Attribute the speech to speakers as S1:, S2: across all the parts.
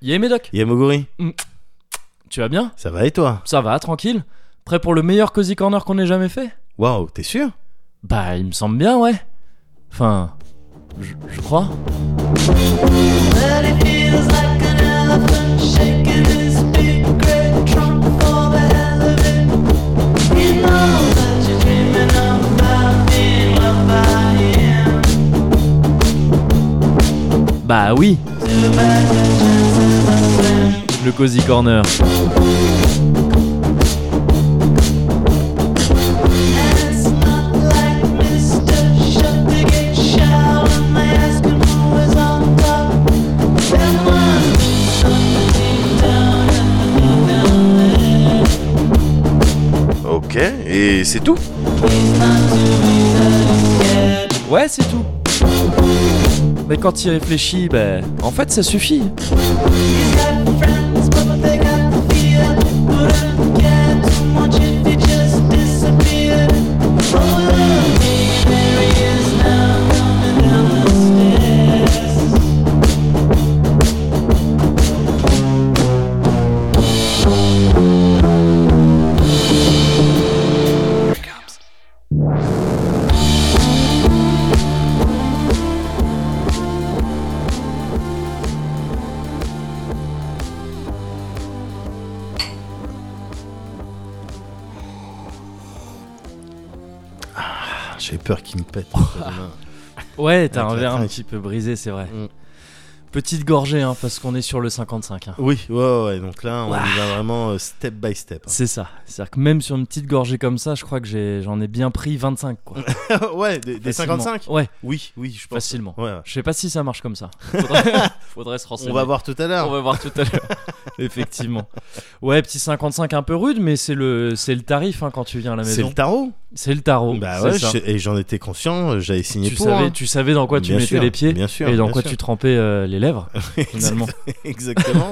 S1: Yé Médoc,
S2: Yamoguri,
S1: tu vas bien
S2: ça va et toi
S1: Ça va, tranquille Prêt pour le meilleur Cozy Corner qu'on ait jamais fait
S2: Waouh, t'es sûr
S1: Bah, il me semble bien, ouais. Enfin, je je crois.
S3: But it feels like an elephant shaking his big great trunk for the hell of it. You know that you're dreaming about being loved by him.
S1: Bah oui
S3: Too bad your chances are slim.
S1: Le Cozy Corner.
S3: And it's not like Mr. Shut the gate shout when they ask him who is on top. Then one shut the team down and the moon down there.
S2: Ok, et c'est tout
S3: He's not to be that scared.
S1: Ouais, c'est tout. Mais quand il réfléchit, bah, en fait, ça suffit.
S3: He's got friends, but they got the fear. Wouldn't care too much if he just disappeared. Oh, look, there he is now, coming down the stairs.
S2: Ah, J'ai peur qu'il me pète.
S1: Ouais, t'as un
S2: Avec la
S1: verre un
S2: trinque.
S1: petit peu brisé, c'est vrai.
S2: Mm.
S1: Petite gorgée, hein, parce qu'on est sur le 55. hein.
S2: oui, ouais, ouais, donc là, on
S1: Ouah.
S2: y va vraiment euh, step by step.
S1: C'est ça. C'est-à-dire que même sur une petite gorgée comme ça, je crois que j'ai- j'en ai, bien pris 25, quoi.
S2: ouais, des, des
S1: Facilement.
S2: 55
S1: Ouais,
S2: Oui, oui, je pense.
S1: facilement.
S2: Ouais, ouais.
S1: Je sais pas si ça marche comme ça. Faudrait, faudrait se renseigner.
S2: On va voir tout à
S1: On
S2: l'heure.
S1: va voir tout à l'heure. Effectivement. Ouais, petit 55 un peu rude, mais c'est le, c'est le tarif hein, quand tu viens à la
S2: C'est le
S1: maison.
S2: tarot
S1: C'est le tarot.
S2: Bah
S1: c'est
S2: ouais,
S1: ça.
S2: je- et j'en étais conscient, euh, j'avais signé
S1: Tu
S2: pour.
S1: savais,
S2: hein.
S1: tu savais dans quoi tu
S2: Bien
S1: mettais
S2: sûr,
S1: les pieds
S2: bien sûr,
S1: et dans
S2: bien
S1: quoi
S2: sûr.
S1: tu trempais euh, les lèvres, finalement.
S2: Exactement.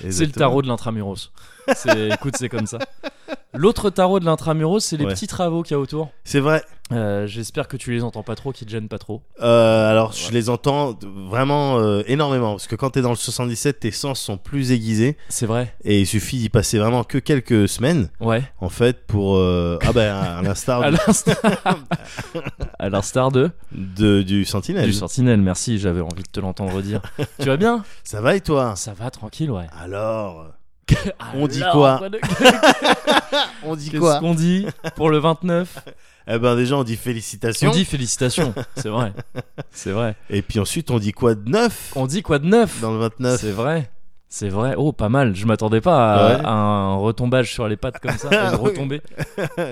S1: C'est le tarot de l'intramuros. C'est- Écoute, c'est comme ça. L'autre tarot de l'intramuros, c'est les
S2: Ouais.
S1: petits travaux qu'il y a autour.
S2: C'est vrai.
S1: Euh, J'espère que tu les entends pas trop, qu'ils te gênent pas trop.
S2: Euh, alors, je les entends vraiment euh, énormément. Parce que quand t'es dans le 77, tes sens sont plus aiguisés.
S1: C'est vrai.
S2: Et il suffit d'y passer vraiment que quelques semaines,
S1: Ouais.
S2: en fait, pour. euh, ah ben, à l'instar
S1: À l'instar. à l'instar de.
S2: de- du Sentinelle.
S1: Du sentinelle, merci, j'avais envie de te l'entendre dire. tu vas bien
S2: Ça va et toi
S1: Ça va, tranquille, ouais.
S2: Alors, On
S1: Alors,
S2: dit quoi
S1: de-
S2: on dit
S1: Qu'est-ce
S2: quoi
S1: qu'on dit pour le 29
S2: Eh ben, déjà, on dit
S1: On
S2: félicitations.
S1: dit félicitations, c'est vrai. C'est vrai.
S2: Et puis ensuite, on dit quoi de neuf
S1: On dit quoi de neuf
S2: dans le 29
S1: C'est vrai. C'est vrai. Oh, pas mal. Je m'attendais pas à,
S2: Ouais.
S1: à un retombage sur les pattes comme ça, à une
S2: Ah Oui.
S1: retombée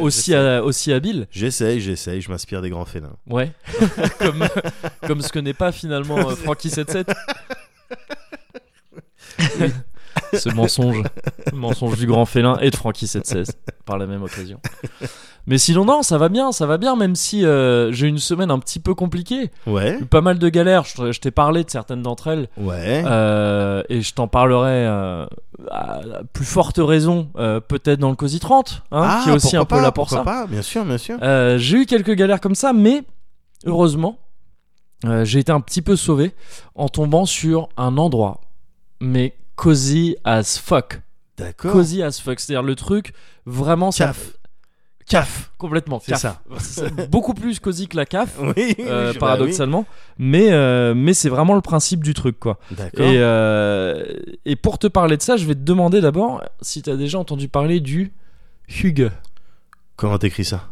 S1: aussi, à- aussi habile.
S2: J'essaye, j'essaye, je m'inspire des grands félins.
S1: Ouais. comme, comme ce que n'est pas finalement euh, Frankie 77. Ce mensonge, mensonge du grand félin et de Frankie 76 par la même occasion. Mais sinon non, ça va bien, ça va bien, même si euh, j'ai eu une semaine un petit peu compliquée,
S2: Ouais,
S1: pas mal de galères. Je, je t'ai parlé de certaines d'entre elles
S2: ouais.
S1: euh, et je t'en parlerai euh, à à plus forte raison euh, peut-être dans le Cozy 30, hein,
S2: Ah,
S1: qui est aussi
S2: pourquoi
S1: un peu
S2: pas,
S1: là pour
S2: pourquoi
S1: ça.
S2: pas, bien sûr, bien sûr.
S1: Euh, j'ai eu quelques galères comme ça, mais heureusement, euh, j'ai été un petit peu sauvé en tombant sur un endroit, mais cozy as fuck.
S2: D'accord.
S1: Cozy as fuck, c'est-à-dire le truc vraiment. ça-
S2: Caf.
S1: Caf, complètement.
S2: C'est
S1: caf.
S2: ça.
S1: C'est beaucoup plus cozy que la caf.
S2: Oui, oui,
S1: euh,
S2: je- bah
S1: paradoxalement, mais euh, mais c'est vraiment le principe du truc quoi.
S2: oui. D'accord.
S1: Et, euh, et pour te parler de ça, je vais te demander d'abord si t'as déjà entendu parler du Hugue.
S2: Comment t'écris ça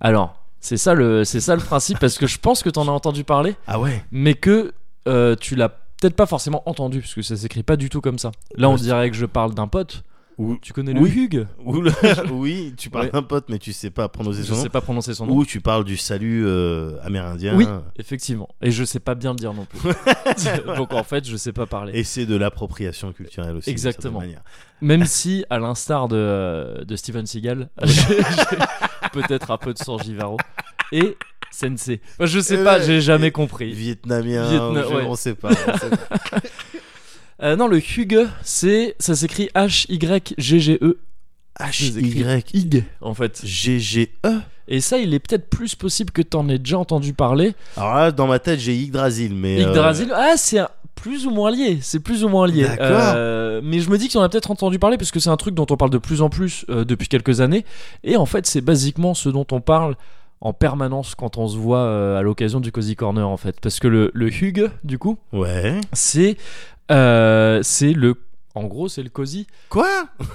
S1: Alors, c'est ça le c'est ça le principe parce que je pense que t'en as entendu parler,
S2: Ah ouais.
S1: mais que euh, tu l'as peut-être pas forcément entendu parce que ça s'écrit pas du tout comme ça. Là, on
S2: Parce-
S1: dirait que je parle d'un pote.
S2: Ou-
S1: Tu connais le
S2: Oui.
S1: Hugues
S2: Ou le- oui, tu parles
S1: Ouais.
S2: d'un pote, mais tu sais pas prononcer
S1: Je
S2: son
S1: sais
S2: nom.
S1: pas prononcer son nom.
S2: Ou tu parles du salut euh, amérindien.
S1: Oui. Effectivement, et je sais pas bien le dire non plus. Donc en fait, je sais pas parler.
S2: Et c'est de l'appropriation culturelle aussi. d'une
S1: Exactement.
S2: certaine manière.
S1: Même si, à l'instar de, euh, de Steven Seagal, j'ai j'ai peut-être un peu de Sanjivaro et Sensei. Enfin, je sais
S2: Euh,
S1: pas, j'ai jamais
S2: et-
S1: compris.
S2: Vietnamien,
S1: Vietna-
S2: je-
S1: ouais.
S2: on sait pas. on sait pas.
S1: Euh, non, le Hugue, c'est ça s'écrit H-Y-G-G-E,
S2: H-Y-G-G-E.
S1: en fait.
S2: E.
S1: Et ça, il est peut-être plus possible que t'en aies déjà entendu parler.
S2: Alors là, dans ma tête, j'ai Yggdrasil, mais. euh,
S1: Yggdrasil, ah, c'est un- plus ou moins lié, c'est plus ou moins lié.
S2: D'accord.
S1: Euh, mais je me dis que tu en as peut-être entendu parler parce que c'est un truc dont on parle de plus en plus euh, depuis quelques années. Et en fait, c'est basiquement ce dont on parle en permanence quand on se voit euh, à l'occasion du Cozy Corner en fait. Parce que le, le Hug, du coup,
S2: Ouais.
S1: c'est euh, c'est le. En gros, c'est le Cozy.
S2: Quoi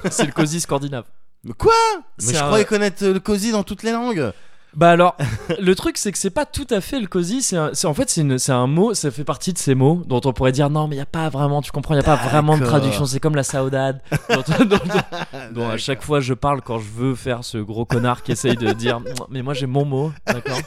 S1: C'est le Cozy scandinave.
S2: Mais Quoi Mais
S1: C'est
S2: je
S1: un-
S2: croyais connaître euh, le cosy dans toutes les langues.
S1: Bah alors, le truc c'est que c'est pas tout à fait le cosy, c'est un- c'est- en fait c'est une- c'est un mot, ça fait partie de ces mots dont on pourrait dire non mais il y a pas vraiment, tu comprends, il y a pas vraiment de
S2: D'accord.
S1: traduction, c'est comme la saudade dont, dont- dont à chaque fois je parle quand je veux faire ce gros connard qui essaye de dire mais moi j'ai mon mot, d'accord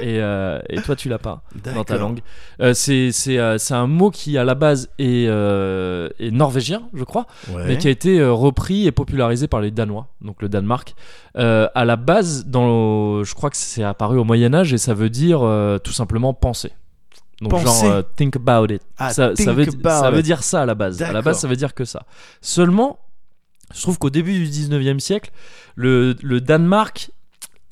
S1: et, euh, et toi tu l'as pas dans ta
S2: D'accord.
S1: langue. Euh, c'est c'est, euh, c'est un mot qui à la base est, euh, est norvégien je crois,
S2: Ouais.
S1: mais qui a été euh, repris et popularisé par les Danois, donc le Danemark. Euh, à la base, dans le- je crois que c'est apparu au Moyen Âge et ça veut dire euh, tout simplement penser. Donc
S2: Penser.
S1: genre euh, think about it.
S2: Ah,
S1: ça, ça
S2: think
S1: veut,
S2: about
S1: ça
S2: it.
S1: veut dire ça à la base. À la
S2: D'accord.
S1: base, ça veut dire que ça. Seulement, je trouve qu'au début du 19e siècle, le, le Danemark,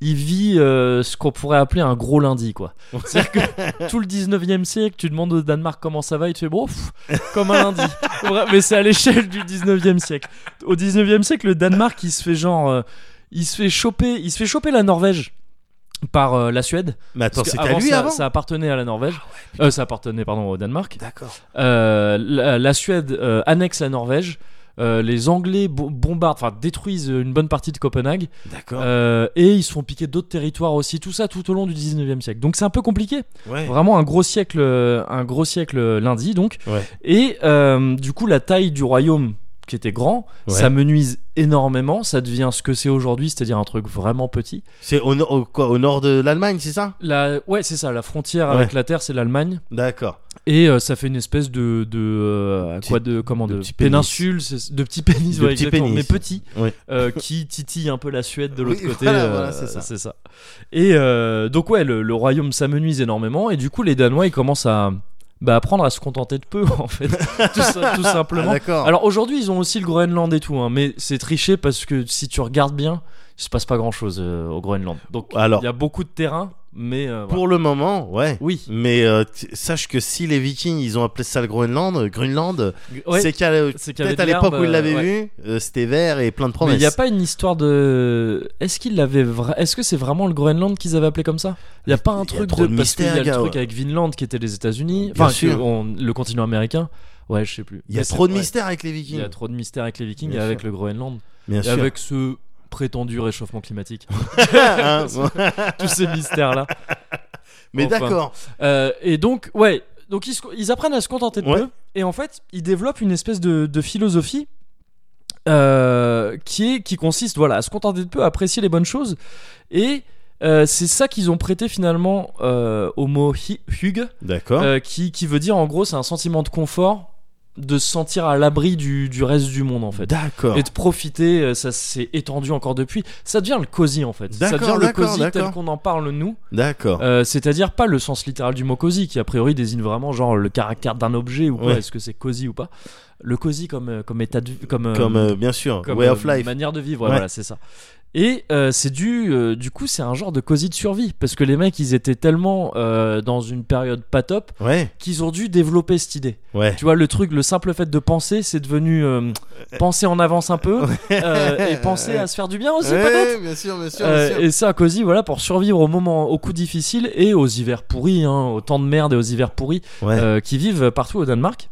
S1: il vit euh, ce qu'on pourrait appeler un gros lundi, quoi. C'est-à-dire que tout le 19e siècle, tu demandes au Danemark comment ça va, et tu fais, bon, pff, comme un lundi. Vra- Mais c'est à l'échelle du 19e siècle. Au 19e siècle, le Danemark, il se fait genre... euh, il se fait choper, il se fait choper la Norvège par euh, la Suède.
S2: Mais attends,
S1: Parce que
S2: c'était à lui
S1: ça,
S2: avant. Ah
S1: ça appartenait à la Norvège. Euh, ça appartenait, pardon, au Danemark.
S2: D'accord.
S1: Euh, la, la Suède euh, annexe la Norvège. Euh, les Anglais bo- bombardent, enfin détruisent une bonne partie de Copenhague
S2: D'accord.
S1: Euh, et ils se font piquer d'autres territoires aussi, tout ça tout au long du 19e siècle. Donc c'est un peu compliqué,
S2: ouais.
S1: vraiment un gros siècle, euh, un gros siècle euh, lundi donc.
S2: Ouais.
S1: Et euh, du coup la taille du royaume qui était grand,
S2: Ouais.
S1: ça menuise énormément, ça devient ce que c'est aujourd'hui, c'est-à-dire un truc vraiment petit.
S2: C'est au, no- au- quoi, au nord de l'Allemagne, c'est ça
S1: La, ouais c'est ça, la frontière avec
S2: Ouais.
S1: la Terre c'est l'Allemagne.
S2: D'accord. Ah,
S1: Et euh, ça fait une espèce de, de euh,
S2: Petit-
S1: quoi de comment
S2: de
S1: de,
S2: petit pénis.
S1: péninsule, c'est- de petits pénis,
S2: De
S1: ouais,
S2: petits
S1: exactement,
S2: pénis.
S1: mais petit, euh,
S2: Oui.
S1: qui titille un peu la Suède de
S2: Oui,
S1: l'autre côté.
S2: voilà,
S1: euh,
S2: voilà, c'est ça.
S1: Et euh, donc ouais, le, le royaume s'amenuise énormément et du coup les Danois ils commencent à bah, apprendre à se contenter de peu en fait, tout, ça- tout
S2: Ah,
S1: simplement.
S2: d'accord.
S1: Alors aujourd'hui ils ont aussi le Groenland et tout, hein, mais c'est triché parce que si tu regardes bien, il se passe pas grand chose au Groenland. Donc
S2: Alors.
S1: il y a beaucoup de terrain, mais euh, voilà.
S2: Pour le moment, ouais.
S1: oui,
S2: Mais euh, t- sache que si les Vikings ils ont appelé ça le Groenland, euh, Greenland,
S1: Ouais.
S2: c'est qu'à la-
S1: C'est qu'il y avait
S2: peut-être à
S1: de
S2: l'époque
S1: l'herbe,
S2: où ils l'avaient
S1: euh, ouais.
S2: vu, euh, c'était vert et plein de promesses.
S1: Mais il n'y a pas une histoire de. Est-ce qu'il l'avait vra- Est-ce que c'est vraiment le Groenland qu'ils avaient appelé comme ça Il n'y a pas
S2: Il y
S1: un
S2: a
S1: truc
S2: trop
S1: de.
S2: de
S1: Parce qu'il y a
S2: mystères,
S1: le
S2: gars,
S1: truc
S2: ouais.
S1: avec Vinland qui était les États-Unis.
S2: Bien
S1: Enfin, que
S2: sûr.
S1: on- le continent américain. Ouais, je sais plus.
S2: Il y a
S1: Mais c'est-
S2: trop de
S1: ouais.
S2: mystères avec les
S1: Il y a
S2: Vikings.
S1: trop de mystères avec les Vikings
S2: Bien
S1: et avec
S2: sûr.
S1: le Groenland.
S2: Bien
S1: et
S2: sûr.
S1: avec ce prétendu réchauffement climatique.
S2: Hein,
S1: Tous ces mystères-là.
S2: Mais
S1: Enfin.
S2: d'accord.
S1: Euh, et donc, ouais. Donc ils, se- ils apprennent à se contenter de
S2: Ouais.
S1: peu. Et en fait, ils développent une espèce de, de philosophie euh, qui, est, qui consiste voilà, à se contenter de peu, à apprécier les bonnes choses. Et euh, c'est ça qu'ils ont prêté finalement euh, au mot hi- hug,
S2: D'accord.
S1: euh, qui, qui veut dire en gros, c'est un sentiment de confort, de se sentir à l'abri du, du reste du monde en fait.
S2: D'accord.
S1: Et de profiter, euh, ça s'est étendu encore depuis. Ça devient le cosy en fait. Ça
S2: D'accord,
S1: devient le
S2: d'accord,
S1: cosy tel
S2: d'accord.
S1: qu'on en parle nous.
S2: D'accord.
S1: Euh, c'est-à-dire pas le sens littéral du mot cosy qui a priori désigne vraiment genre le caractère d'un objet ou quoi,
S2: Ouais.
S1: est-ce que c'est cosy ou pas. Le cosy comme euh, comme état de vie- comme euh,
S2: Comme euh, bien sûr,
S1: comme,
S2: way
S1: euh,
S2: of life.
S1: manière de vivre, ouais,
S2: Ouais.
S1: voilà, c'est ça. Et euh, c'est du euh, du coup, c'est un genre de cosy de survie parce que les mecs, ils étaient tellement euh, dans une période pas top
S2: Ouais,
S1: qu'ils ont dû développer cette idée.
S2: ouais.
S1: Tu vois, le truc, le simple fait de penser, c'est devenu euh, penser en avance un peu euh, et penser à se faire du bien aussi peut-être.
S2: bien sûr, bien sûr,
S1: Euh, et ça, Cozy, voilà, pour survivre aux moments, aux coups difficiles et aux hivers pourris, hein, aux temps de merde et aux hivers pourris
S2: Ouais.
S1: euh, qui vivent partout au Danemark.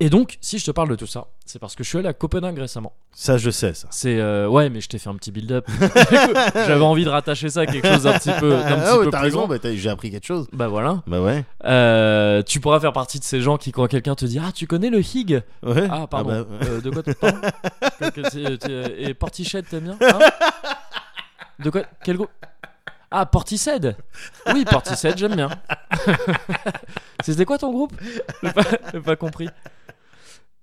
S1: Et donc, si je te parle de tout ça, c'est parce que je suis allé à Copenhague récemment.
S2: Ça, je sais, ça.
S1: C'est euh, ouais, mais je t'ai fait un petit build-up. J'avais envie de rattacher ça à quelque chose d'un petit peu, d'un petit
S2: ah ouais,
S1: peu
S2: t'as
S1: plus
S2: raison,
S1: grand.
S2: bah, t'as- j'ai appris quelque chose.
S1: Bah voilà.
S2: Bah ouais.
S1: Euh, tu pourras faire partie de ces gens qui, quand quelqu'un te dit ah tu connais le Hig,
S2: ouais.
S1: ah pardon,
S2: bah, ouais.
S1: Euh, de quoi tu parles Que- que- t'es- t'es- Et Portichette, t'aimes bien Hein De quoi Quel goût Ah, Portishead Oui, Portishead, j'aime bien. C'était quoi ton groupe J'ai pas, j'ai pas compris.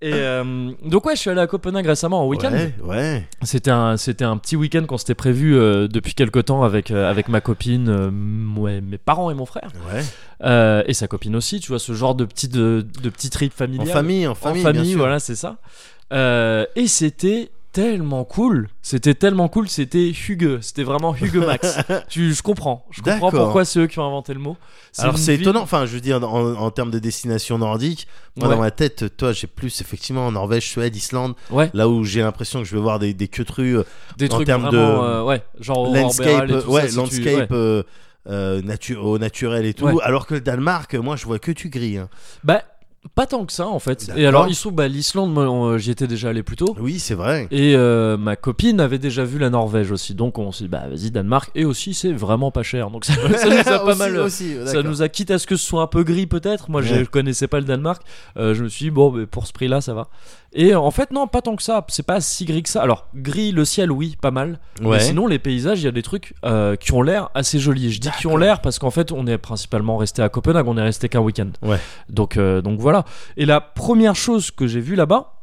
S1: Et euh, donc ouais, je suis allé à Copenhague récemment en week-end.
S2: Ouais, ouais.
S1: C'était un, c'était un petit week-end qu'on s'était prévu euh, depuis quelque temps avec, euh, avec ma copine, euh, m- ouais, mes parents et mon frère.
S2: ouais.
S1: Euh, et sa copine aussi, tu vois, ce genre de petit, de, de petit trip
S2: En
S1: familial
S2: famille, en famille.
S1: en
S2: bien
S1: famille,
S2: sûr.
S1: voilà, c'est ça. Euh, et c'était tellement cool. C'était tellement cool, c'était Hugue. C'était vraiment Hugue Max. tu, je comprends. Je comprends
S2: D'accord.
S1: pourquoi c'est eux qui ont inventé le mot.
S2: Alors
S1: une
S2: c'est
S1: ville-
S2: étonnant, enfin je veux dire en, en termes de destination nordique, moi
S1: Ouais.
S2: dans ma tête, toi j'ai plus effectivement Norvège, Suède, Islande,
S1: Ouais,
S2: là où j'ai l'impression que je vais voir des, des queutrues, euh,
S1: des
S2: en
S1: trucs
S2: termes
S1: vraiment.
S2: de
S1: euh, ouais, genre Aurore
S2: landscape,
S1: Boréale et
S2: euh,
S1: tout ça,
S2: ouais,
S1: si tu- ouais.
S2: landscape euh, euh, natu- au naturel et tout,
S1: Ouais.
S2: alors que le Danemark, moi je vois que du gris. hein.
S1: Bah, pas tant que ça en fait.
S2: D'accord.
S1: Et alors, il se trouve, bah, l'Islande, moi, on- j'y étais déjà allé plus tôt.
S2: Oui c'est vrai.
S1: Et euh, ma copine avait déjà vu la Norvège aussi, donc on s'est dit bah vas-y Danemark et aussi c'est vraiment pas cher, donc ça, ça nous a pas
S2: Aussi-
S1: mal. euh,
S2: aussi,
S1: Ça
S2: d'accord.
S1: nous a quitte à ce que ce soit un peu gris peut-être. Moi je
S2: Ouais.
S1: connaissais pas le Danemark. Euh, je me suis dit bon mais pour ce prix-là ça va. Et euh, en fait non pas tant que ça. C'est pas si gris que ça. Alors gris le ciel oui pas mal.
S2: Ouais.
S1: Mais sinon les paysages il y a des trucs euh, qui ont l'air assez jolis. Je dis qui ont l'air parce qu'en fait on est principalement resté à Copenhague. On est resté qu'un week-end.
S2: Ouais.
S1: Donc euh, donc voilà. Et la première chose que j'ai vue là-bas,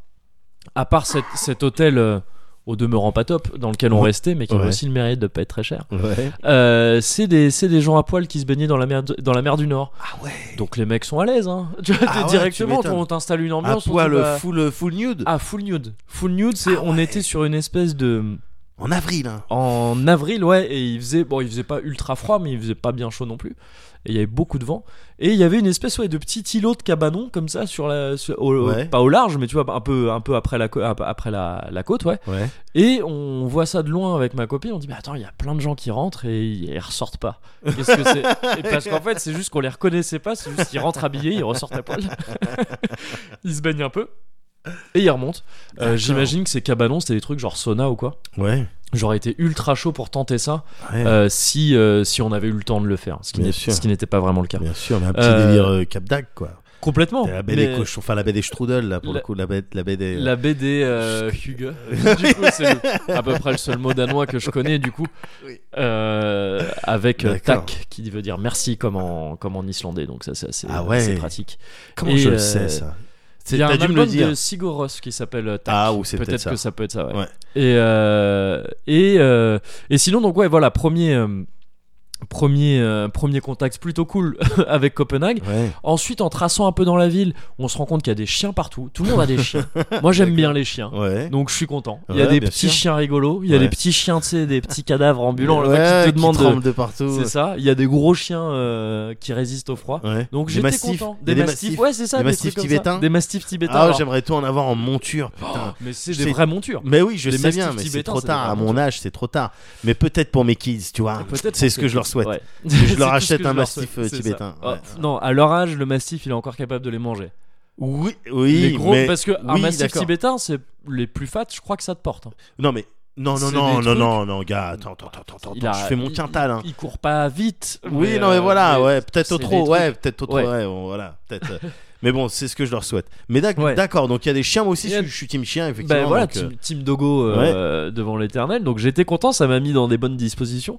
S1: à part cette- cet hôtel. euh, au demeurant pas top, dans lequel on
S2: Ouais.
S1: restait, mais qui avait
S2: Ouais.
S1: aussi le mérite de pas être très cher.
S2: Ouais.
S1: Euh, c'est des, c'est des gens à poil qui se baignaient dans la mer, de- dans la mer du Nord.
S2: Ah ouais.
S1: Donc les mecs sont à l'aise, hein. Tu vois,
S2: Ah
S1: t'es
S2: ouais,
S1: directement,
S2: tu m'étonnes.
S1: on t'installe une
S2: À
S1: ambiance. on te
S2: poil
S1: dit, bah,
S2: full euh, full nude
S1: Ah, full nude. Full nude, c'est,
S2: Ah
S1: on
S2: ouais.
S1: était sur une espèce de.
S2: en avril. hein.
S1: En avril, ouais, et il faisait. Bon, il faisait pas ultra froid, mais il faisait pas bien chaud non plus. Et il y avait beaucoup de vent. Et il y avait une espèce, ouais, de petit îlot de cabanon, comme ça, sur la. sur- au-
S2: Ouais.
S1: Pas au large, mais tu vois, un peu, un peu après la, cô- après la, la côte, ouais.
S2: Ouais.
S1: Et on voit ça de loin avec ma copine, on dit mais attends, il y a plein de gens qui rentrent et ils ressortent pas. Qu'est-ce que c'est Et Parce qu'en fait, c'est juste qu'on les reconnaissait pas, c'est juste qu'ils rentrent habillés, ils ressortent à poil. ils se baignent un peu et ils remontent. Euh,
S2: D'accord.
S1: J'imagine que ces cabanons, c'était des trucs genre sauna ou quoi.
S2: Ouais.
S1: J'aurais été ultra chaud pour tenter ça
S2: ouais.
S1: euh, si, euh, si on avait eu le temps de le faire, ce qui
S2: Eh. Bien
S1: n'est-
S2: sûr.
S1: ce qui n'était pas vraiment le cas.
S2: Bien sûr, mais un petit
S1: Euh,
S2: délire euh, Cap d'Agde quoi.
S1: Complètement.
S2: la baie
S1: mais
S2: des cochons, enfin la baie des strudels là pour
S1: La-
S2: le coup, la baie, la baie des.
S1: La BD euh, Hugue. du coup, c'est le- à peu près le seul mot danois que je connais, du coup.
S2: Oui.
S1: Euh, avec euh,
S2: D'accord.
S1: tak, qui veut dire merci comme en, comme en islandais, donc ça c'est assez,
S2: Ah ouais.
S1: assez pratique.
S2: Comment
S1: Et,
S2: je
S1: euh,
S2: le sais ça C'est-
S1: Il y a un
S2: T'as dû me
S1: album
S2: le dire.
S1: de Sigur Rós qui s'appelle euh, Tak.
S2: Ah, ou c'est
S1: peut-être
S2: peut-être ça.
S1: que ça peut être ça, ouais.
S2: Ouais.
S1: Et, euh, et, euh, et sinon, donc ouais, voilà, premier, euh, premier, euh, premier contact plutôt cool avec Copenhague.
S2: Ouais.
S1: Ensuite, en traçant un peu dans la ville, on se rend compte qu'il y a des chiens partout. Tout le monde a des chiens. Moi j'aime bien les chiens.
S2: Ouais.
S1: Donc je suis content. Il y a
S2: Ouais,
S1: des
S2: bien
S1: petits
S2: sûr.
S1: chiens rigolos, il y a
S2: Ouais.
S1: des petits chiens, tu sais, des petits cadavres ambulants là,
S2: Ouais,
S1: qui te
S2: qui
S1: demandent.
S2: tremblent de partout.
S1: C'est ça. Il y a des gros chiens euh, qui résistent au froid.
S2: Ouais.
S1: Donc
S2: Des
S1: j'étais
S2: mastifs.
S1: content.
S2: Il y a
S1: Des, mastifs. Ouais, c'est ça.
S2: des
S1: trucs
S2: mastifs
S1: comme ça.
S2: tibétains.
S1: Des mastifs tibétains.
S2: Ah,
S1: alors.
S2: j'aimerais tout en avoir en monture. Putain.
S1: mais c'est des
S2: C'est-
S1: vraies montures.
S2: Mais oui, je
S1: Des
S2: sais
S1: mastifs
S2: bien, mais c'est
S1: tibétains,
S2: trop
S1: c'est des
S2: tard. À
S1: vrais
S2: mon âge, c'est trop tard. Mais peut-être pour mes kids, tu vois.
S1: Peut-être
S2: Ah, C'est
S1: pour
S2: ce que je leur souhaite.
S1: Ouais.
S2: je
S1: C'est
S2: leur
S1: tout ce
S2: achète
S1: que
S2: un
S1: je leur
S2: mastif,
S1: souhaite,
S2: euh,
S1: c'est ça.
S2: tibétain.
S1: Ah,
S2: Ouais.
S1: Non, à leur âge, le mastif, il est encore capable de les manger.
S2: Oui, oui,
S1: les gros,
S2: mais
S1: parce que un
S2: oui,
S1: mastif
S2: d'accord.
S1: tibétain, c'est les plus fat. Je crois que ça te porte. hein.
S2: non, mais non, non,
S1: C'est
S2: non,
S1: des
S2: non,
S1: trucs-
S2: non, non, gars, attends, attends, attends, attends,
S1: Il a-
S2: je fais mon
S1: il-
S2: quintal. Hein.
S1: Il court pas vite.
S2: Oui, non,
S1: euh,
S2: mais voilà, ouais, peut-être
S1: c'est
S2: au trop,
S1: des
S2: ouais, peut-être au trop,
S1: Ouais.
S2: ouais, bon, voilà, peut-être. euh, mais bon, c'est ce que je leur souhaite. Mais d'ac-
S1: Ouais.
S2: d'accord, donc il y a des chiens, moi aussi,
S1: Il y a-
S2: je, suis- je suis team chien, effectivement.
S1: Ben voilà,
S2: donc, euh,
S1: team, team Dogo euh, devant l'éternel. Donc j'étais content, ça m'a mis dans des bonnes dispositions.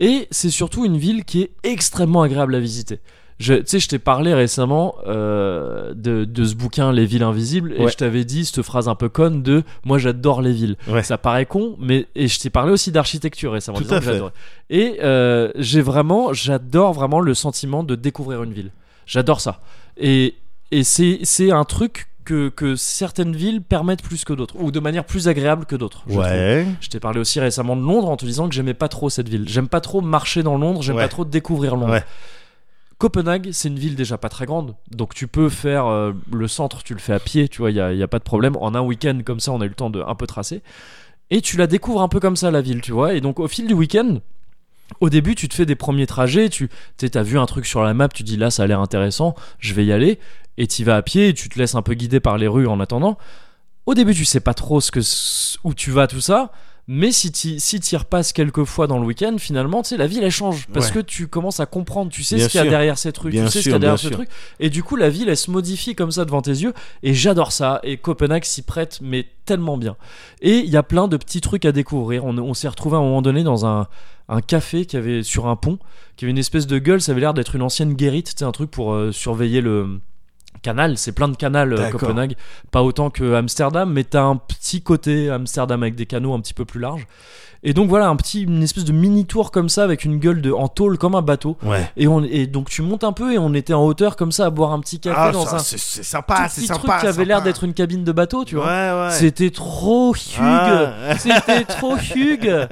S1: Et c'est surtout une ville qui est extrêmement agréable à visiter. Je- Tu sais, je t'ai parlé récemment euh, de, de ce bouquin Les villes invisibles et
S2: Ouais.
S1: je t'avais dit cette phrase un peu conne de Moi j'adore les villes.
S2: Ouais.
S1: Ça paraît con, mais et je t'ai parlé aussi d'architecture récemment.
S2: Tout
S1: disant
S2: à
S1: que
S2: fait.
S1: j'adorais. Et euh, j'ai vraiment, j'adore vraiment le sentiment de découvrir une ville. J'adore ça. Et, et c'est, c'est un truc que, que certaines villes permettent plus que d'autres, ou de manière plus agréable que d'autres. je trouve.
S2: ouais,
S1: Je t'ai parlé aussi récemment de Londres en te disant que j'aimais pas trop cette ville. J'aime pas trop marcher dans Londres, j'aime
S2: Ouais.
S1: pas trop découvrir Londres.
S2: Ouais.
S1: Copenhague, c'est une ville déjà pas très grande, donc tu peux faire euh, le centre, tu le fais à pied, tu vois, il n'y a, y a pas de problème. En un week-end comme ça, on a eu le temps de un peu tracer. Et tu la découvres un peu comme ça, la ville, tu vois. Et donc au fil du week-end, au début, tu te fais des premiers trajets, tu as vu un truc sur la map, tu dis là, ça a l'air intéressant, je vais y aller, et tu vas à pied, et tu te laisses un peu guider par les rues en attendant. Au début, tu sais pas trop ce que, ce- où tu vas, tout ça, mais si tu si t'y repasses quelques fois dans le week-end, finalement, tu sais, la ville, elle change, parce
S2: Ouais.
S1: que tu commences à comprendre, tu sais
S2: Bien
S1: ce qu'il y a
S2: sûr.
S1: derrière cette rue,
S2: Bien
S1: tu sais ce
S2: sûr,
S1: qu'il y a derrière
S2: bien
S1: ce
S2: sûr.
S1: truc, et du coup, la ville, elle se modifie comme ça devant tes yeux, et j'adore ça, et Copenhague s'y prête, mais tellement bien. Et il y a plein de petits trucs à découvrir. On, on s'est retrouvé à un moment donné dans un, un café qui avait sur un pont, qui avait une espèce de gueule. Ça avait l'air d'être une ancienne guérite, c'était un truc pour euh, surveiller le Canal, c'est plein de canals euh,
S2: D'accord.
S1: Copenhague, pas autant que Amsterdam, mais t'as un petit côté Amsterdam avec des canaux un petit peu plus larges. Et donc voilà, un petit, une espèce de mini tour comme ça avec une gueule de, en tôle comme un bateau.
S2: Ouais.
S1: Et, on, et donc tu montes un peu et on était en hauteur comme ça à boire un petit café
S2: Ah,
S1: dans
S2: ça,
S1: un
S2: c'est c'est
S1: tout
S2: sympa, c'est
S1: petit
S2: sympa.
S1: truc qui avait
S2: sympa.
S1: l'air d'être une cabine de bateau, tu vois.
S2: Ouais, ouais.
S1: C'était trop Hugues.
S2: Ah.
S1: C'était trop Hugues.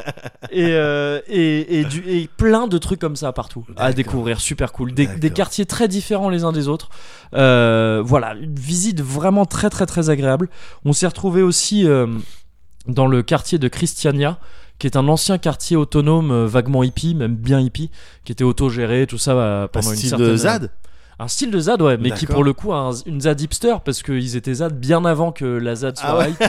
S1: Et, euh, et, et, du, et plein de trucs comme ça partout à
S2: D'accord.
S1: découvrir. Super cool. Des,
S2: D'accord.
S1: des quartiers très différents les uns des autres. Euh, voilà, une visite vraiment très très très agréable. On s'est retrouvé aussi euh, dans le quartier de Christiania qui est un ancien quartier autonome euh, vaguement hippie, même bien hippie, qui était autogéré, tout ça euh,
S2: Un
S1: pendant une
S2: style
S1: certaine
S2: de Zad
S1: un style de Zad, ouais, mais qui
S2: D'accord.
S1: pour le coup a un- une Zad hipster parce qu'ils étaient Zad bien avant que la Zad soit
S2: Ah ouais.
S1: hype.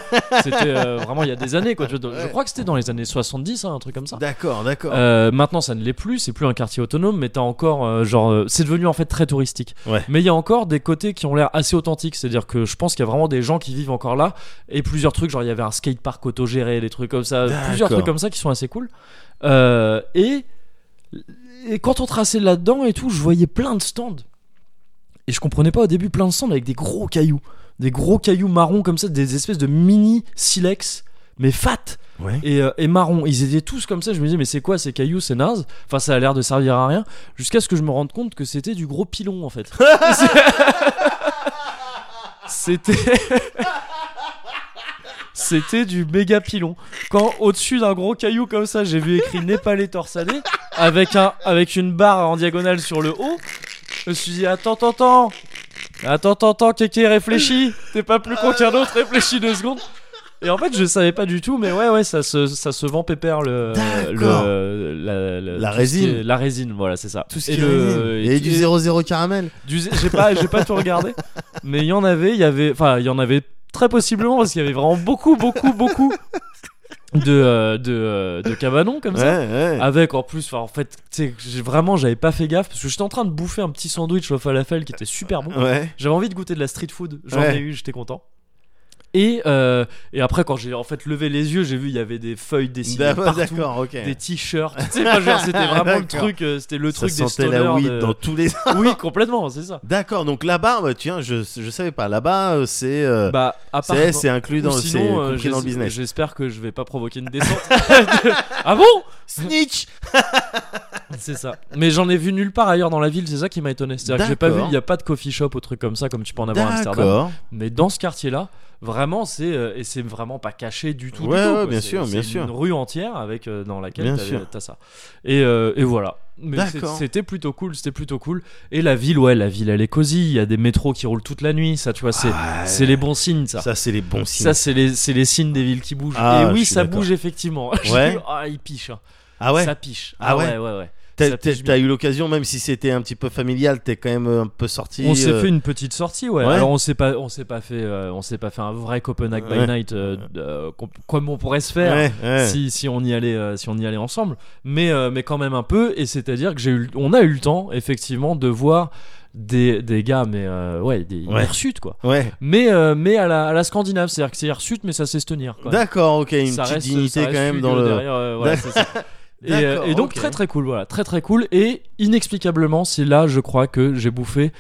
S1: C'était euh, vraiment il y a des années, quoi. Je, je
S2: Ouais.
S1: crois que c'était dans les années 70, hein, un truc comme ça.
S2: D'accord, d'accord.
S1: Euh, maintenant, ça ne l'est plus, c'est plus un quartier autonome, mais t'as encore, euh, genre, euh, c'est devenu en fait très touristique.
S2: Ouais.
S1: Mais il y a encore des côtés qui ont l'air assez authentiques, c'est-à-dire que je pense qu'il y a vraiment des gens qui vivent encore là, et plusieurs trucs, genre il y avait un skatepark autogéré, des trucs comme ça,
S2: D'accord.
S1: plusieurs trucs comme ça qui sont assez cool. Euh, et, et quand on traçait là-dedans et tout, je voyais plein de stands, et je comprenais pas au début plein de stands avec des gros cailloux, des gros cailloux marrons comme ça, des espèces de mini silex, mais fat
S2: Ouais.
S1: et, euh, et marron. Ils étaient tous comme ça. Je me disais, mais c'est quoi ces cailloux C'est naze. Enfin, ça a l'air de servir à rien. Jusqu'à ce que je me rende compte que c'était du gros pilon en fait. c'était. C'était du méga pilon. Quand au-dessus d'un gros caillou comme ça, j'ai vu écrit Népalais torsadé avec, un, avec une barre en diagonale sur le haut. Je me suis dit, attends, attends, attends. Attends, attends, attends, Kéké, réfléchis. T'es pas plus con qu'un autre, réfléchis deux secondes. Et en fait, je savais pas du tout, mais ouais, ouais, ça se, ça se vend pépère le.
S2: D'accord.
S1: le- la, la-
S2: La
S1: tout ce qui
S2: résine.
S1: est- La résine, voilà, c'est ça.
S2: Tout ce
S1: Et
S2: qui est
S1: le-
S2: résine. Et,
S1: et-
S2: du 00 caramel.
S1: du- j'ai pas j'ai pas tout regardé mais il y en avait il y avait enfin il y en avait très possiblement parce qu'il y avait vraiment beaucoup beaucoup beaucoup de euh, de, euh, de cabanons comme
S2: Ouais,
S1: ça
S2: ouais.
S1: avec en plus enfin, en fait tu sais, j'ai- vraiment j'avais pas fait gaffe parce que j'étais en train de bouffer un petit sandwich au falafel qui était super bon
S2: Ouais.
S1: j'avais envie de goûter de la street food j'en
S2: Ouais.
S1: ai eu j'étais content et euh, et après quand j'ai en fait levé les yeux j'ai vu il y avait des feuilles dessinées
S2: D'accord,
S1: partout
S2: D'accord, ok.
S1: des t-shirts tu sais, enfin, genre, c'était vraiment le
S2: D'accord.
S1: truc euh, c'était le
S2: Ça
S1: truc des
S2: sentait
S1: stoners
S2: la weed
S1: de-
S2: dans tous les.
S1: oui complètement c'est ça
S2: D'accord, donc là-bas, bah, tiens, je, je savais pas. Là-bas, euh, c'est. euh,
S1: bah à part
S2: c'est c'est inclus
S1: Ou
S2: dans, c'est
S1: sinon, euh,
S2: compris dans le
S1: j'es-
S2: business.
S1: J'espère que je vais pas provoquer une descente. De- ah bon
S2: Snitch
S1: C'est ça. Mais j'en ai vu nulle part ailleurs dans la ville, c'est ça qui m'a étonné. C'est-à-dire que j'ai pas vu,
S2: D'accord.
S1: il n'y a pas de coffee shop ou truc comme ça comme tu peux en avoir à Amsterdam.
S2: D'accord.
S1: Mais dans ce quartier-là, vraiment, c'est euh, et c'est vraiment pas caché du tout. du
S2: Ouais,
S1: tout,
S2: ouais,
S1: quoi.
S2: bien
S1: C'est-
S2: sûr,
S1: c'est
S2: bien sûr.
S1: Une rue entière avec euh, dans laquelle
S2: Bien
S1: t'as-
S2: sûr.
S1: t'as ça. Et, euh, et voilà. Mais c'est-
S2: D'accord.
S1: c'était plutôt cool, c'était plutôt cool. Et la ville, ouais, la ville, elle est cosy. Il y a des métros qui roulent toute la nuit. Ça, tu vois, c'est
S2: Ah Ouais.
S1: c'est les bons signes, ça.
S2: Ça, c'est les bons signes.
S1: Ça, c'est les, c'est les signes des villes qui bougent.
S2: Ah,
S1: et
S2: je
S1: oui,
S2: suis
S1: ça
S2: d'accord.
S1: bouge effectivement. Je
S2: Ouais.
S1: dis, Ah, il piche. hein.
S2: ah ouais
S1: Ça piche.
S2: Ah
S1: ouais,
S2: ouais
S1: ouais, ouais.
S2: T'as
S1: ça
S2: t'as-
S1: piche
S2: t'as eu l'occasion, même si c'était un petit peu familial, t'es quand même euh, un peu sorti.
S1: On s'est
S2: euh,
S1: fait une petite sortie, ouais.
S2: ouais.
S1: Alors on s'est pas, on s'est pas fait, euh, on s'est pas fait un vrai Copenhague
S2: Ouais.
S1: by night euh, euh, com- comme on pourrait se faire
S2: Ouais, ouais.
S1: si, si on y allait, euh, si on y allait ensemble. Mais euh, mais quand même un peu. Et c'est-à-dire que j'ai eu, on a eu le temps effectivement de voir des, des gars, mais euh, ouais, des
S2: Ouais.
S1: hirsutes quoi.
S2: Ouais.
S1: Mais euh, mais à la, à la scandinave, c'est-à-dire que c'est hirsute, mais ça sait se tenir. Quoi.
S2: D'accord, ok, une
S1: Ça reste-
S2: petite
S1: ça
S2: dignité
S1: reste
S2: quand même
S1: Hugo
S2: dans le.
S1: derrière, euh, voilà, c'est ça. Et, euh,
S2: D'accord,
S1: et donc
S2: ok.
S1: très très cool, voilà, très très cool. Et inexplicablement, c'est là, je crois, que j'ai bouffé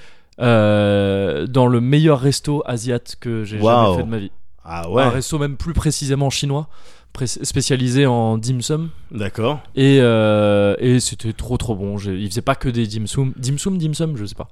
S1: euh, dans le meilleur resto asiat que j'ai
S2: Waouh.
S1: jamais fait de ma vie.
S2: Ah ouais,
S1: Un resto même plus précisément chinois, pré- spécialisé en dim sum.
S2: d'accord.
S1: Et, euh, et c'était trop trop bon. J'ai- Il faisait pas que des dim sum, dim sum, dim sum, je sais pas.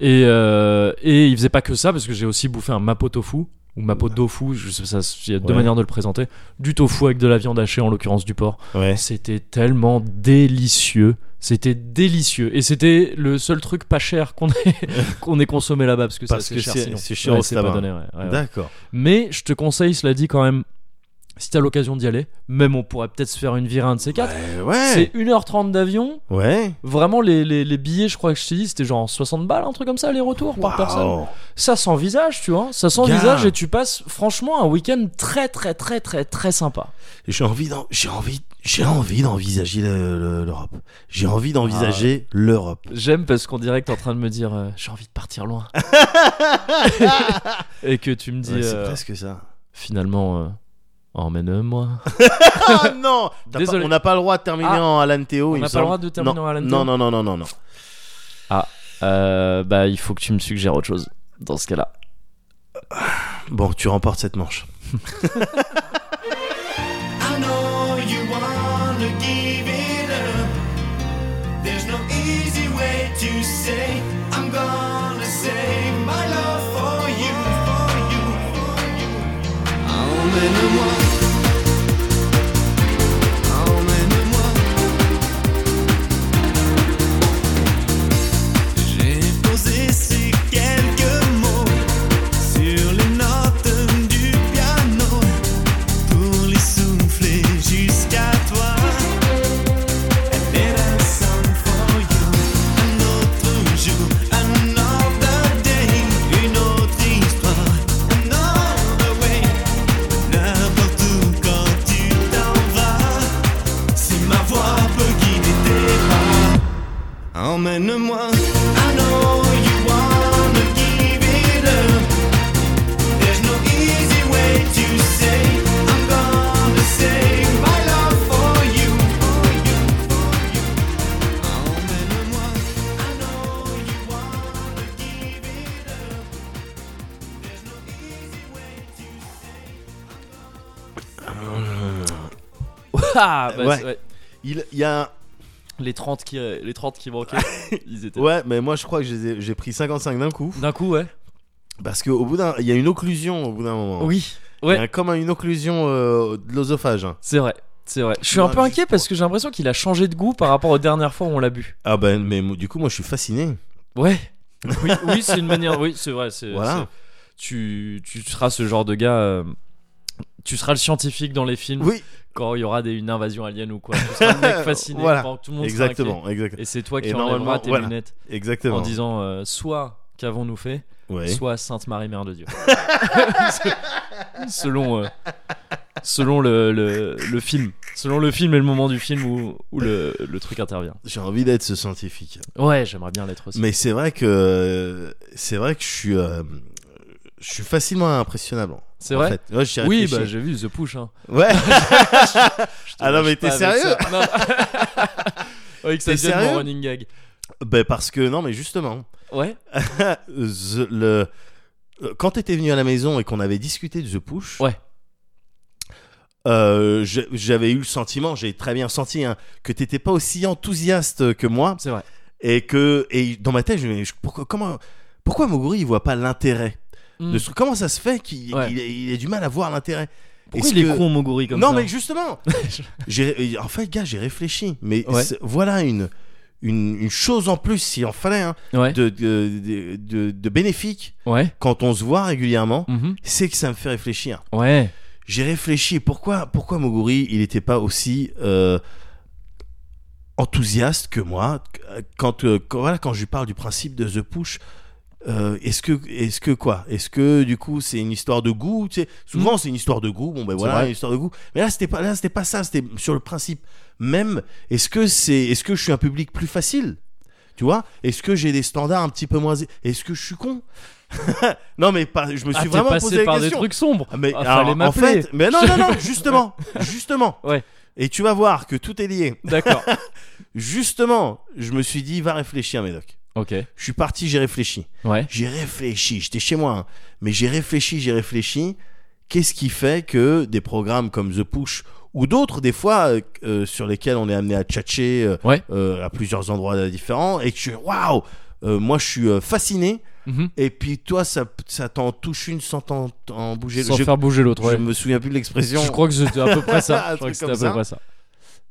S1: Et, euh, et il faisait pas que ça parce que j'ai aussi bouffé un mapo tofu ou mapo tofu. Je sais pas, ça, il y a deux
S2: Ouais.
S1: manières de le présenter. Du tofu avec de la viande hachée, en l'occurrence du porc.
S2: Ouais.
S1: C'était tellement délicieux. C'était délicieux. Et c'était le seul truc pas cher qu'on ait, qu'on ait consommé là-bas parce que
S2: Parce
S1: c'est
S2: que
S1: assez cher.
S2: c'est-
S1: sinon.
S2: c'est cher
S1: Ouais,
S2: au
S1: c'est pas
S2: tabac.
S1: donné, ouais, ouais, ouais.
S2: D'accord.
S1: Mais je te conseille, cela dit quand même, si t'as l'occasion d'y aller, même on pourrait peut-être se faire une virée un de ces quatre.
S2: Ouais,
S1: C'est
S2: Eh ouais.
S1: 1h30 d'avion.
S2: Ouais.
S1: Vraiment, les, les, les billets, je crois que je t'ai dit, c'était genre 60 balles, un truc comme ça, les retours par personne.
S2: Waouh.
S1: Ça s'envisage, tu vois. Ça s'envisage et tu passes, franchement, un week-end très, très, très, très, très sympa.
S2: J'ai envie d'en- j'ai envie, j'ai envie d'envisager le- le- l'Europe. J'ai envie d'envisager
S1: Ah
S2: l'Europe.
S1: J'aime parce qu'on dirait que t'es en train de me dire euh, j'ai envie de partir loin. et que tu me dis
S2: Ouais,
S1: euh,
S2: c'est presque ça.
S1: finalement euh, emmène-moi.
S2: Ah non T'as
S1: Désolé.
S2: pas- On n'a pas le droit de terminer
S1: Ah.
S2: en Alan Théo,
S1: On
S2: il
S1: n'a pas
S2: me
S1: le
S2: semble.
S1: droit de terminer
S2: non.
S1: en Alan
S2: Non,
S1: Théo
S2: non, non, non, non, non.
S1: Euh, bah il faut que tu me suggères autre chose. dans ce cas-là.
S2: Bon, tu remportes cette manche.
S4: I know you wanna give it up. There's no easy way to say, I'm gonna save my love for you, for you, for you. Only the one. Only the one. J'ai posé ces quelques mots sur les notes du piano pour les souffler jusqu'à toi. And then I song for you. Un autre jour, another day, une autre histoire, another way. N'importe où quand tu t'en vas, si ma voix peut guider tes pas, emmène-moi. I know you wanna give it up. There's no easy way to say I'm gonna save my love for you, for you, for you. Emmène-moi. I know you wanna give it up. There's no easy way to say.
S1: Ah, bah,
S2: Ouais.
S1: c'est- ouais.
S2: Il il y a un-
S1: Les 30 qui, euh, les 30 qui manquaient, ils étaient.
S2: Ouais, mais moi je crois que je les ai- j'ai pris 55 d'un coup.
S1: D'un coup, ouais.
S2: Parce qu'au bout d'un. Il y a une occlusion au bout d'un moment.
S1: Oui,
S2: Il y
S1: ouais.
S2: a comme une occlusion euh, de l'œsophage. hein.
S1: c'est vrai. C'est vrai. Je suis un
S2: Non,
S1: peu
S2: juste
S1: inquiet
S2: pour-
S1: parce que j'ai l'impression qu'il a changé de goût par rapport aux dernières fois où on l'a bu.
S2: Ah ben, mais mo- du coup, moi je suis fasciné.
S1: Ouais. Oui, oui, c'est une manière. Oui, c'est vrai. c'est-
S2: Voilà.
S1: c'est- Tu, tu seras ce genre de gars. euh, Tu seras le scientifique dans les films
S2: Oui,
S1: quand il y aura des, une invasion alien ou quoi. Tu seras le mec fasciné
S2: Voilà.
S1: pendant que tout le monde sera inquiet.
S2: exactement, exact-
S1: Et c'est toi qui
S2: Et
S1: enlèveras
S2: normalement,
S1: tes
S2: voilà.
S1: lunettes en
S2: exactement.
S1: disant euh, soit qu'avons-nous fait,
S2: Ouais.
S1: soit Sainte Marie Mère de Dieu. selon euh, selon le, le, le film, selon le film et le moment du film où, où le, le truc intervient.
S2: J'ai envie d'être ce scientifique.
S1: Ouais, j'aimerais bien l'être aussi.
S2: Mais c'est vrai que c'est vrai que je suis euh, je suis facilement impressionnable.
S1: c'est
S2: En
S1: vrai.
S2: fait. Ouais, j'y ai
S1: Oui, bah
S2: réfléchi.
S1: j'ai vu The Push. Hein.
S2: ouais.
S1: Je te
S2: Ah non,
S1: lâche
S2: mais t'es
S1: pas avec
S2: sérieux
S1: ça. Non. Ouais, que ça
S2: T'es
S1: devienne mon
S2: sérieux
S1: running gag.
S2: Ben, parce que non, mais justement,
S1: Ouais.
S2: The- le euh, quand t'étais venu à la maison et qu'on avait discuté de The Push.
S1: Ouais.
S2: euh, je- j'avais eu le sentiment, j'ai très bien senti hein, que t'étais pas aussi enthousiaste que moi
S1: C'est vrai.
S2: et que et dans ma tête, je, me- je- pourquoi comment pourquoi Moguri il voit pas l'intérêt
S1: Hmm.
S2: de ce comment ça se fait qu'il
S1: Ouais.
S2: qu'il ait- il ait du mal à voir l'intérêt
S1: Pourquoi
S2: Est-ce
S1: il est
S2: que-
S1: con Moguri comme
S2: non
S1: ça
S2: mais justement j'ai en fait gars j'ai réfléchi mais
S1: Ouais.
S2: c'est- voilà une, une une chose en plus s'il en fallait hein,
S1: Ouais.
S2: de, de, de, de- de bénéfique
S1: Ouais.
S2: quand on se voit régulièrement
S1: Mhm.
S2: c'est que ça me fait réfléchir
S1: Ouais.
S2: j'ai réfléchi pourquoi pourquoi Moguri il n'était pas aussi euh, enthousiaste que moi quand, euh, quand- voilà quand je lui parle du principe de The Push euh, est-ce que est-ce que quoi est-ce que du coup c'est une histoire de goût tu sais souvent c'est une histoire de goût bon ben voilà
S1: Hmm. vrai.
S2: une histoire de goût mais là c'était pas là c'était pas ça c'était sur le principe même est-ce que c'est est-ce que je suis un public plus facile tu vois est-ce que j'ai des standards un petit peu moins est-ce que je suis con non mais pas, je me
S1: Ah,
S2: suis
S1: t'es
S2: vraiment
S1: passé
S2: posé la
S1: par
S2: question
S1: des trucs sombres.
S2: ah, Mais
S1: Ah,
S2: alors,
S1: fallait
S2: en
S1: m'appeler.
S2: fait, mais non, non, non, justement, justement.
S1: Ouais.
S2: Et tu vas voir que tout est lié.
S1: D'accord.
S2: Justement, je me suis dit, va réfléchir, Médoc.
S1: ok.
S2: Je suis parti, j'ai réfléchi.
S1: Ouais.
S2: J'ai réfléchi, j'étais chez moi, hein. mais j'ai réfléchi, j'ai réfléchi. Qu'est-ce qui fait que des programmes comme The Push ou d'autres, des fois, euh, euh, sur lesquels on est amené à tchatcher euh,
S1: Ouais.
S2: euh, à plusieurs endroits euh, différents, et que je suis, waouh, euh, moi je suis euh, fasciné,
S1: Mhm.
S2: et puis toi, ça, ça t'en touche une sans t'en t'en bouger le
S1: Sans
S2: je-
S1: faire bouger l'autre.
S2: Je
S1: Ouais.
S2: me souviens plus de l'expression.
S1: Je crois que c'était à peu près ça.
S2: Un
S1: Je crois
S2: truc
S1: que c'était à
S2: comme
S1: peu
S2: ça.
S1: près ça.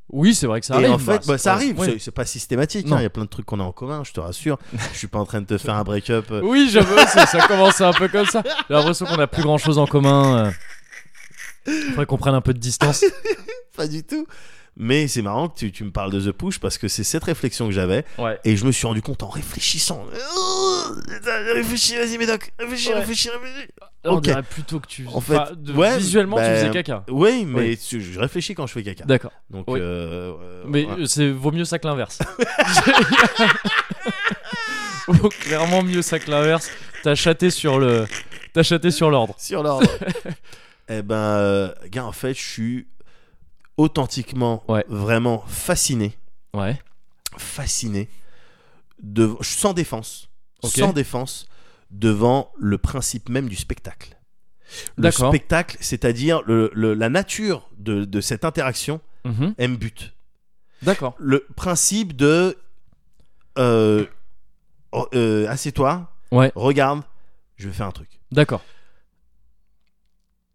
S1: Oui, c'est vrai que ça
S2: Et
S1: arrive.
S2: en fait, bah, ça arrive,
S1: ouais.
S2: c'est- c'est pas systématique. hein, Il
S1: Non.
S2: y a plein de trucs qu'on a en commun, je te rassure. je suis pas en train de te faire un break-up. euh.
S1: Oui, j'avoue, ça, ça commence un peu comme ça. J'ai l'impression qu'on a plus grand chose en commun. euh. Faudrait qu'on prenne un peu de distance.
S2: Pas du tout. Mais c'est marrant que tu, tu me parles de The Push parce que c'est cette réflexion que j'avais
S1: Ouais.
S2: et je me suis rendu compte en réfléchissant. Euh, Réfléchis, vas-y, Médoc. Réfléchis,
S1: Ouais.
S2: réfléchis, réfléchis.
S1: On
S2: Ok.
S1: dirait plutôt que tu.
S2: En fait,
S1: Enfin, de-
S2: ouais,
S1: visuellement, tu
S2: ben,
S1: faisais caca.
S2: Oui, mais tu- je réfléchis quand je fais caca.
S1: D'accord.
S2: Donc,
S1: Oui.
S2: euh, euh,
S1: Mais
S2: voilà.
S1: euh, c'est vaut mieux ça que l'inverse. Vaut clairement mieux ça que l'inverse. T'as chaté sur le. T'as chaté sur l'ordre.
S2: sur l'ordre. eh ben, euh, gars, en fait, je suis authentiquement,
S1: Ouais.
S2: vraiment fasciné
S1: Ouais.
S2: fasciné de sans défense
S1: Ok.
S2: sans défense devant le principe même du spectacle. Le
S1: D'accord.
S2: spectacle, c'est-à-dire le- le- la nature de, de cette interaction,
S1: Mhm.
S2: elle me bute.
S1: D'accord.
S2: Le principe de euh, oh, euh, assieds-toi,
S1: Ouais.
S2: regarde, je vais faire un truc.
S1: D'accord.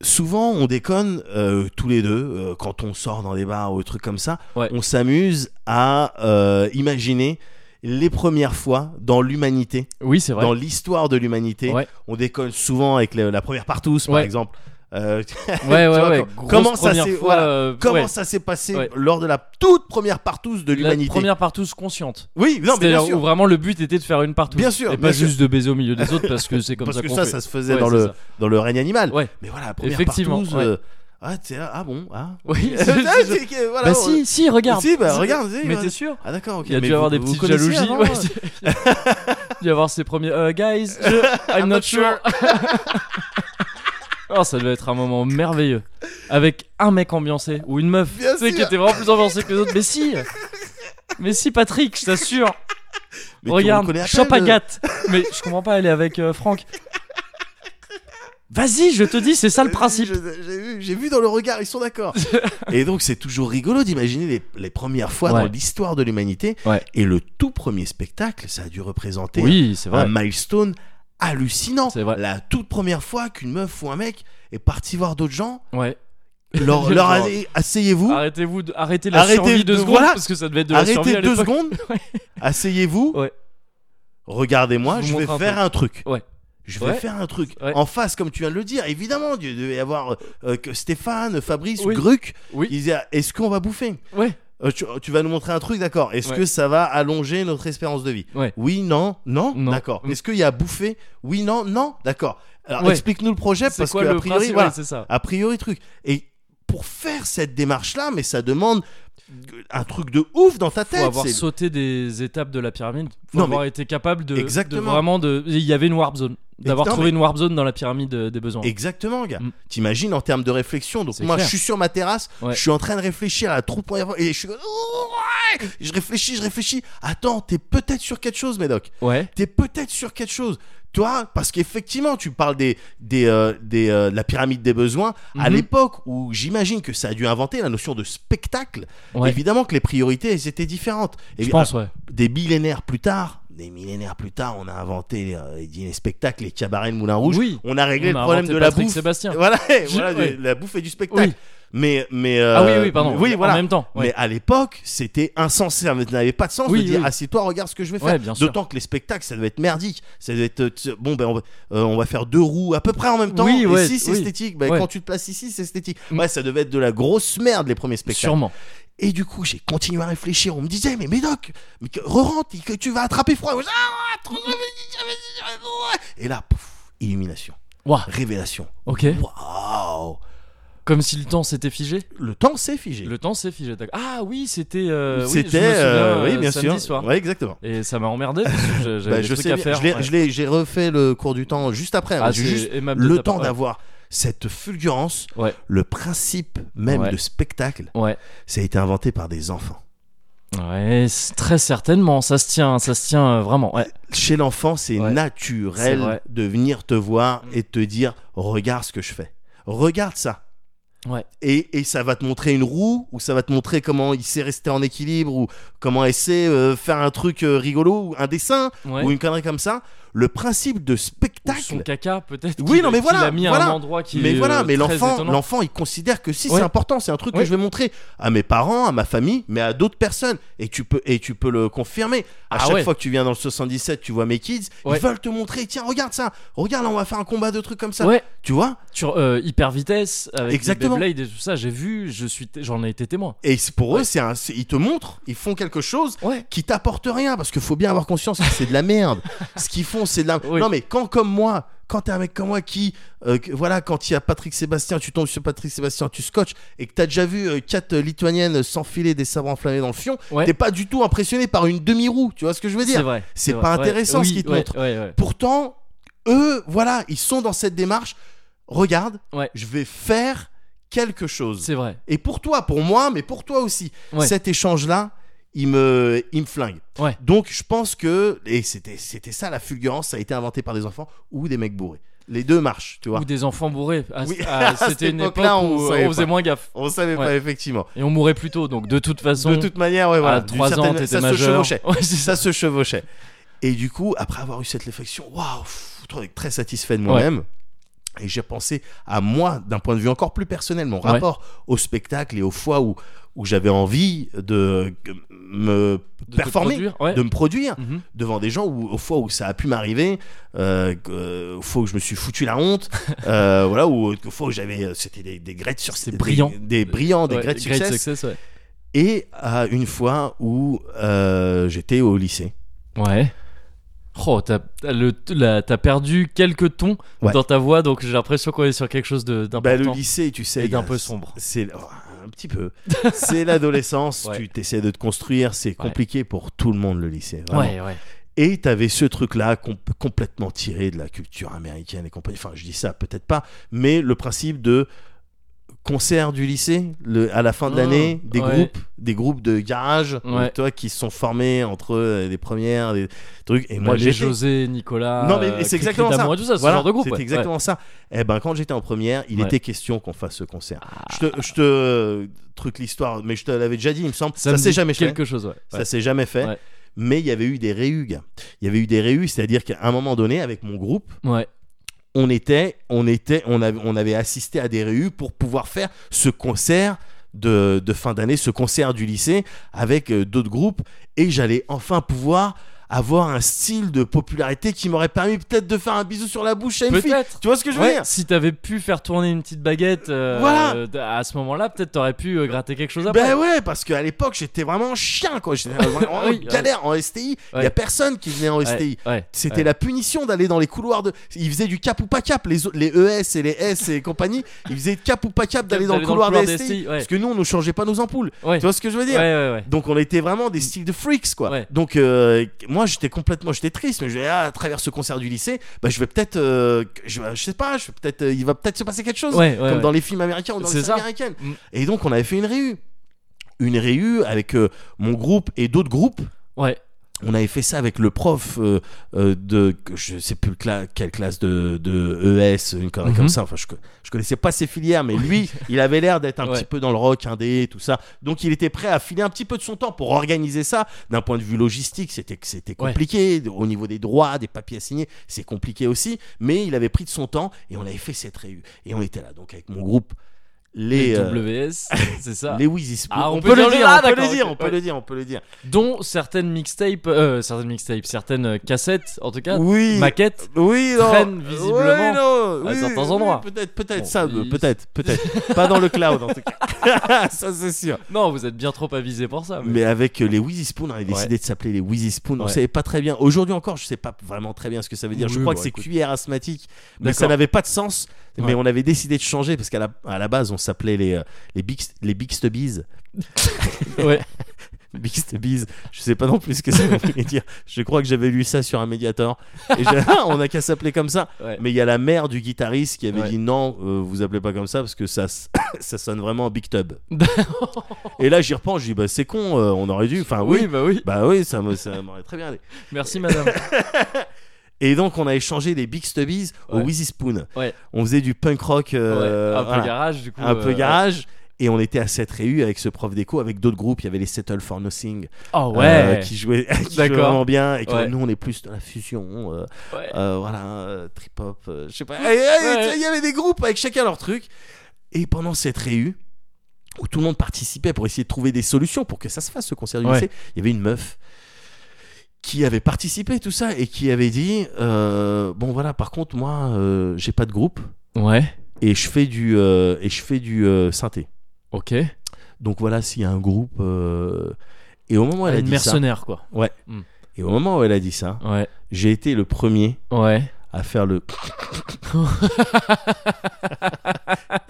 S2: souvent on déconne euh, tous les deux euh, quand on sort dans des bars ou des trucs comme ça
S1: Ouais.
S2: on s'amuse à euh, imaginer les premières fois dans l'humanité
S1: Oui, c'est vrai.
S2: dans l'histoire de l'humanité
S1: Ouais.
S2: on déconne souvent avec le- la première partouze par
S1: Ouais.
S2: exemple Euh,
S1: Ouais,
S2: tu
S1: ouais,
S2: vois,
S1: ouais.
S2: com-
S1: Grosse
S2: comment ça
S1: première
S2: s'est
S1: fois,
S2: voilà,
S1: euh,
S2: comment
S1: ouais.
S2: ça s'est passé
S1: Ouais.
S2: lors de la toute première partouze de
S1: La
S2: l'humanité
S1: première partouze consciente.
S2: oui non mais
S1: C'est-à-dire
S2: bien sûr
S1: où vraiment le but était de faire une partouze.
S2: Bien sûr,
S1: Et
S2: bien
S1: pas
S2: sûr.
S1: juste de baiser au milieu des autres parce que c'est comme
S2: parce
S1: ça
S2: que
S1: qu'on
S2: ça
S1: fait.
S2: ça se faisait
S1: Ouais,
S2: dans
S1: c'est
S2: le
S1: ça.
S2: dans le règne animal
S1: Ouais.
S2: mais voilà la première
S1: Effectivement,
S2: partouze
S1: ouais.
S2: euh, ah, t'es là, ah bon ah
S1: Oui.
S2: Ah, c'est que- voilà,
S1: bah
S2: on-
S1: si, si, regarde.
S2: Si, bah, regarde, si,
S1: Mais
S2: bah.
S1: t'es sûr
S2: Ah d'accord, ok.
S1: Il y a dû
S2: Mais vous-
S1: avoir des
S2: vous
S1: petites
S2: connaissiez
S1: jalousies.
S2: avant,
S1: ouais,
S2: euh,
S1: c'est- Il y a avoir ces premiers. Euh, guys, je- I'm not sure. Oh, ça devait être un moment merveilleux. Avec un mec ambiancé ou une meuf.
S2: Bien
S1: tu sais,
S2: sûr.
S1: qui était vraiment plus ambiancée que les autres. Mais si Mais si, Patrick, je t'assure.
S2: mais tout le monde connaît
S1: Regarde,
S2: à peine,
S1: chope
S2: euh,
S1: Agathe. Mais je comprends pas, elle est avec euh, Franck. Vas-y, je te dis, c'est ça le
S2: j'ai vu,
S1: principe.
S2: je- J'ai vu, j'ai vu dans le regard, ils sont d'accord. et donc c'est toujours rigolo d'imaginer les, les premières fois
S1: Ouais.
S2: dans l'histoire de l'humanité.
S1: Ouais.
S2: Et le tout premier spectacle, ça a dû représenter
S1: Oui, c'est
S2: un
S1: vrai.
S2: milestone hallucinant.
S1: C'est vrai.
S2: La toute première fois qu'une meuf ou un mec est parti voir d'autres gens,
S1: Ah, Ouais.
S2: leur, leur a dit
S1: Ah,
S2: asseyez-vous,
S1: Arrêtez-vous, de- arrêtez la
S2: Arrêtez
S1: survie deux
S2: de-
S1: secondes
S2: voilà.
S1: parce que ça devait être de la survie
S2: arrêtez
S1: à
S2: deux
S1: l'époque.
S2: secondes, asseyez-vous,
S1: Ouais.
S2: regardez-moi,
S1: Je vous
S2: je vais
S1: montre un
S2: faire un truc.
S1: Ouais.
S2: Je vais
S1: Ouais.
S2: faire un truc
S1: Ouais.
S2: en face, comme tu viens de le dire. Évidemment, il devait y avoir euh, que Stéphane, Fabrice,
S1: Oui.
S2: Gruc.
S1: Oui.
S2: Ils disaient Est-ce qu'on va bouffer
S1: Ouais.
S2: Euh, tu, tu vas nous montrer un truc, d'accord. Est-ce
S1: Ouais.
S2: que ça va allonger notre espérance de vie
S1: Ouais.
S2: Oui, non, non,
S1: Non.
S2: d'accord.
S1: Mm.
S2: Est-ce qu'il y a à bouffer Oui, non, non, d'accord. Alors
S1: Ouais.
S2: explique-nous le projet
S1: C'est
S2: parce
S1: quoi
S2: que a
S1: le
S2: priori,
S1: principe
S2: voilà,
S1: Ouais, c'est ça.
S2: a priori truc. Et pour faire cette démarche-là, mais ça demande un truc de ouf dans ta
S1: Faut
S2: tête.
S1: avoir
S2: c'est-
S1: sauté des étapes de la pyramide. Faut
S2: Non,
S1: avoir été capable de,
S2: Exactement.
S1: de vraiment de. Il y avait une warp zone. D'avoir
S2: Non,
S1: trouvé une
S2: mais-
S1: warp zone dans la pyramide euh, des besoins.
S2: Exactement, gars.
S1: Mm.
S2: T'imagines en termes de réflexion. Donc
S1: C'est
S2: moi,
S1: clair.
S2: je suis sur ma terrasse,
S1: Ouais.
S2: je suis en train de réfléchir à la troupe pour y avoir- et je suis comme, Ouah je réfléchis, je réfléchis. Attends, t'es peut-être sur quelque chose, Médoc.
S1: Ouais.
S2: T'es peut-être sur quelque chose. Toi, parce qu'effectivement, tu parles des, des, euh, des, euh, de la pyramide des besoins à
S1: Mhm.
S2: l'époque où j'imagine que ça a dû inventer la notion de spectacle.
S1: Ouais.
S2: Évidemment que les priorités elles étaient différentes. Et
S1: Je pense, ouais.
S2: des millénaires plus tard, des millénaires plus tard, on a inventé euh, les dîners spectacles, les cabarets, le Moulin Rouge.
S1: Oui.
S2: On a réglé
S1: On
S2: le
S1: a
S2: problème
S1: inventé
S2: de la
S1: Patrick
S2: bouffe.
S1: Sébastien.
S2: Voilà, voilà,
S1: oui.
S2: de la bouffe et du spectacle.
S1: Oui.
S2: Mais, mais, euh,
S1: ah oui, oui, pardon.
S2: Oui, voilà.
S1: En même temps. ouais.
S2: Mais à l'époque, c'était insensé, ça n'avait pas de sens
S1: Oui,
S2: de dire
S1: oui.
S2: assieds-toi, regarde ce que je vais faire.
S1: Ouais, bien sûr.
S2: D'autant que les spectacles, ça devait être merdique. Ça devait être euh, tu- bon, ben on va, euh, on va faire deux roues à peu près en même temps.
S1: Oui,
S2: et
S1: ouais,
S2: si c'est
S1: oui.
S2: esthétique, ben,
S1: Ouais.
S2: quand tu te places ici, c'est esthétique.
S1: Mm.
S2: Ouais, ça devait être de la grosse merde les premiers spectacles.
S1: Sûrement.
S2: Et du coup, j'ai continué à réfléchir. On me disait, mais Médoc, mais que- re-rentre, que tu vas attraper froid. Ah, ah, trop- Et là, pouf, illumination,
S1: Ouah.
S2: révélation.
S1: Ok.
S2: Waouh
S1: Comme si le temps s'était figé.
S2: Le temps s'est figé.
S1: Le temps s'est figé. d'accord. Ah oui, c'était. euh, oui, je me
S2: C'était,
S1: souviens,
S2: euh, oui,
S1: euh,
S2: bien
S1: samedi
S2: sûr.
S1: soir.
S2: Ouais, exactement.
S1: Et ça m'a emmerdé parce que j'a- j'avais
S2: Bah,
S1: des
S2: je
S1: trucs
S2: sais
S1: à
S2: bien.
S1: faire.
S2: Je l'ai-
S1: ouais.
S2: je l'ai- j'ai refait le cours du temps juste après. hein.
S1: Ah,
S2: J'ai
S1: c'est
S2: juste
S1: aimable de
S2: le
S1: ta part,
S2: temps
S1: ouais.
S2: d'avoir cette fulgurance,
S1: Ouais.
S2: le principe même
S1: Ouais.
S2: de spectacle,
S1: Ouais.
S2: ça a été inventé par des enfants.
S1: Ouais, c- très certainement. Ça se tient, ça se tient euh, vraiment. Ouais.
S2: Chez l'enfant, c'est
S1: Ouais. C'est
S2: naturel
S1: vrai. Mm.
S2: de venir te voir et te dire regarde ce que je fais, regarde ça.
S1: Ouais.
S2: Et, et ça va te montrer une roue, ou ça va te montrer comment il sait rester en équilibre, ou comment elle sait euh, faire un truc euh, rigolo, ou un dessin,
S1: Ouais.
S2: ou une connerie comme ça. Le principe de
S1: Ou son
S2: spectacle,
S1: caca peut-être.
S2: Oui,
S1: qu'il-
S2: non, mais
S1: qu'il
S2: voilà,
S1: a mis à
S2: voilà.
S1: un endroit qui.
S2: mais
S1: est,
S2: voilà,
S1: euh,
S2: mais
S1: très
S2: l'enfant,
S1: étonnant.
S2: l'enfant, il considère que si
S1: Ouais.
S2: c'est important, c'est un truc
S1: Ouais.
S2: que je vais montrer à mes parents, à ma famille, mais à d'autres personnes. Et tu peux, et tu peux le confirmer. À
S1: Ah
S2: chaque
S1: ouais.
S2: fois que tu viens dans le 77, tu vois mes kids,
S1: Ouais.
S2: ils veulent te montrer. Tiens, regarde ça, regarde, là, on va faire un combat de trucs comme ça.
S1: Ouais.
S2: Tu vois
S1: Sur euh, hyper vitesse avec
S2: Exactement.
S1: les Beyblade et tout ça, j'ai vu. Je suis, t- j'en ai été témoin.
S2: Et c'est pour eux, c'est un, c'est- ils te montrent, ils font quelque chose
S1: Ouais.
S2: qui t'apporte rien parce qu'il faut bien avoir conscience que c'est de la merde. Ce qu'ils font, c'est de la.
S1: Oui.
S2: Non mais quand comme moi, quand t'es un mec comme moi qui, euh, que- voilà, quand il y a Patrick Sébastien, tu tombes sur Patrick Sébastien, tu scotches et que t'as déjà vu euh, quatre euh, lituaniennes s'enfiler des sabres enflammés dans le fion,
S1: Ouais.
S2: t'es pas du tout impressionné par une demi-roue. Tu vois ce que je veux
S1: C'est
S2: dire
S1: vrai.
S2: C'est
S1: vrai.
S2: pas
S1: Ouais.
S2: intéressant ce
S1: Oui,
S2: qu'ils te
S1: ouais,
S2: montrent.
S1: Ouais, ouais.
S2: Pourtant, eux, voilà, ils sont dans cette démarche. Regarde,
S1: Ouais.
S2: je vais faire quelque chose.
S1: C'est vrai.
S2: Et pour toi, pour moi, mais pour toi aussi.
S1: Ouais.
S2: Cet échange-là, il me, il me flingue.
S1: Ouais.
S2: Donc je pense que, et c'était, c'était ça la fulgurance, ça a été inventé par des enfants ou des mecs bourrés. Les deux marchent, tu vois.
S1: Ou des enfants bourrés. Ah,
S2: Oui,
S1: ah,
S2: à cette
S1: C'était une époque
S2: époque-là, on
S1: où euh,
S2: savait
S1: on faisait
S2: pas.
S1: moins gaffe.
S2: On savait
S1: Ouais.
S2: pas effectivement.
S1: Et on mourait plus tôt, donc de toute façon,
S2: De toute manière, ouais, voilà.
S1: à
S2: D'une
S1: 3 ans,
S2: certaine-
S1: t'étais
S2: ça se
S1: majeur.
S2: chevauchait.
S1: Ouais, c'est ça.
S2: Ça se chevauchait. Et du coup, après avoir eu cette réflexion, waouh, pff, très satisfait de moi-même. Et j'ai pensé à moi, d'un point de vue encore plus personnel, mon
S1: Ouais.
S2: rapport au spectacle et aux fois où, où j'avais envie de euh, me
S1: De te
S2: performer,
S1: produire, ouais.
S2: de me produire
S1: Mhm.
S2: devant des gens, ou aux fois où ça a pu m'arriver, euh, que- euh, aux fois où je me suis foutu la honte, euh, voilà, ou aux fois où j'avais, euh, c'était des, des grettes sur
S1: C'est
S2: des-
S1: brillant.
S2: des, brillants, des
S1: Ouais,
S2: grettes
S1: great
S2: success.
S1: success, ouais.
S2: Et à une fois où euh, j'étais au lycée.
S1: Ouais. Oh, t'as t'as le- la- t'as perdu quelques tons
S2: Ouais.
S1: dans ta voix, donc j'ai l'impression qu'on est sur quelque chose de-
S2: Bah, le
S1: d'important.
S2: lycée, tu sais,
S1: Et
S2: il y a-
S1: d'un peu sombre.
S2: C'est oh, un petit peu. c'est l'adolescence.
S1: Ouais.
S2: Tu t'essaies de te construire. C'est compliqué pour tout le monde le lycée. vraiment.
S1: ouais, ouais.
S2: Et t'avais ce truc-là com- complètement tiré de la culture américaine et compagnie. Enfin, je dis ça peut-être pas, mais le principe de concert du lycée le, à la fin de
S1: Ah,
S2: l'année des
S1: ouais.
S2: groupes des groupes de garage
S1: Ouais.
S2: toi qui se sont formés entre euh, les premières des trucs et
S1: Moi,
S2: moi
S1: j'ai
S2: j'étais
S1: José, Nicolas.
S2: Non, mais
S1: euh,
S2: c'est
S1: Cricri
S2: exactement ça.
S1: d'amour et tout ça, ce
S2: Voilà,
S1: genre de groupe.
S2: C'est
S1: ouais.
S2: exactement ça. Eh ben, quand j'étais en première, il
S1: Ouais. Ah.
S2: était question qu'on fasse ce concert. Je te, je te euh, truc l'histoire, mais je te l'avais déjà dit, il me semble. Ça,
S1: me
S2: s'est
S1: dit
S2: jamais fait.
S1: Quelque chose, ouais.
S2: Ça s'est jamais fait.
S1: Ouais.
S2: Mais il y avait eu des réus, gars. Il y avait eu des réus, c'est-à-dire qu'à un moment donné, avec mon groupe,
S1: Ouais. Ouais.
S2: on était, on était, on avait, on avait assisté à des réus pour pouvoir faire ce concert. De, de fin d'année, ce concert du lycée avec euh, d'autres groupes, et j'allais enfin pouvoir avoir un style de popularité qui m'aurait permis peut-être de faire un bisou sur la bouche à une fille.
S1: Peut-être.
S2: Tu vois ce que je veux
S1: Ouais,
S2: dire
S1: si t'avais pu faire tourner une petite baguette euh,
S2: Voilà.
S1: euh, d- à ce moment-là, peut-être t'aurais pu euh, gratter quelque chose après.
S2: Ben ouais, parce qu'à l'époque, j'étais vraiment chien, quoi. J'étais vraiment en
S1: Oui,
S2: galère en STI. Il y
S1: Ouais.
S2: a personne qui venait en
S1: Ouais,
S2: STI.
S1: ouais,
S2: C'était
S1: ouais.
S2: la punition d'aller dans les couloirs de. Ils faisaient du cap ou pas cap, les, autres- les ES et les S et compagnie. Ils faisaient cap ou pas cap d'aller dans le
S1: d'aller
S2: couloir, des STI.
S1: des STI, ouais.
S2: Parce que nous, on ne changeait pas nos ampoules.
S1: Ouais.
S2: Tu vois ce que je veux dire
S1: Ouais, ouais, ouais.
S2: Donc on était vraiment des styles de freaks quoi.
S1: Ouais.
S2: Donc euh, moi j'étais complètement j'étais triste mais je vais ah, à travers ce concert du lycée, bah je vais peut-être euh, je, je sais pas, je vais peut-être euh, il va peut-être se passer quelque chose
S1: Ouais, ouais,
S2: comme
S1: ouais.
S2: dans les films américains ou dans
S1: C'est
S2: les
S1: ça.
S2: séries américaines.
S1: Mm.
S2: Et donc on avait fait une réu. Une réu avec euh, mon groupe et d'autres groupes
S1: Ouais.
S2: on avait fait ça avec le prof euh, euh, de que je sais plus le cla- quelle classe de, de ES une connerie
S1: Mhm.
S2: comme ça enfin je, co- je connaissais pas ses filières mais lui il avait l'air d'être un
S1: Ouais.
S2: petit peu dans le rock indé tout ça donc il était prêt à filer un petit peu de son temps pour organiser ça d'un point de vue logistique c'était c'était
S1: Ouais.
S2: compliqué au niveau des droits des papiers à signer c'est compliqué aussi mais il avait pris de son temps et on avait fait cette réu et on était là donc avec mon groupe les
S1: Les
S2: euh,
S1: WS, c'est ça.
S2: les Wheezy Spoon.
S1: Ah, on peut dire- ah,
S2: on peut le
S1: d'accord,
S2: dire,
S1: ok,
S2: on peut
S1: ouais.
S2: le dire, on peut le dire.
S1: Dont certaines mixtapes, euh, certaines mixtapes, certaines euh, cassettes, en tout cas,
S2: Oui,
S1: maquettes.
S2: Oui, non.
S1: traîne visiblement Ah,
S2: Ouais, non.
S1: à
S2: Oui,
S1: certains
S2: oui,
S1: endroits.
S2: Peut-être, peut-être,
S1: Bon,
S2: ça,
S1: il-
S2: peut-être, peut-être. Pas dans le cloud en tout cas. ça c'est sûr.
S1: Non, vous êtes bien trop avisé pour ça. Mais...
S2: Mais avec euh, les Wheezy Spoon, on avait décidé de s'appeler les Wheezy Spoon. On
S1: Ouais.
S2: savait pas très bien. Aujourd'hui encore, je sais pas vraiment très bien ce que ça veut dire. je
S1: Oui,
S2: crois
S1: bah,
S2: que c'est
S1: écoute.
S2: cuillère asthmatique, mais ça
S1: D'accord.
S2: n'avait pas de sens.
S1: Ouais.
S2: Mais on avait décidé de changer parce qu'à la, à la base, on s'appelait les euh, les Big les Bigstubbies.
S1: Ouais.
S2: Bigstubbies. Je sais pas non plus ce que ça voulait dire. Je crois que j'avais lu ça sur un médiator. Et j'ai- on a qu'à s'appeler comme ça.
S1: Ouais.
S2: Mais il y a la mère du guitariste qui avait
S1: Ouais.
S2: dit non, euh, vous appelez pas comme ça parce que ça, s- ça sonne vraiment Big Tub. et là j'y repense, je dis bah c'est con, euh, on aurait dû. Enfin oui,
S1: Oui, bah oui.
S2: bah oui, ça me- ça m'aurait très bien allé.
S1: Merci, madame.
S2: Et donc on a échangé les Big Stubbies au
S1: Ouais.
S2: Wheezy Spoon.
S1: Ouais.
S2: On faisait du punk rock euh,
S1: Ouais, un peu
S2: voilà,
S1: garage, du coup.
S2: un peu
S1: euh,
S2: garage. Et on était à cette réu avec ce prof d'écho, avec d'autres groupes. Il y avait les Settle for Nothing
S1: Oh,
S2: euh,
S1: ouais.
S2: qui jouaient, qui jouaient
S1: D'accord.
S2: vraiment bien. Et que
S1: Ouais.
S2: nous, on est plus de la fusion. euh,
S1: Ouais.
S2: euh, voilà, euh, trip hop, euh, je sais pas. Et, et, et,
S1: Ouais.
S2: Il y avait des groupes avec chacun leur truc. Et pendant cette réu, où tout le monde participait pour essayer de trouver des solutions pour que ça se fasse ce concert du
S1: Ouais.
S2: lycée, il y avait une meuf qui avait participé à tout ça et qui avait dit euh, bon voilà par contre moi euh, j'ai pas de groupe
S1: Ouais.
S2: et je fais du euh, et je fais du euh, synthé
S1: Ok.
S2: donc voilà s'il y a un groupe euh, et au moment où elle a
S1: Une
S2: dit
S1: mercenaire, quoi.
S2: ça et au moment où elle a dit ça
S1: Ouais.
S2: j'ai été le premier
S1: Ouais.
S2: à faire le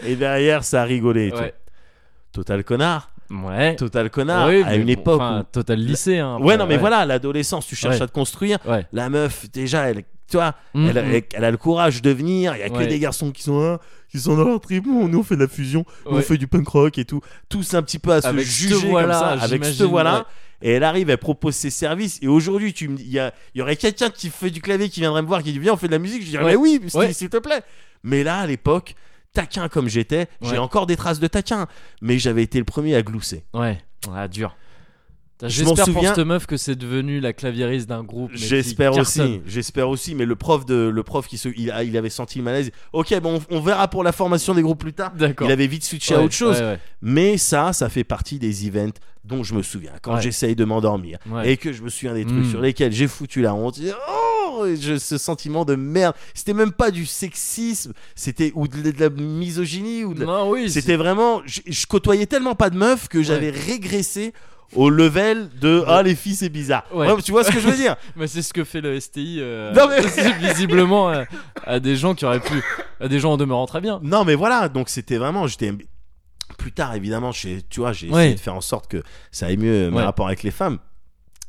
S2: et derrière ça a rigolé et tout.
S1: Ouais.
S2: total connard
S1: Ouais.
S2: total connard
S1: Oui,
S2: à
S1: mais
S2: une
S1: bon,
S2: époque
S1: enfin,
S2: où-
S1: total lycée hein,
S2: ouais
S1: après,
S2: non mais voilà l'adolescence tu cherches
S1: Ouais.
S2: à te construire
S1: ouais
S2: la meuf déjà elle tu vois
S1: Mm,
S2: elle,
S1: mm.
S2: elle- elle a le courage de venir il y a que
S1: Ouais.
S2: des garçons qui sont hein, qui sont dans leur trip nous on fait de la fusion nous,
S1: Ouais.
S2: on fait du punk rock et tout tous un petit peu à se
S1: Avec ce
S2: juger comme
S1: voilà,
S2: ça avec ce
S1: j'imagine,
S2: voilà
S1: ouais.
S2: Et elle arrive, elle propose ses services. Et aujourd'hui, tu me dis- il y, a- il y aurait quelqu'un qui fait du clavier qui viendrait me voir, qui dit Viens, on fait de la musique. Je dirais
S1: Ouais.
S2: Mais oui, s'il
S1: Ouais.
S2: s'il te plaît. Mais là, à l'époque, taquin comme j'étais,
S1: Ouais.
S2: j'ai encore des traces de taquin. Mais j'avais été le premier à glousser.
S1: Ouais, ouais dur. Putain,
S2: Je m'en
S1: J'espère pour
S2: souviens-
S1: cette meuf que c'est devenue la claviériste d'un groupe. mais qui
S2: J'espère
S1: cartonne.
S2: aussi, j'espère aussi, mais le prof de, le prof qui se, il, a- il avait senti le malaise. Ok, bon, on, on verra pour la formation des groupes plus tard.
S1: D'accord.
S2: Il avait vite switché à
S1: Ouais,
S2: autre chose.
S1: ouais, ouais.
S2: Mais ça, ça fait partie des events dont je me souviens. Quand
S1: Ouais.
S2: j'essaye de m'endormir
S1: Ouais.
S2: et que je me souviens des trucs
S1: Mm.
S2: sur lesquels j'ai foutu la honte, je- oh, et je- ce sentiment de merde. C'était même pas du sexisme, c'était ou de, de la misogynie ou de. la-
S1: Non, oui.
S2: C'était vraiment, je, je côtoyais tellement pas de meufs que j'avais régressé au level de ah les filles c'est bizarre.
S1: Ouais.
S2: Ouais, tu vois ce que je veux dire
S1: c'est- Mais c'est ce que fait le STI. euh,
S2: Non, mais-
S1: visiblement euh, à des gens qui auraient pu, à des gens en demeurant très bien.
S2: Non, mais voilà, donc c'était vraiment, j'étais plus tard évidemment, j'ai- tu vois, j'ai
S1: Ouais.
S2: essayé de faire en sorte que ça aille mieux euh, mes
S1: Ouais.
S2: rapports avec les femmes,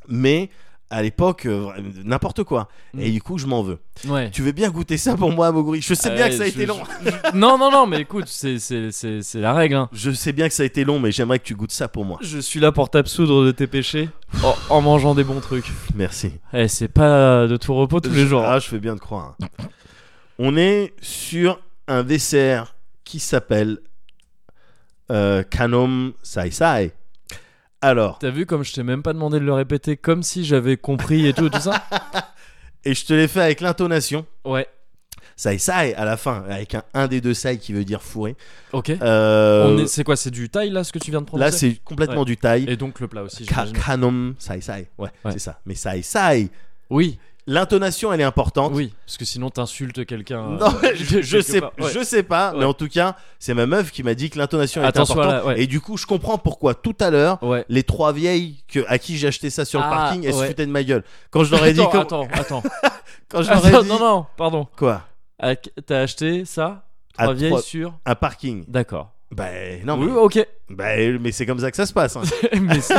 S2: mais à l'époque, euh, vra- n'importe quoi.
S1: Mm.
S2: Et du coup, je m'en veux.
S1: Ouais.
S2: Tu veux bien goûter ça pour moi, Moguri Je sais bien
S1: Ouais,
S2: que ça a
S1: je-
S2: été long.
S1: je- Non, non, non, mais écoute, c'est c'est- c'est- c'est la règle. hein.
S2: Je sais bien que ça a été long, mais j'aimerais que tu goûtes ça pour moi.
S1: Je suis là pour t'absoudre de tes péchés en, en mangeant des bons trucs.
S2: Merci.
S1: Eh, c'est pas de tout repos tous les
S2: Je-
S1: jours.
S2: Ah, je fais bien de croire. hein. On est sur un dessert qui s'appelle euh, Kanom Sai Sai. Alors,
S1: T'as vu comme je t'ai même pas demandé de le répéter, comme si j'avais compris et tout, tout ça
S2: et je te l'ai fait avec l'intonation.
S1: Ouais,
S2: Sai Sai à la fin, avec un, un des deux Sai qui veut dire fourré.
S1: ok.
S2: Euh,
S1: On est- C'est quoi, c'est du taille là ce que tu viens de prononcer
S2: là, c'est complètement
S1: Ouais.
S2: du taille.
S1: Et donc le plat aussi,
S2: Ka-
S1: j'imagine.
S2: Kanom Sai Sai. Ouais,
S1: Ouais.
S2: c'est ça. Mais Sai Sai,
S1: Oui,
S2: l'intonation, elle est importante.
S1: oui, parce que sinon t'insultes quelqu'un. euh,
S2: Non, je, je
S1: quelque
S2: sais,
S1: part. Ouais.
S2: je sais pas, mais
S1: Ouais.
S2: en tout cas, c'est ma meuf qui m'a dit que l'intonation était
S1: Attention à
S2: importante.
S1: la- ouais.
S2: Et du coup, je comprends pourquoi tout à l'heure,
S1: Ouais.
S2: les trois vieilles que, à qui j'ai acheté ça sur le
S1: Ah,
S2: parking, elles se
S1: ouais.
S2: foutaient de ma gueule. Quand je leur ai dit,
S1: attends,
S2: comme-
S1: attends, attends,
S2: quand je leur ai
S1: attends.
S2: dit-
S1: Non, non, pardon.
S2: quoi,
S1: Ah, qu- T'as acheté ça
S2: À
S1: Trois vieilles
S2: trois-
S1: sur.
S2: un parking.
S1: D'accord.
S2: Ben non,
S1: Oui,
S2: mais,
S1: ok.
S2: ben, mais c'est comme ça que ça se passe. hein.
S1: mais c'est.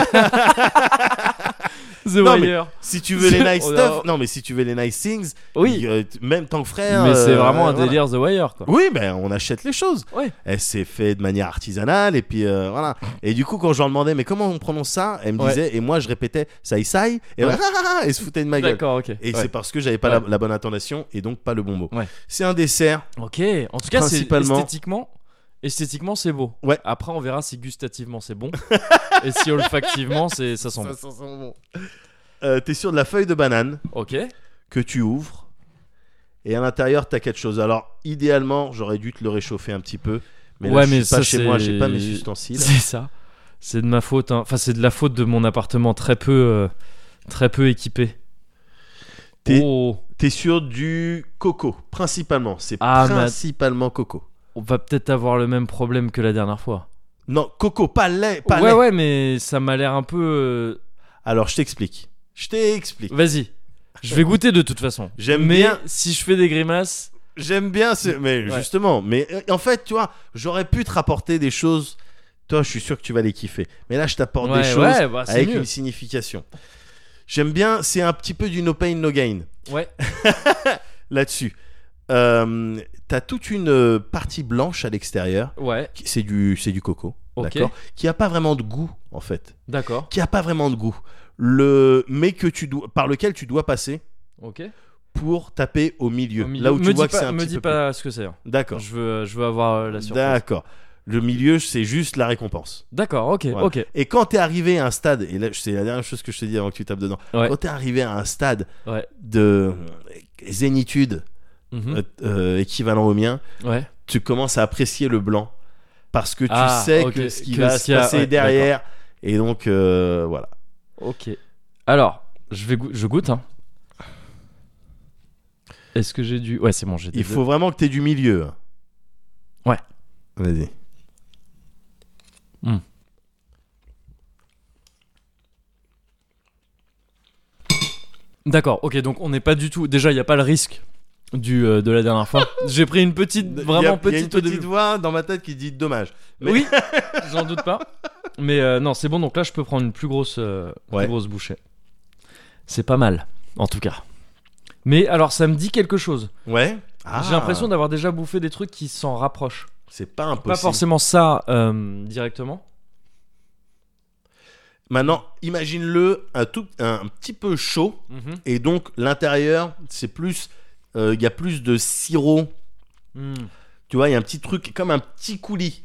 S1: The
S2: Non, mais-
S1: Wire.
S2: si tu veux les nice
S1: On a-
S2: stuff, non, mais si tu veux les nice things,
S1: Oui.
S2: euh, t- même tant que frère.
S1: Mais c'est
S2: euh,
S1: vraiment un
S2: voilà.
S1: délire The Wire, quoi.
S2: Oui, ben on achète les choses.
S1: Ouais.
S2: Elle s'est fait de manière artisanale et puis euh, voilà. Et du coup, quand je leur demandais, mais comment on prononce ça Elle me
S1: Ouais.
S2: disait, et moi je répétais, ça y ça y, et
S1: Ouais.
S2: ah, ah, ah, elle se foutait de ma gueule.
S1: D'accord, ok.
S2: Et
S1: Ouais.
S2: c'est parce que j'avais pas
S1: Ouais.
S2: la, la bonne intonation et donc pas le bon mot.
S1: Ouais.
S2: C'est un dessert.
S1: Ok, en tout cas, c'est
S2: Principalement-
S1: esthétiquement, esthétiquement c'est beau.
S2: Ouais.
S1: Après, on verra si gustativement c'est bon et si olfactivement c'est ça sent bon.
S2: Euh, T'es sûr de la feuille de banane
S1: Ok.
S2: que tu ouvres et à l'intérieur t'as quelque chose. Alors idéalement, j'aurais dû te le réchauffer un petit peu. Mais là,
S1: Ouais,
S2: je
S1: mais
S2: suis pas
S1: ça,
S2: chez moi,
S1: c'est-
S2: j'ai pas mes ustensiles.
S1: C'est ça. C'est de ma faute. hein. Enfin, c'est de la faute de mon appartement très peu, euh, très peu équipé.
S2: T'es-
S1: Oh,
S2: T'es sûr du coco, principalement. C'est
S1: Ah, mais-
S2: principalement coco.
S1: on va peut-être avoir le même problème que la dernière fois.
S2: Non, coco, pas lait, pas
S1: ouais,
S2: lait.
S1: ouais, mais ça m'a l'air un peu.
S2: Alors, je t'explique. Je t'explique.
S1: euh, Vas-y. Je vais goûter de toute façon.
S2: J'aime
S1: mais
S2: bien.
S1: si je fais des grimaces,
S2: J'aime bien ce. Mais
S1: Ouais.
S2: justement, mais euh, en fait, tu vois, j'aurais pu te rapporter des choses. Toi, je suis sûr que tu vas les kiffer. Mais là, je t'apporte
S1: ouais,
S2: des choses
S1: ouais, bah, c'est
S2: avec
S1: mieux.
S2: une signification. J'aime bien, c'est un petit peu du no pain, no gain
S1: Ouais.
S2: là-dessus. Euh, T'as toute une euh, partie blanche à l'extérieur.
S1: Ouais.
S2: qui- C'est du, c'est du coco.
S1: Ok.
S2: D'accord Qui a pas vraiment de goût, en fait.
S1: D'accord.
S2: Qui a pas vraiment de goût. Le, mais que tu dois, par lequel tu dois passer
S1: Ok.
S2: pour taper au milieu.
S1: Au milieu.
S2: Là où
S1: me
S2: tu
S1: dis
S2: vois que
S1: pas-
S2: c'est un
S1: me
S2: petit
S1: dis
S2: peu.
S1: pas ce que c'est. hein.
S2: plus. D'accord.
S1: Je veux, je veux avoir euh, la surprise.
S2: D'accord. Le milieu, c'est juste la récompense.
S1: D'accord. Ok.
S2: Voilà.
S1: Ok.
S2: Et quand t'es arrivé à un stade, et là c'est la dernière chose que je te dis avant que tu tapes dedans,
S1: Ouais.
S2: quand t'es arrivé à un stade
S1: Ouais.
S2: de euh, zénitude
S1: Mhm.
S2: euh, euh, équivalent au mien,
S1: Ouais.
S2: tu commences à apprécier le blanc parce que tu
S1: Ah,
S2: sais
S1: ok,
S2: que ce qui
S1: que
S2: va
S1: ce
S2: se
S1: qu'il y a-
S2: passer
S1: ouais,
S2: derrière. Et donc euh, voilà.
S1: Ok. Alors, je vais, go- je goûte. hein. Est-ce que j'ai du Ouais, c'est bon. J'ai. des
S2: Il faut vraiment que t'aies du milieu. hein.
S1: Ouais.
S2: Vas-y.
S1: Hmm. D'accord. Ok. Donc on n'est pas du tout. Déjà, il n'y a pas le risque du euh, de la dernière fois. j'ai pris une petite, vraiment
S2: Il y a- il y a une
S1: petite au
S2: petite
S1: début.
S2: voix dans ma tête qui dit dommage. mais-
S1: Oui. J'en doute pas. Mais euh, non, c'est bon. Donc là, je peux prendre une plus grosse, euh, plus
S2: Ouais.
S1: grosse bouchée. C'est pas mal, en tout cas. Mais alors, ça me dit quelque chose.
S2: Ouais. Ah,
S1: J'ai l'impression d'avoir déjà bouffé des trucs qui s'en rapprochent.
S2: c'est pas impossible.
S1: Pas forcément ça euh, directement.
S2: Maintenant, imagine-le un, tout, un petit peu chaud.
S1: Mhm.
S2: Et donc, l'intérieur, c'est plus. euh, Il y a plus de sirop.
S1: Mhm.
S2: Tu vois, il y a un petit truc, comme un petit coulis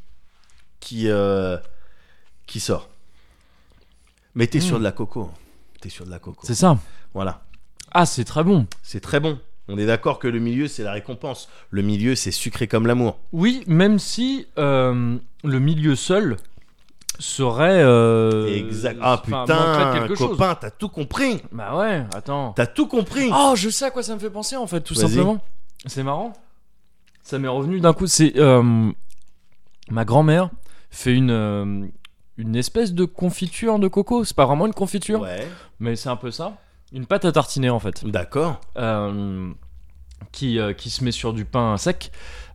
S2: qui, euh, qui sort. Mais t'es
S1: Mm.
S2: sur de la coco. hein. T'es sur de la coco.
S1: C'est ça.
S2: Voilà.
S1: Ah, c'est très bon.
S2: C'est très bon. On est d'accord que le milieu, c'est la récompense. Le milieu, c'est sucré comme l'amour.
S1: Oui, même si euh, le milieu seul serait. euh,
S2: exact. Ah
S1: enfin,
S2: putain,
S1: manquerait quelque chose.
S2: copain, t'as tout compris.
S1: Bah ouais, attends.
S2: T'as tout compris.
S1: Oh, je sais à quoi ça me fait penser en fait, tout
S2: Vas-y.
S1: simplement. C'est marrant. Ça m'est revenu d'un coup. C'est euh, ma grand-mère fait une euh, une espèce de confiture de coco. C'est pas vraiment une confiture,
S2: ouais.
S1: mais c'est un peu ça. Une pâte à tartiner en fait,
S2: D'accord.
S1: Euh, qui euh, qui se met sur du pain sec,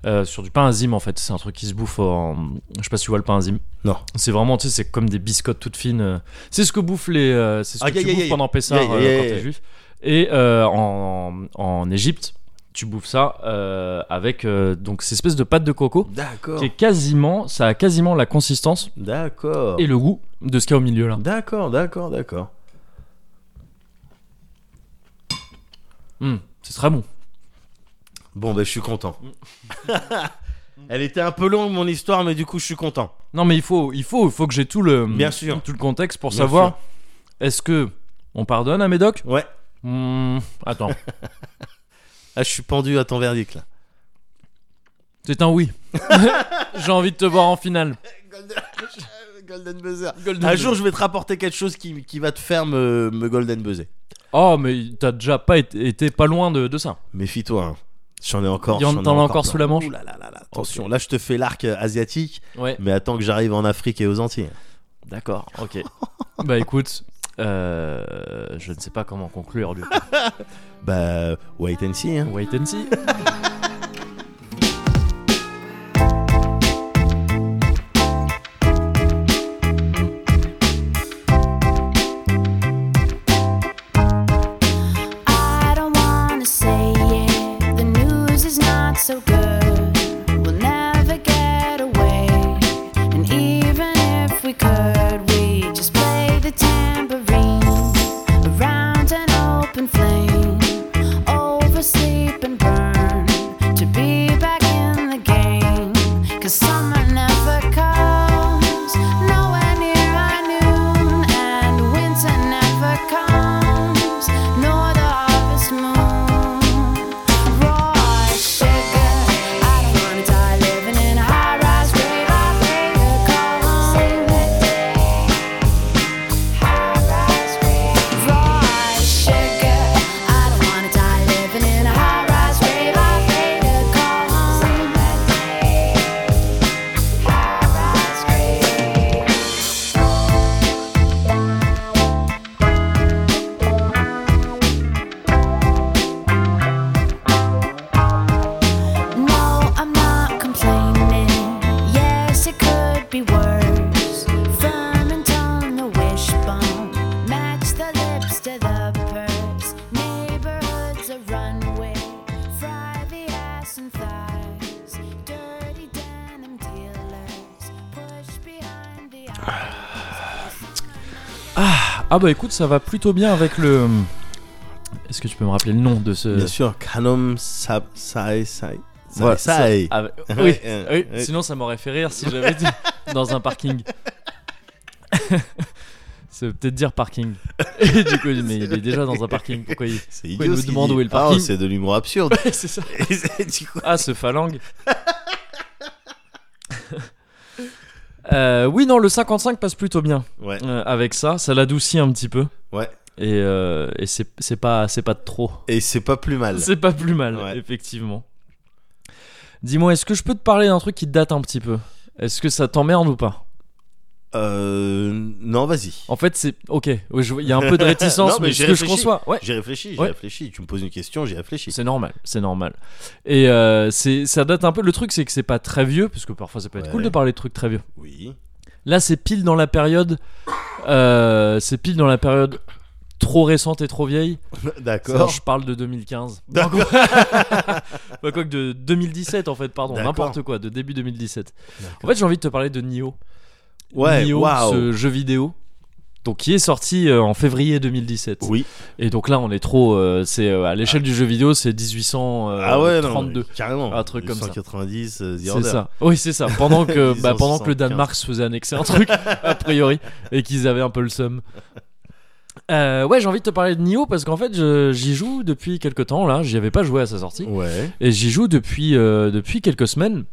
S1: euh, sur du pain azim en fait. C'est un truc qui se bouffe en. Je sais pas si tu vois le pain azim.
S2: Non.
S1: C'est vraiment, tu sais, c'est comme des biscottes toutes fines. euh. C'est ce que bouffent les. euh, c'est ce
S2: Ah,
S1: que
S2: yeah,
S1: tu
S2: yeah,
S1: bouffes
S2: yeah.
S1: pendant Pessah
S2: Yeah, yeah, yeah,
S1: euh, quand
S2: yeah.
S1: t'es juif. Et euh, en, en Égypte, tu bouffes ça euh, avec euh, donc cette espèce de pâte de coco
S2: D'accord.
S1: qui est quasiment. Ça a quasiment la consistance
S2: D'accord.
S1: et le goût de ce qu'il y a au milieu là.
S2: D'accord, d'accord, d'accord.
S1: Mm, c'est très bon.
S2: Bon, ben, je suis content.
S1: Mm.
S2: Elle était un peu longue, mon histoire, mais du coup, je suis content.
S1: Non, mais il faut, il faut, il faut que j'ai tout le.
S2: Bien sûr.
S1: Tout le contexte pour
S2: Bien
S1: savoir est-ce que on pardonne à Médoc
S2: Ouais.
S1: Mm, Attends,
S2: Ah, je suis pendu à ton verdict, là.
S1: c'est un oui. J'ai envie de te voir en finale.
S2: Golden buzzer.
S1: Golden
S2: Un
S1: Buzzer.
S2: jour, je vais te rapporter quelque chose qui, qui va te faire me, me golden buzzer.
S1: Oh, mais t'as déjà pas été, été pas loin de, de ça.
S2: Méfie-toi, hein. J'en ai encore.
S1: Il y en-
S2: j'en ai
S1: t'en as encore sous
S2: plein.
S1: la manche
S2: Ouh là là là là, Attention, là, je te fais l'arc euh, asiatique,
S1: Ouais.
S2: mais attends que j'arrive en Afrique et aux Antilles.
S1: D'accord, ok. bah écoute, euh, je ne sais pas comment conclure du coup.
S2: Bah, wait and see, hein.
S1: Wait and see.
S5: I don't wanna say it. The news is not so good. We'll never get away. And even if we could, we just play the tambourine around an open flame. Oversleep and burn to be back in the game. Cause summer never comes, nowhere near our noon. And winter never comes, nor the harvest moon. Raw sugar, I don't wanna die living in a high rise grave. I pray to call home. Save the day. No, I'm not complaining. Yes, it could be worse. Firm and tone, the wishbone. Match the lips to the purse. Neighborhoods a runway. Fry the ass and thighs. Dirty denim dealers. Push behind the eyes.
S1: Ah bah écoute, ça va plutôt bien avec le. hmm, Est-ce que tu peux me rappeler le nom de ce.
S2: Bien sûr, Kanom Sab Sai Sai. Sai
S1: Voilà,
S2: Sai.
S1: Ah, oui,
S2: Ouais,
S1: oui,
S2: euh,
S1: oui,
S2: ouais.
S1: sinon ça m'aurait fait rire si j'avais dit dans un parking. C'est peut-être dire parking. Et du coup, mais il est déjà dans un parking. Pourquoi il.
S2: C'est
S1: il nous
S2: idiot. ce qu'il
S1: demande
S2: dit.
S1: où est le
S2: Ah,
S1: parking
S2: c'est de l'humour absurde.
S1: c'est ça.
S2: Et c'est- du coup-
S1: Ah, ce phalangue. Euh, oui, non, le 55 passe plutôt bien
S2: Ouais,
S1: euh, avec ça. Ça l'adoucit un petit peu.
S2: ouais.
S1: Et, euh, et c'est c'est pas, c'est pas de trop.
S2: Et c'est pas plus mal.
S1: C'est pas plus mal,
S2: Ouais.
S1: effectivement. Dis-moi, est-ce que je peux te parler d'un truc qui date un petit peu Est-ce que ça t'emmerde ou pas
S2: Euh. Non, vas-y.
S1: En fait, c'est. Ok, ouais, je- il y a un peu de réticence,
S2: Non, mais
S1: mais,
S2: j'ai
S1: ce que je
S2: réfléchi.
S1: conçois. Ouais.
S2: J'ai réfléchi, j'ai
S1: Ouais.
S2: réfléchi. Tu me poses une question, j'ai réfléchi.
S1: C'est normal, c'est normal. Et euh, c'est- ça date un peu. Le truc, c'est que c'est pas très vieux, parce que parfois ça peut être
S2: Ouais.
S1: cool de parler de trucs très vieux.
S2: Oui.
S1: Là, c'est pile dans la période. euh, c'est pile dans la période trop récente et trop vieille. Alors,
S2: D'accord.
S1: je parle de 2015.
S2: D'accord.
S1: Bah, quoi que de 2017, en fait, pardon.
S2: D'accord.
S1: N'importe quoi, de début 2017. En
S2: D'accord.
S1: fait, j'ai envie de te parler de Nioh.
S2: Ouais,
S1: Nioh,
S2: waouh.
S1: ce jeu vidéo Donc qui est sorti euh, en février 2017.
S2: Oui.
S1: Et donc là on est trop, euh, c'est euh, à l'échelle du jeu vidéo c'est 1832.
S2: ah ouais, non, mais carrément.
S1: Euh, un truc comme ça.
S2: 190, euh, The
S1: C'est
S2: Order.
S1: ça. Oui, c'est ça. Pendant que, bah, pendant que le
S2: 1975.
S1: Danemark se faisait annexer un truc, a priori, et qu'ils avaient un peu le seum. Euh, ouais, j'ai envie de te parler de Nioh parce qu'en fait, je- j'y joue depuis quelques temps. Là, j'y avais pas joué à sa sortie.
S2: Ouais.
S1: Et j'y joue depuis, euh, depuis quelques semaines.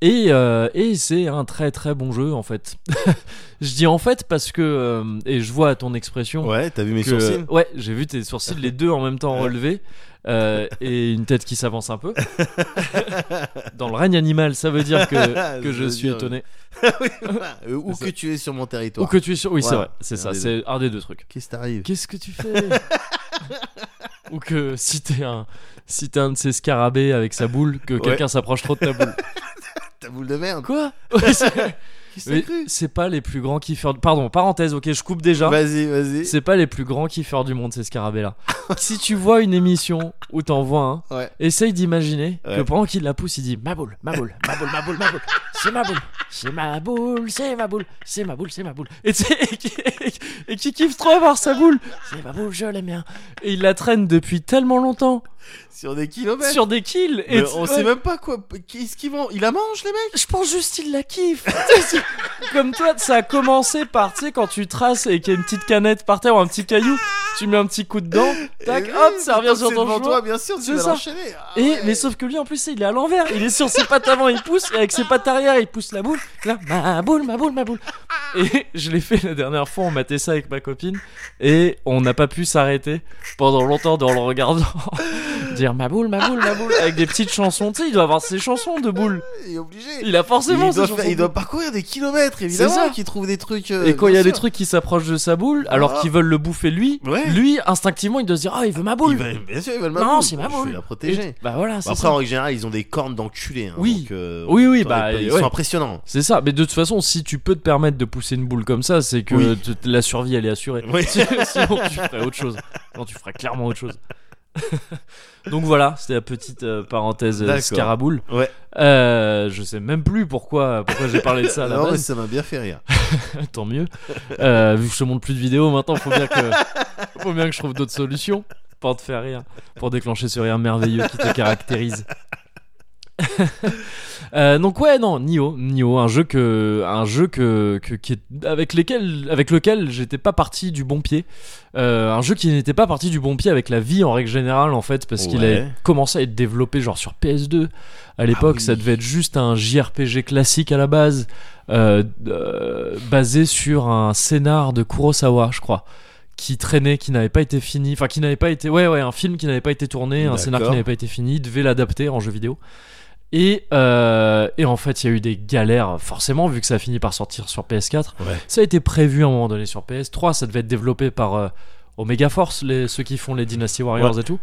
S1: Et, euh, et c'est un très très bon jeu en fait. je dis en fait parce que, euh, et je vois à ton expression,
S2: Ouais, t'as vu mes
S1: que-
S2: sourcils
S1: Ouais, j'ai vu tes sourcils les deux en même temps relevés euh, et une tête qui s'avance un peu. Dans le règne animal, ça veut dire que, que
S2: Ça
S1: je
S2: veut
S1: suis
S2: dire-
S1: étonné.
S2: Euh, Où que tu es sur mon territoire.
S1: Ou que tu es sur. Oui, c'est
S2: Voilà.
S1: vrai, c'est
S2: Un
S1: ça,
S2: des
S1: c'est un des deux trucs.
S2: Qu'est-ce qui t'arrive
S1: Qu'est-ce que tu fais Ou que si t'es un, si t'es un de ces scarabées avec sa boule, que quelqu'un s'approche trop de ta boule.
S2: Ta boule de merde.
S1: Quoi Oui, c'est-
S2: Qu'est-ce que t'as
S1: Mais
S2: cru
S1: C'est pas les plus grands kiffeurs. de- Pardon, parenthèse, ok, je coupe déjà.
S2: Vas-y, vas-y.
S1: C'est pas les plus grands kiffeurs du monde, ces scarabées-là. si tu vois une émission où t'en vois un,
S2: Ouais.
S1: essaye d'imaginer que
S2: Ouais.
S1: pendant qu'il la pousse, il dit ma boule, ma boule, ma boule, ma boule, ma boule, c'est ma boule, c'est ma boule, c'est ma boule, c'est ma boule, c'est ma boule. Et tu sais, et qui- et qui kiffe trop avoir sa boule, c'est ma boule, je l'aime bien. Et il la traîne depuis tellement longtemps
S2: Sur des kilomètres.
S1: sur des kills.
S2: Mais
S1: et
S2: on
S1: ouais,
S2: sait même pas quoi. Qu'est-ce qu'ils vont Il la mange, les mecs
S1: Je pense juste qu'il la kiffe. Tu sais, c'est- Comme toi, ça a commencé par, tu sais, quand tu traces et qu'il y a une petite canette par terre ou un petit caillou, tu mets un petit coup dedans, tac,
S2: Eh oui,
S1: hop, ça revient
S2: tant
S1: sur
S2: que
S1: ton
S2: c'est devant
S1: joueur.
S2: toi, bien sûr, tu
S1: C'est
S2: vas
S1: ça.
S2: l'enchaîner. Ah
S1: Et
S2: ouais.
S1: mais sauf que lui en plus il est à l'envers, il est sur ses pattes avant il pousse et avec ses pattes arrière il pousse la boule. Là ma boule, ma boule, ma boule. Et je l'ai fait la dernière fois, on matait ça avec ma copine et on n'a pas pu s'arrêter pendant longtemps dans le regardant dire ma boule, ma boule, ma boule avec des petites chansons. Tu sais il doit avoir ses chansons de boule.
S2: Ah, Il est obligé.
S1: Il a forcément
S2: il,
S1: ses
S2: doit
S1: chansons.
S2: faire-
S1: de
S2: il
S1: boule.
S2: doit parcourir des kilomètres, évidemment,
S1: ça.
S2: qu'il trouve des trucs. euh,
S1: Et quand il y a
S2: bien
S1: des
S2: sûr.
S1: trucs qui s'approchent de sa boule, alors
S2: Ah.
S1: qu'ils veulent le bouffer lui,
S2: Ouais.
S1: lui instinctivement il doit se dire ah il veut ma boule.
S2: Il va- bien sûr, ils veulent ma
S1: Non
S2: boule.
S1: c'est ma
S2: Je
S1: boule.
S2: vais la protéger.
S1: Et- Bah voilà c'est
S2: Après,
S1: ça.
S2: en règle générale, ils ont des cornes d'enculé. hein,
S1: Oui.
S2: donc, euh,
S1: Oui, oui,
S2: t'aurais
S1: bah,
S2: pas- ils
S1: ouais.
S2: sont impressionnants.
S1: C'est ça, mais de toute façon, si tu peux te permettre de pousser une boule comme ça, c'est que
S2: Oui.
S1: te- te- la survie elle est assurée.
S2: Oui.
S1: Sinon, tu ferais autre chose. Non, tu ferais clairement autre chose. Donc voilà, c'était la petite euh, parenthèse euh,
S2: D'accord.
S1: scaraboule.
S2: Ouais.
S1: Euh, je sais même plus pourquoi, pourquoi j'ai parlé de ça à Ah, la Ah,
S2: Non, mais
S1: base.
S2: Ah ça m'a bien fait rire.
S1: Tant mieux. Euh, vu que je te montre plus de vidéos maintenant, faut bien que, faut bien que je trouve d'autres solutions pour te faire rire, pour déclencher ce rire merveilleux qui te caractérise. Euh, donc ouais non Nioh Nioh un jeu que un jeu que, que- qui est- avec lesquels avec lequel j'étais pas parti du bon pied Euh, un jeu qui n'était pas parti du bon pied avec la vie en règle générale en fait parce qu'il a
S2: Ouais. Ah
S1: commencé à être développé genre sur PS2 à l'époque
S2: oui.
S1: ça devait être juste un JRPG classique à la base euh, euh, basé sur un scénar de Kurosawa, je crois, qui traînait, qui n'avait pas été fini, enfin qui n'avait pas été, ouais, ouais, un film qui n'avait pas été tourné, un scénar qui
S2: D'accord.
S1: n'avait pas été fini, il devait l'adapter en jeu vidéo. Et, euh, et en fait, il y a eu des galères, forcément, vu que ça a fini par sortir sur PS4.
S2: Ouais.
S1: Ça a été prévu à un moment donné sur PS3, ça devait être développé par euh, Omega Force, les, ceux qui font les Dynasty Warriors et tout.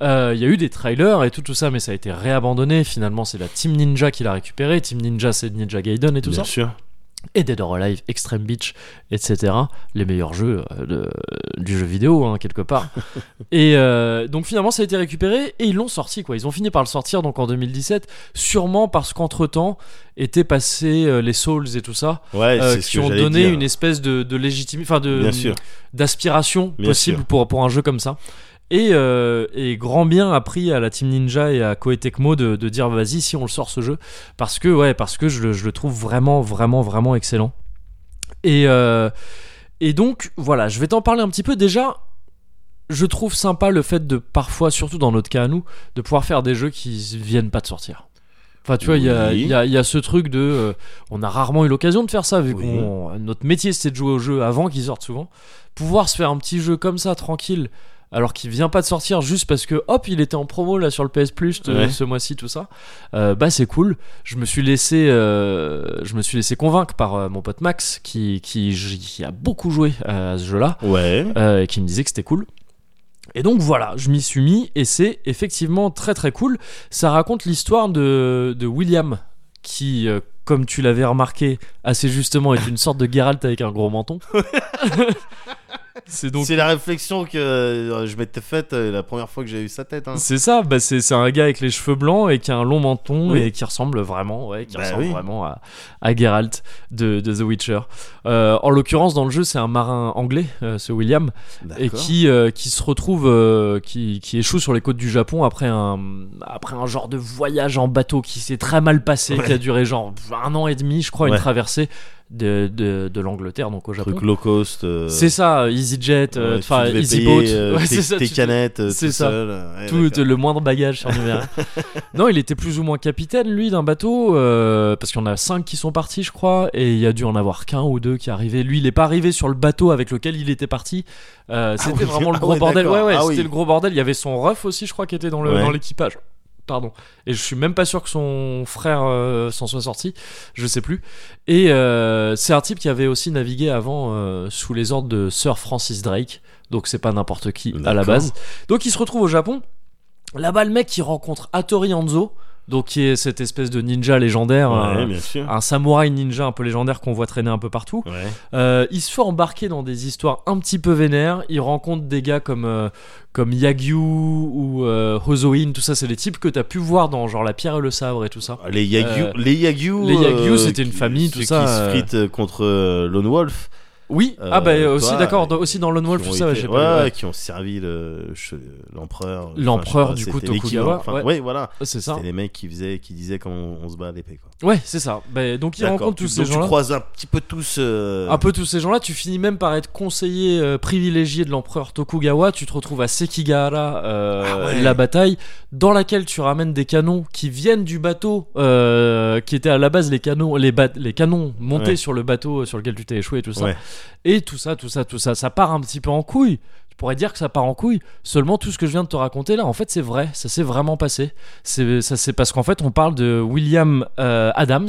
S1: Euh, Il y a eu des trailers et tout, tout ça, mais ça a été réabandonné. Finalement, c'est la Team Ninja qui l'a récupéré. Team Ninja, c'est Ninja Gaiden et tout ça
S2: sûr.
S1: et Dead or Alive, Extreme Beach, etc. Les meilleurs jeux euh, de- du jeu vidéo, hein, quelque part. et euh, donc finalement, ça a été récupéré et ils l'ont sorti, quoi. Ils ont fini par le sortir donc en 2017, sûrement parce qu'entre-temps étaient passés euh, les Souls et tout ça,
S2: Ouais,
S1: euh,
S2: c'est ce
S1: qui
S2: que
S1: ont
S2: j'allais
S1: donné
S2: dire.
S1: une euh, espèce de, de légitimité, enfin de
S2: Bien sûr.
S1: d'aspiration
S2: Bien
S1: possible
S2: sûr.
S1: pour, pour un jeu comme ça. Et, euh, et grand bien appris à la Team Ninja et à Koei Tecmo de, de dire vas-y si on le sort ce jeu parce que ouais parce que je le, je le trouve vraiment vraiment vraiment excellent et euh, et donc voilà je vais t'en parler un petit peu déjà je trouve sympa le fait de parfois surtout dans notre cas à nous de pouvoir faire des jeux qui viennent pas de sortir enfin tu vois il y a-
S2: Oui.
S1: il y, a, il y a ce truc de euh, on a rarement eu l'occasion de faire ça vu
S2: Oui.
S1: que notre métier c'était de jouer aux jeux avant qu'ils sortent souvent pouvoir se faire un petit jeu comme ça tranquille alors qu'il vient pas de sortir juste parce que hop il était en promo là sur le PS Plus euh,
S2: Ouais.
S1: ce mois-ci tout ça euh, bah c'est cool je me suis laissé euh, je me suis laissé convaincre par euh, mon pote Max qui, qui qui a beaucoup joué euh, à ce jeu là
S2: Ouais.
S1: euh, et qui me disait que c'était cool. Et donc voilà, je m'y suis mis et c'est effectivement très très cool. Ça raconte l'histoire de, de William qui, euh, comme tu l'avais remarqué assez justement, est une sorte de Geralt avec un gros menton. C'est donc
S2: C'est la réflexion que euh, je m'étais faite euh, la première fois que j'ai eu sa tête. Hein.
S1: c'est ça, bah c'est c'est un gars avec les cheveux blancs et qui a un long menton
S2: Oui.
S1: et qui ressemble vraiment, ouais, qui
S2: Bah
S1: ressemble
S2: oui.
S1: vraiment à, à Geralt de, de The Witcher. Euh, en l'occurrence, dans le jeu, c'est un marin anglais, euh, ce William, et
S2: D'accord.
S1: qui, euh, qui se retrouve, euh, qui, qui échoue sur les côtes du Japon après un, après un genre de voyage en bateau qui s'est très mal passé,
S2: Ouais.
S1: qui a duré genre un an et demi, je crois,
S2: Ouais.
S1: une traversée de, de, de l'Angleterre, donc au Japon.
S2: Truc low cost. euh,
S1: C'est ça, EasyJet,
S2: euh,
S1: euh,
S2: tu
S1: enfin
S2: devais
S1: Easy
S2: payer,
S1: Boat,
S2: euh,
S1: Ouais,
S2: tes,
S1: c'est ça,
S2: tes
S1: tu-
S2: canettes, euh,
S1: c'est
S2: tout
S1: ça.
S2: seul. euh, ouais,
S1: tout
S2: d'accord.
S1: le moindre bagage surnuméraire. non, il était plus ou moins capitaine, lui, d'un bateau, euh, parce qu'il y en a cinq qui sont partis, je crois, et il y a dû en avoir qu'un ou deux qui arrivaient. Lui, il n'est pas arrivé sur le bateau avec lequel il était parti. Euh, c'était
S2: oui.
S1: vraiment le
S2: Ah
S1: gros
S2: ouais,
S1: bordel.
S2: d'accord.
S1: Ouais, ouais,
S2: Ah
S1: c'était
S2: oui.
S1: le gros bordel. Il y avait son ref aussi, je crois, qui était dans le-
S2: Ouais.
S1: dans l'équipage. Pardon. Et je suis même pas sûr que son frère euh, s'en soit sorti. Je sais plus. Et euh, c'est un type qui avait aussi navigué avant euh, sous les ordres de Sir Francis Drake. Donc c'est pas n'importe qui à la
S2: D'accord.
S1: base. Donc il se retrouve au Japon. Là-bas, le mec, il rencontre Hattori Hanzo. Donc qui est cette espèce de ninja légendaire.
S2: Ouais,
S1: euh,
S2: bien sûr.
S1: un samouraï ninja un peu légendaire qu'on voit traîner un peu partout.
S2: Ouais.
S1: Euh, il se fait embarquer dans des histoires un petit peu vénères. Il rencontre des gars comme, euh, comme Yagyu ou euh, Hozoin. Tout ça, c'est des types que t'as pu voir dans genre La Pierre et le Sabre et tout ça.
S2: Ah, Les Yagyu,
S1: Euh,
S2: les Yagyu,
S1: les Yagyu,
S2: euh,
S1: c'était une
S2: qui-
S1: famille, tout
S2: ceux
S1: ça,
S2: Qui se
S1: euh,
S2: fritent euh, contre euh, Lone Wolf.
S1: Oui,
S2: Euh,
S1: ah bah
S2: toi,
S1: aussi d'accord, dans-
S2: euh,
S1: aussi dans Lone Wolf,
S2: qui ont
S1: tout ça, ouais,
S2: été-
S1: j'ai
S2: ouais,
S1: pas- ouais,
S2: qui ont servi le che- l'empereur. enfin,
S1: L'empereur, du
S2: je sais pas,
S1: coup,
S2: c'était l'équivalent.
S1: Tokugawa,
S2: Enfin,
S1: ouais.
S2: ouais, voilà.
S1: c'est ça.
S2: C'était les mecs qui faisaient, qui disaient comment on, on se bat à l'épée. Quoi.
S1: Ouais, c'est ça. Bah, donc il
S2: D'accord.
S1: rencontre tous
S2: Tu-
S1: ces
S2: donc Tu
S1: gens-là. Ah.
S2: croises un petit peu tous. euh,
S1: Un peu tous ces gens-là, tu finis même par être conseiller euh, privilégié de l'empereur Tokugawa. Tu te retrouves à Sekigahara, euh,
S2: Ah ouais.
S1: la bataille, dans laquelle tu ramènes des canons qui viennent du bateau, euh, qui étaient à la base les canons, les, ba- les canons montés
S2: Ouais.
S1: sur le bateau euh, sur lequel tu t'es échoué et tout ça.
S2: Ouais.
S1: Et tout ça, tout ça, tout ça, ça part un petit peu en couille. Tu pourrais dire que ça part en couille. Seulement tout ce que je viens de te raconter là, en fait, c'est vrai. Ça s'est vraiment passé. C'est ça, c'est parce qu'en fait, on parle de William euh, Adams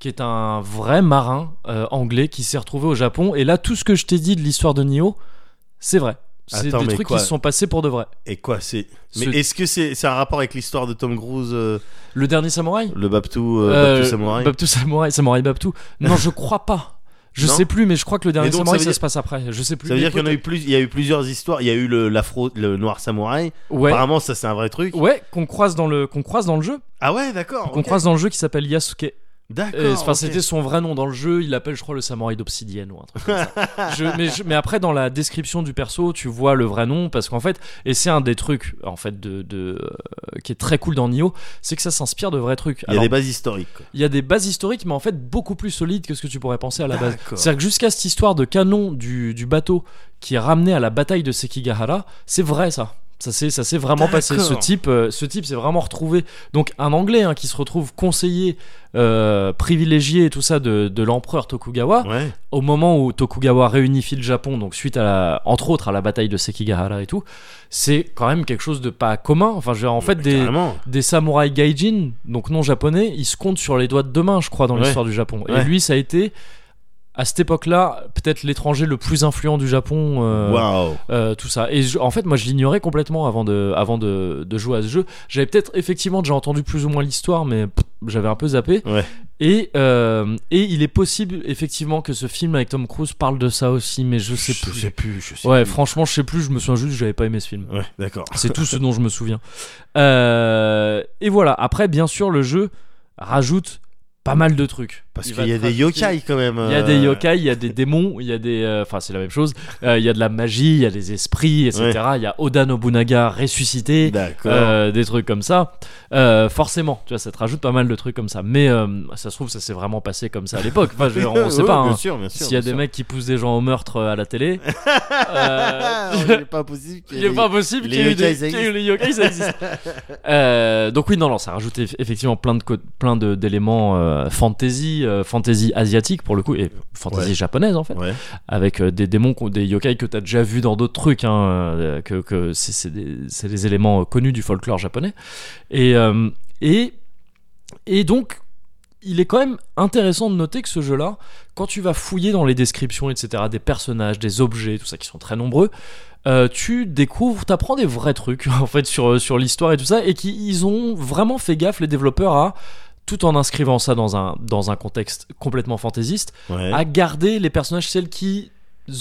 S1: qui est un vrai marin euh, anglais qui s'est retrouvé au Japon. Et là, tout ce que je t'ai dit de l'histoire de Nioh, c'est vrai. C'est
S2: Attends,
S1: des
S2: mais
S1: trucs
S2: quoi
S1: qui se sont passés pour de vrai.
S2: Et quoi, c'est. Mais
S1: Ce-
S2: est-ce que c'est, c'est un rapport avec l'histoire de Tom Cruise, euh,
S1: Le dernier samouraï
S2: le Babtou, euh,
S1: Euh,
S2: Babtou Samouraï
S1: Babtou Samouraï, Samouraï Babtou. Non, je crois pas. Je
S2: Non
S1: sais plus, mais je crois que le dernier
S2: Mais donc,
S1: samouraï,
S2: ça
S1: ça,
S2: veut dire-
S1: se passe après. Je sais plus.
S2: Ça veut
S1: Mais
S2: dire qu'il y en a eu plus. Il y a eu plusieurs histoires. Il y a eu le l'afro, le noir samouraï.
S1: Ouais.
S2: Apparemment, ça c'est un vrai truc.
S1: Ouais, qu'on croise dans le qu'on croise dans le jeu,
S2: Ah ouais, d'accord.
S1: qu'on
S2: ok.
S1: croise dans le jeu qui s'appelle Yasuke.
S2: D'accord.
S1: Et, Enfin,
S2: ok.
S1: c'était son vrai nom dans le jeu. Il l'appelle, je crois, le samouraï d'obsidienne ou un truc comme ça. Je- mais, je- mais après, dans la description du perso, tu vois le vrai nom parce qu'en fait, et c'est un des trucs en fait de, de- euh, qui est très cool dans Nioh, c'est que ça s'inspire de vrais trucs.
S2: Il y a
S1: Alors,
S2: des bases historiques. quoi.
S1: il y a des bases historiques, mais en fait beaucoup plus solides que ce que tu pourrais penser à la base.
S2: D'accord.
S1: C'est-à-dire que jusqu'à cette histoire de canon du, du bateau qui est ramené à la bataille de Sekigahara, c'est vrai ça. Ça s'est, ça s'est vraiment passé. Ce
S2: D'accord.
S1: type, euh, ce type s'est vraiment retrouvé. Donc un Anglais hein, qui se retrouve conseiller, euh, privilégié et tout ça de, de l'empereur Tokugawa,
S2: Ouais.
S1: au moment où Tokugawa réunifie le Japon, donc suite à, la- entre autres à la bataille de Sekigahara et tout, c'est quand même quelque chose de pas commun. Enfin, je veux dire, en fait, des,
S2: Carrément.
S1: des samouraïs gaijin, donc non japonais, ils se comptent sur les doigts de deux mains, je crois, dans
S2: Ouais.
S1: l'histoire du Japon. Et
S2: Ouais.
S1: lui, ça a été, à cette époque-là, peut-être l'étranger le plus influent du Japon. euh,
S2: Waouh.
S1: euh, tout ça. Et je- en fait, moi, je l'ignorais complètement avant de, avant de, de jouer à ce jeu. J'avais peut-être effectivement déjà entendu plus ou moins l'histoire, mais pff, j'avais un peu zappé.
S2: Ouais.
S1: Et, euh, et il est possible effectivement que ce film avec Tom Cruise parle de ça aussi, mais je sais
S2: Je
S1: plus.
S2: sais plus. Je sais
S1: ouais,
S2: plus.
S1: franchement, je sais plus. Je me souviens juste que j'avais pas aimé ce film.
S2: Ouais, d'accord.
S1: C'est tout ce dont je me souviens. Euh, et voilà. Après, bien sûr, le jeu rajoute pas mal de trucs.
S2: Parce
S1: Il
S2: qu'il
S1: va
S2: y a
S1: te
S2: des
S1: rajouter-
S2: yokai quand même.
S1: il y a
S2: euh,
S1: des yokai, il y a des démons, il y a des. euh, Enfin, c'est la même chose. Euh, Il y a de la magie, il y a des esprits, etc. Il y a Oda Nobunaga ressuscité,
S2: D'accord.
S1: euh, des trucs comme ça. Euh, forcément, tu vois, ça te rajoute pas mal de trucs comme ça. Mais euh, ça se trouve, ça s'est vraiment passé comme ça à l'époque. Enfin, je veux dire, on sait
S2: Ouais,
S1: pas.
S2: Bien
S1: hein.
S2: sûr, bien sûr.
S1: S'il y a
S2: bien
S1: des
S2: sûr.
S1: mecs qui poussent des gens au meurtre euh, à la télé, euh,
S2: Ah, il est pas possible. qu'il y
S1: il est
S2: ait-
S1: pas possible
S2: les
S1: qu'il y ait eu
S2: yokai,
S1: des-
S2: ça
S1: qu'il y ait eu les yokai, ça existe. Euh, donc oui, non, non, ça rajoute eff- effectivement plein de co- plein de- d'éléments euh, fantasy, euh, fantasy asiatique pour le coup et fantasy
S2: Ouais.
S1: japonaise en fait,
S2: Ouais.
S1: avec euh, des démons, qu'on- des yokai que t'as déjà vu dans d'autres trucs, hein, euh, que, que c'est- c'est des, c'est des éléments euh, connus du folklore japonais et euh, et et donc il est quand même intéressant de noter que ce jeu-là, quand tu vas fouiller dans les descriptions, etc., des personnages, des objets, tout ça qui sont très nombreux, euh, tu découvres, t'apprends des vrais trucs en fait sur, euh, sur l'histoire et tout ça, et qui ils ont vraiment fait gaffe les développeurs à tout en inscrivant ça dans un, dans un contexte complètement fantaisiste,
S2: Ouais.
S1: à garder les personnages, celles qui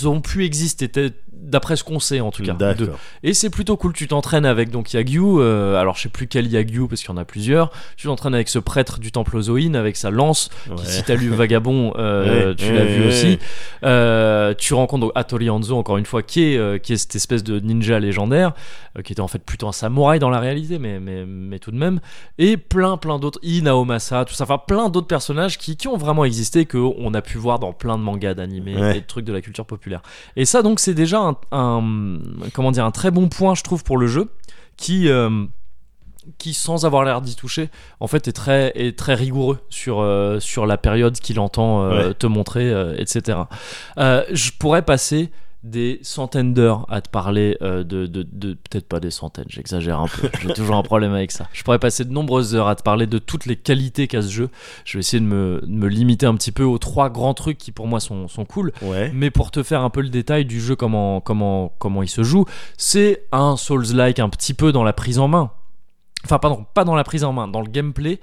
S1: ont pu exister, tels- d'après ce qu'on sait en tout cas. de-
S2: D'accord.
S1: et c'est plutôt cool, tu t'entraînes avec donc Yagyu, euh, alors je sais plus quel Yagyu parce qu'il y en a plusieurs, tu t'entraînes avec ce prêtre du temple Zoïne, avec sa lance, qui si t'as lu Vagabond, euh,
S2: Ouais,
S1: tu
S2: ouais,
S1: l'as vu
S2: ouais, ouais.
S1: aussi, Euh, tu rencontres donc Hattori Hanzo encore une fois, qui est, euh, qui est cette espèce de ninja légendaire, euh, qui était en fait plutôt un samouraï dans la réalité, mais, mais, mais tout de même, et plein plein d'autres, I, Naomasa, tout ça, enfin plein d'autres personnages qui, qui ont vraiment existé, qu'on a pu voir dans plein de mangas, d'animés,
S2: Ouais.
S1: et de trucs de la culture populaire. Et ça, donc, c'est déjà un, un- comment dire, un très bon point, je trouve, pour le jeu, qui, euh, qui sans avoir l'air d'y toucher, en fait, est très, est très rigoureux sur, euh, sur la période qu'il entend euh,
S2: Ouais.
S1: te montrer, euh, etc. Euh, je pourrais passer des centaines d'heures à te parler euh, de, de- de- peut-être pas des centaines, j'exagère un peu, j'ai toujours un problème avec ça. Je pourrais passer de nombreuses heures à te parler de toutes les qualités qu'a ce jeu. Je vais essayer de me, de me limiter un petit peu aux trois grands trucs qui pour moi sont, sont cool.
S2: Ouais.
S1: Mais pour te faire un peu le détail du jeu, comment, comment, comment il se joue, c'est un Souls-like un petit peu dans la prise en main. Enfin, pardon, pas dans la prise en main, dans le gameplay.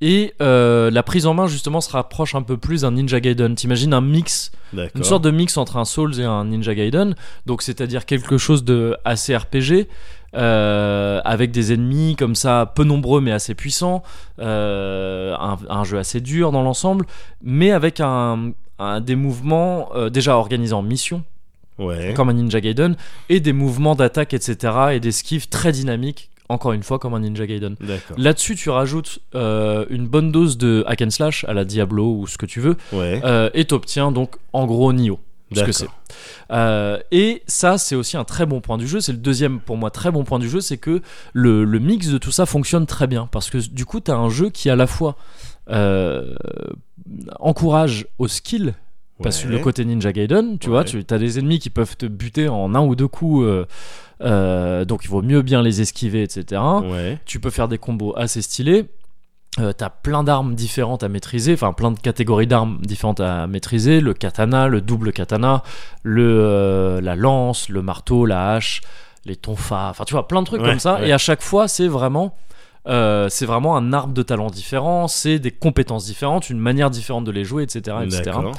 S1: Et euh, la prise en main, justement, se rapproche un peu plus d'un Ninja Gaiden. T'imagines un mix
S2: D'accord.
S1: une sorte de mix entre un Souls et un Ninja Gaiden, donc c'est-à-dire quelque chose de assez RPG, euh, avec des ennemis comme ça, peu nombreux mais assez puissants, euh, un, un jeu assez dur dans l'ensemble, mais avec un, un- des mouvements euh, déjà organisés en mission,
S2: Ouais.
S1: comme un Ninja Gaiden, et des mouvements d'attaque, etc., et d'esquive très dynamiques, encore une fois, comme un Ninja Gaiden.
S2: D'accord.
S1: Là-dessus, tu rajoutes euh, une bonne dose de hack and slash à la Diablo ou ce que tu veux,
S2: Ouais.
S1: euh, et t'obtiens donc en gros Nioh ce que
S2: D'accord.
S1: c'est. Euh, et ça, c'est aussi un très bon point du jeu. C'est le deuxième, pour moi, très bon point du jeu, c'est que le, le mix de tout ça fonctionne très bien. Parce que du coup, tu as un jeu qui à la fois euh, encourage au skill, parce que
S2: Ouais.
S1: le côté Ninja Gaiden, tu
S2: Ouais.
S1: vois, tu as des ennemis qui peuvent te buter en un ou deux coups, euh, euh, donc il vaut mieux bien les esquiver, etc.
S2: Ouais.
S1: Tu peux faire des combos assez stylés. Euh, t'as plein d'armes différentes à maîtriser, enfin plein de catégories d'armes différentes à maîtriser, le katana, le double katana, le, euh, la lance, le marteau, la hache, les tonfas, enfin tu vois, plein de trucs
S2: Ouais,
S1: comme ça,
S2: ouais.
S1: et à chaque fois c'est vraiment... euh, c'est vraiment un arbre de talent différent, c'est des compétences différentes, une manière différente de les jouer, etc. etc.
S2: D'accord.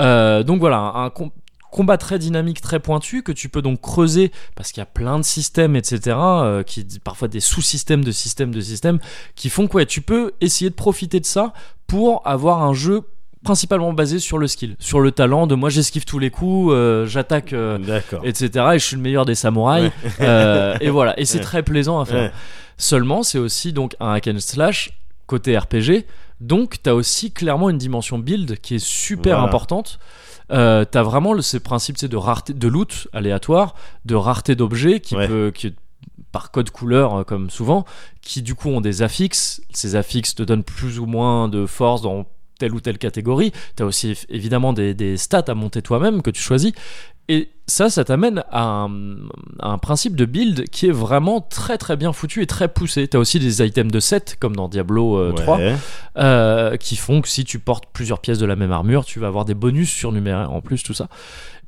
S1: Euh, donc voilà, un com- combat très dynamique, très pointu, que tu peux donc creuser, parce qu'il y a plein de systèmes, etc., euh, qui, parfois des sous-systèmes de systèmes de systèmes, qui font quoi Tu peux essayer de profiter de ça pour avoir un jeu principalement basé sur le skill, sur le talent de moi j'esquive tous les coups, euh, j'attaque, euh,
S2: D'accord.
S1: etc., et je suis le meilleur des samouraïs, euh, et voilà, et c'est
S2: Ouais.
S1: très plaisant à faire.
S2: Ouais.
S1: Seulement, c'est aussi donc un hack and slash côté RPG. Donc, t'as aussi clairement une dimension build qui est super
S2: Voilà.
S1: importante. Euh, t'as vraiment le, ces principes tu sais, de rareté, de loot aléatoire, de rareté d'objets qui
S2: Ouais.
S1: peut, qui est par code couleur euh, comme souvent, qui du coup ont des affixes. Ces affixes te donnent plus ou moins de force dans telle ou telle catégorie. T'as aussi eff- évidemment des, des stats à monter toi-même que tu choisis. Et ça, ça t'amène à un, à un principe de build qui est vraiment très très bien foutu et très poussé. T'as aussi des items de set, comme dans Diablo euh, 3,
S2: Ouais.
S1: euh, qui font que si tu portes plusieurs pièces de la même armure, tu vas avoir des bonus surnuméraires en plus, tout ça.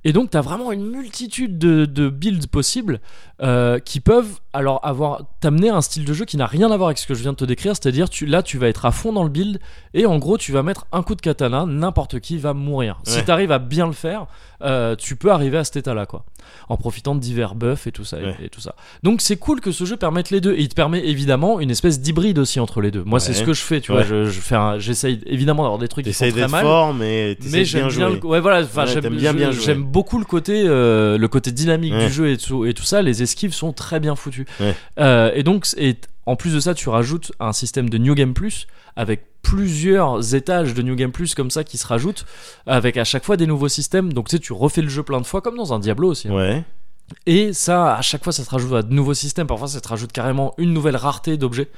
S1: Et donc, t'as vraiment une multitude de, de builds possibles euh, qui peuvent alors avoir t'amener à un style de jeu qui n'a rien à voir avec ce que je viens de te décrire. C'est-à-dire, tu, là, tu vas être à fond dans le build et en gros, tu vas mettre un coup de katana, n'importe qui va mourir. Si
S2: Ouais.
S1: t'arrives à bien le faire, euh, tu peux arriver à cet état-là, quoi. En profitant de divers buffs et tout ça. et-
S2: Ouais.
S1: Et, tout ça. Donc, c'est cool que ce jeu permette les deux. Et il te permet évidemment une espèce d'hybride aussi entre les deux. Moi, c'est
S2: Ouais.
S1: ce que je fais, tu vois.
S2: Ouais.
S1: Je, je fais un- j'essaye évidemment d'avoir des trucs qui sont
S2: T'essayes
S1: très
S2: d'être
S1: mal
S2: fort, mais t'essayes
S1: mais
S2: de bien
S1: j'aime
S2: jouer.
S1: bien, le- ouais voilà enfin
S2: Ouais,
S1: j'aime
S2: t'aimes bien
S1: je-
S2: bien jouer.
S1: j'aime beaucoup le côté euh, le côté dynamique
S2: Ouais.
S1: du jeu et tout, et tout ça les esquives sont très bien foutues
S2: Ouais.
S1: Euh, et donc c'est- et en plus de ça tu rajoutes un système de new game plus avec plusieurs étages de new game plus comme ça qui se rajoutent avec à chaque fois des nouveaux systèmes donc tu sais tu refais le jeu plein de fois comme dans un Diablo aussi hein.
S2: Ouais.
S1: et ça à chaque fois ça te rajoute à de nouveaux systèmes parfois ça te rajoute carrément une nouvelle rareté d'objets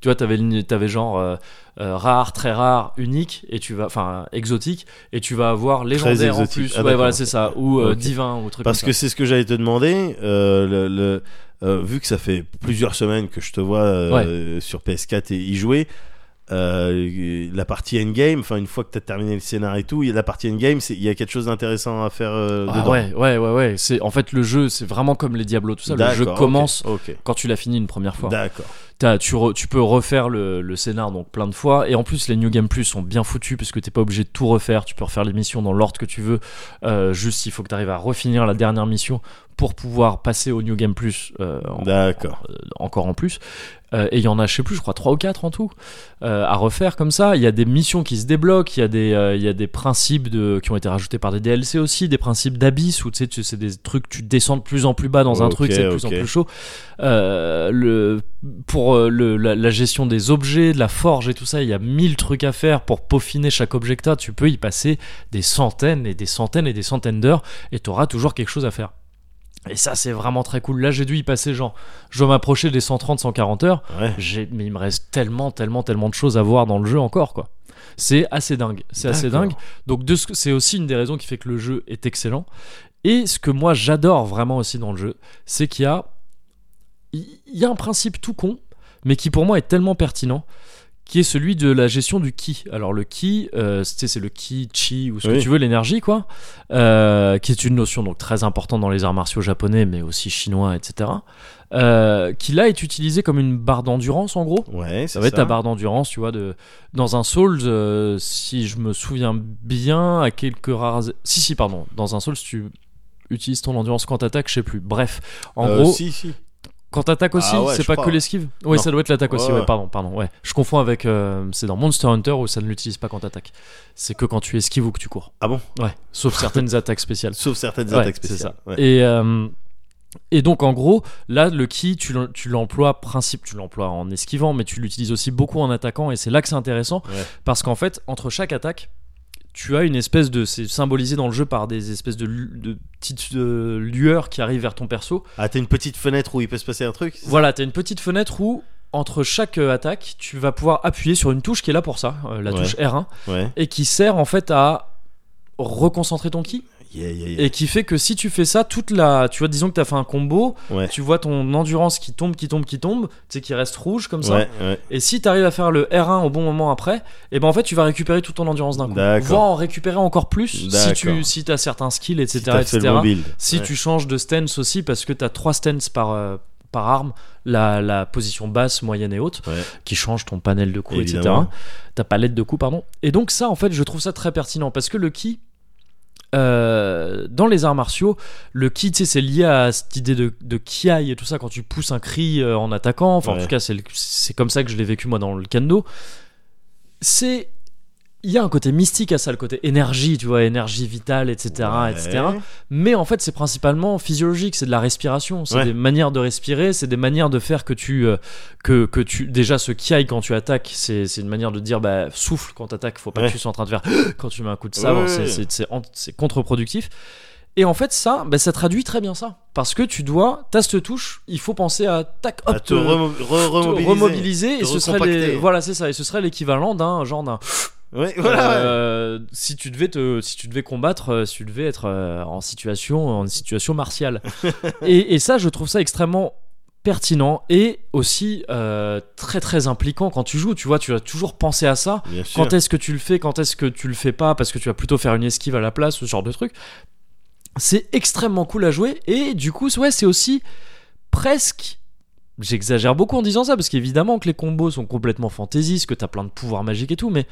S1: tu vois, t'avais, le- t'avais genre euh, euh, rare, très rare, unique, et tu vas, enfin exotique, et tu vas avoir légendaire en
S2: exotique.
S1: plus.
S2: Ah,
S1: ouais,
S2: d'accord.
S1: voilà, c'est ça, ou euh,
S2: Ok.
S1: divin ou truc
S2: Parce
S1: comme
S2: que
S1: ça.
S2: c'est ce que j'allais te demander. euh, le, le- euh, vu que ça fait plusieurs semaines que je te vois euh, sur PS4 et y jouer, euh, la partie endgame, enfin une fois que t'as terminé le scénario et tout, il y a la partie endgame, c'est- il y a quelque chose d'intéressant à faire euh,
S1: Ah
S2: dedans.
S1: ouais, ouais, ouais, ouais. C'est en fait le jeu, c'est vraiment comme les Diablos tout ça. Le jeu
S2: D'accord, ok,
S1: commence
S2: Ok.
S1: quand tu l'as fini une première fois.
S2: D'accord.
S1: t'as- tu, re- tu peux refaire le, le scénar donc plein de fois. Et en plus, les New Game Plus sont bien foutus parce que t'es pas obligé de tout refaire. Tu peux refaire les missions dans l'ordre que tu veux. Euh, juste, il faut que t'arrives à refinir la dernière mission pour pouvoir passer au New Game Plus euh, en-
S2: D'accord.
S1: euh, encore en plus. Euh, et il y en a, je sais plus, je crois 3 ou 4 en tout euh, à refaire comme ça. Il y a des missions qui se débloquent, il y a des, euh, il y a des principes de, qui ont été rajoutés par des DLC aussi, des principes d'abysse où tu sais, tu- c'est des trucs, tu descends de plus en plus bas dans un
S2: Ok,
S1: truc, c'est de plus
S2: ok.
S1: en plus chaud. Euh, le, pour euh, le, la, la gestion des objets, de la forge et tout ça, il y a 1000 trucs à faire pour peaufiner chaque objet que t'as. Tu peux y passer des centaines et des centaines et des centaines d'heures et tu auras toujours quelque chose à faire. Et ça, c'est vraiment très cool. Là, j'ai dû y passer, genre, je dois m'approcher des 130, 140 heures.
S2: Ouais.
S1: J'ai- mais il me reste tellement, tellement, tellement de choses à voir dans le jeu encore, quoi. C'est assez dingue. C'est assez
S2: D'accord.
S1: dingue. Donc, de ce que- c'est aussi une des raisons qui fait que le jeu est excellent. Et ce que moi j'adore vraiment aussi dans le jeu, c'est qu'il y a, il il y a un principe tout con, mais qui pour moi est tellement pertinent, qui est celui de la gestion du ki. Alors le ki, euh, c'est c'est le ki, chi ou ce
S2: Oui.
S1: que tu veux, l'énergie quoi, euh, qui est une notion donc très importante dans les arts martiaux japonais, mais aussi chinois, etc. euh, qui là est utilisée comme une barre d'endurance en gros.
S2: Ouais,
S1: Ça va être ta barre d'endurance, tu vois. De... Dans un Souls, euh, si je me souviens bien, à quelques rares. Si, si, pardon. Dans un Souls, tu utilises ton endurance quand t'attaques, je sais plus. Bref, en
S2: Euh,
S1: gros,
S2: Si, si.
S1: quand t'attaques aussi,
S2: Ah ouais,
S1: c'est
S2: je
S1: pas
S2: crois,
S1: que
S2: ouais.
S1: l'esquive Ouais,
S2: Non.
S1: ça doit être l'attaque aussi,
S2: Ouais,
S1: ouais.
S2: ouais.
S1: pardon, pardon. Ouais. Je confonds avec. euh, c'est dans Monster Hunter où ça ne l'utilise pas quand t'attaques. C'est que quand tu esquives ou que tu cours.
S2: Ah bon
S1: Ouais, sauf certaines attaques spéciales.
S2: Sauf certaines
S1: Ouais,
S2: attaques
S1: c'est
S2: spéciales.
S1: ça.
S2: Ouais.
S1: Et, euh, et donc, en gros, là, le ki, tu l'em- tu l'emploies principe, tu l'emploies en esquivant, mais tu l'utilises aussi beaucoup en attaquant, et c'est là que c'est intéressant,
S2: Ouais.
S1: parce qu'en fait, entre chaque attaque, tu as une espèce de. C'est symbolisé dans le jeu par des espèces de, lu- de petites euh, lueurs qui arrivent vers ton perso.
S2: Ah, t'as une petite fenêtre où il peut se passer un truc c'est ça
S1: Voilà, t'as une petite fenêtre où. Entre chaque euh, attaque, tu vas pouvoir appuyer sur une touche qui est là pour ça, euh, la
S2: Ouais.
S1: touche R1,
S2: Ouais.
S1: et qui sert en fait à reconcentrer ton ki.
S2: Yeah, yeah, yeah.
S1: Et qui fait que si tu fais ça, toute la. Tu vois, disons que t'as fait un combo,
S2: Ouais.
S1: tu vois ton endurance qui tombe, qui tombe, qui tombe, tu sais, qui reste rouge comme ça.
S2: Ouais, ouais.
S1: Et si t'arrives à faire le R1 au bon moment après, et ben en fait, tu vas récupérer toute ton endurance d'un coup.
S2: D'accord.
S1: Voire en récupérer encore plus si
S2: D'accord.
S1: tu si as certains skills, etc.
S2: Si t'as fait
S1: etc.
S2: le bon build.
S1: Si
S2: Ouais.
S1: tu changes de stance aussi, parce que tu as trois stances par, euh, par arme, la, la position basse, moyenne et haute,
S2: Ouais.
S1: qui change ton panel de coups,
S2: Évidemment.
S1: etc. Ta palette de coups, pardon. Et donc ça, en fait, je trouve ça très pertinent, parce que le ki, euh, dans les arts martiaux, le ki, tu sais, c'est lié à cette idée de, de kiai et tout ça, quand tu pousses un cri euh, en attaquant, enfin en
S2: Ouais.
S1: tout cas, c'est le- c'est comme ça que je l'ai vécu moi dans le kendo. C'est... Il y a un côté mystique à ça, le côté énergie, tu vois, énergie vitale, etc.,
S2: Ouais.
S1: etc. Mais en fait, c'est principalement physiologique, c'est de la respiration, c'est
S2: Ouais.
S1: des manières de respirer, c'est des manières de faire que tu. euh, que, que tu déjà, ce ki quand tu attaques, c'est c'est une manière de dire bah, souffle quand tu attaques, faut pas
S2: Ouais.
S1: que tu sois en train de faire quand tu mets un coup de sabre,
S2: Ouais.
S1: c'est- c'est- c'est ant- c'est contre-productif. Et en fait, ça, bah, ça traduit très bien ça. Parce que tu dois, t'as cette touche, il faut penser à tac, hop, euh,
S2: À te
S1: te-
S2: remo- re-
S1: te
S2: remobiliser.
S1: remobiliser, et
S2: te
S1: ce serait les-
S2: recompacter.
S1: voilà c'est ça et ce serait l'équivalent d'un genre d'un
S2: Ouais, voilà. ouais.
S1: euh, si tu devais te, si tu devais combattre, euh, si tu devais être euh, en situation, en situation martiale. et, et ça, je trouve ça extrêmement pertinent et aussi euh, très très impliquant quand tu joues. Tu vois, tu as toujours pensé à ça.
S2: Bien sûr.
S1: Quand est-ce que tu le fais Quand est-ce que tu le fais pas Parce que tu vas plutôt faire une esquive à la place, ce genre de truc. C'est extrêmement cool à jouer et du coup, ouais, c'est aussi presque. J'exagère beaucoup en disant ça parce qu'évidemment que les combos sont complètement fantaisistes, que t'as plein de pouvoirs magiques et tout, mais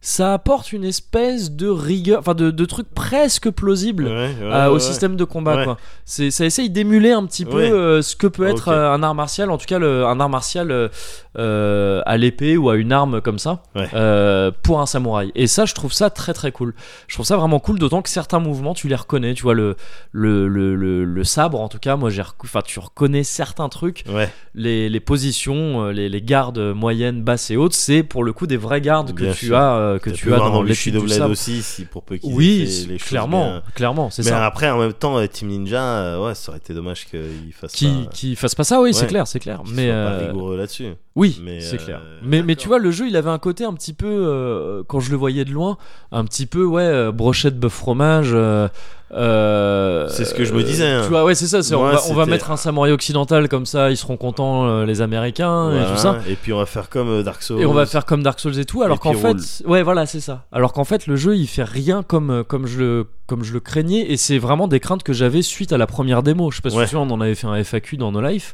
S1: ça apporte une espèce de rigueur, enfin de, de truc presque plausible
S2: Ouais, ouais,
S1: euh, au
S2: ouais.
S1: système de combat.
S2: Ouais.
S1: quoi. C'est, ça essaye d'émuler un petit peu
S2: Ouais. Ah,
S1: euh, ce que peut être
S2: Ok.
S1: euh, un art martial, en tout cas le- un art martial euh, euh, à l'épée ou à une arme comme ça,
S2: Ouais.
S1: euh, pour un samouraï. Et ça, je trouve ça très très cool. Je trouve ça vraiment cool, d'autant que certains mouvements, tu les reconnais. Tu vois, le, le, le, le, le sabre, en tout cas, moi, j'ai rec- enfin, tu reconnais certains trucs
S2: Ouais,
S1: les, les positions, euh, les, les gardes moyennes, basses et hautes, c'est pour le coup des vraies gardes que
S2: Bien
S1: tu
S2: sûr.
S1: as, euh, que
S2: T'as
S1: tu
S2: pu
S1: as
S2: voir
S1: dans
S2: le
S1: les
S2: Shido
S1: du
S2: Blade
S1: sabre.
S2: aussi, si pour peu qu'ils aient fait
S1: Oui,
S2: les choses
S1: clairement,
S2: bien.
S1: clairement, c'est
S2: Mais
S1: ça.
S2: après, en même temps, euh, Team Ninja, euh, ouais, ça aurait été dommage qu'ils fassent
S1: Qui,
S2: pas,
S1: qui fasse pas ça, oui, c'est
S2: Ouais.
S1: clair, c'est clair.
S2: qu'ils
S1: Mais
S2: soient pas
S1: euh,
S2: rigoureux là-dessus.
S1: oui,
S2: mais,
S1: c'est
S2: euh,
S1: clair. Mais, mais tu vois, le jeu, il avait un côté un petit peu, euh, quand je le voyais de loin, un petit peu, ouais, euh, brochette bœuf fromage. euh, euh,
S2: C'est ce que je me disais, hein.
S1: Tu vois, ouais, c'est ça. c'est on,
S2: Moi,
S1: va, on va
S2: c'était-
S1: mettre un samouraï occidental comme ça, ils seront contents, euh, les Américains et
S2: Voilà,
S1: tout ça.
S2: Et puis on va faire comme euh, Dark Souls.
S1: Et on va faire comme Dark Souls et tout, alors
S2: Et
S1: qu'en
S2: puis
S1: fait,
S2: roule.
S1: ouais, voilà, c'est ça. Alors qu'en fait, le jeu, il fait rien comme euh, comme je le comme je le craignais, et c'est vraiment des craintes que j'avais suite à la première démo. Je sais pas si
S2: Ouais.
S1: tu te souviens, on en avait fait un FAQ dans nos lives.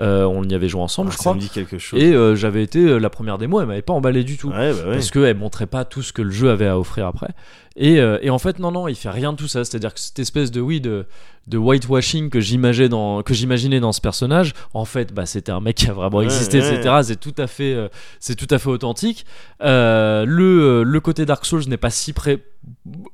S1: Euh, on y avait joué ensemble,
S2: Ah,
S1: je
S2: ça
S1: crois.
S2: me dit quelque chose.
S1: Et euh, j'avais été euh, la première démo, elle m'avait pas emballé du tout.
S2: Ouais, bah ouais.
S1: Parce qu'elle montrait pas tout ce que le jeu avait à offrir après. Et, euh, et en fait, non, non, il fait rien de tout ça. C'est-à-dire que cette espèce de, oui, de, de whitewashing que j'imaginais dans, que j'imaginais dans ce personnage, en fait, bah, c'était un mec qui a vraiment
S2: Ouais,
S1: existé,
S2: ouais.
S1: etc. C'est tout à fait, euh, c'est tout à fait authentique. Euh, le, euh, le côté Dark Souls n'est pas si pré-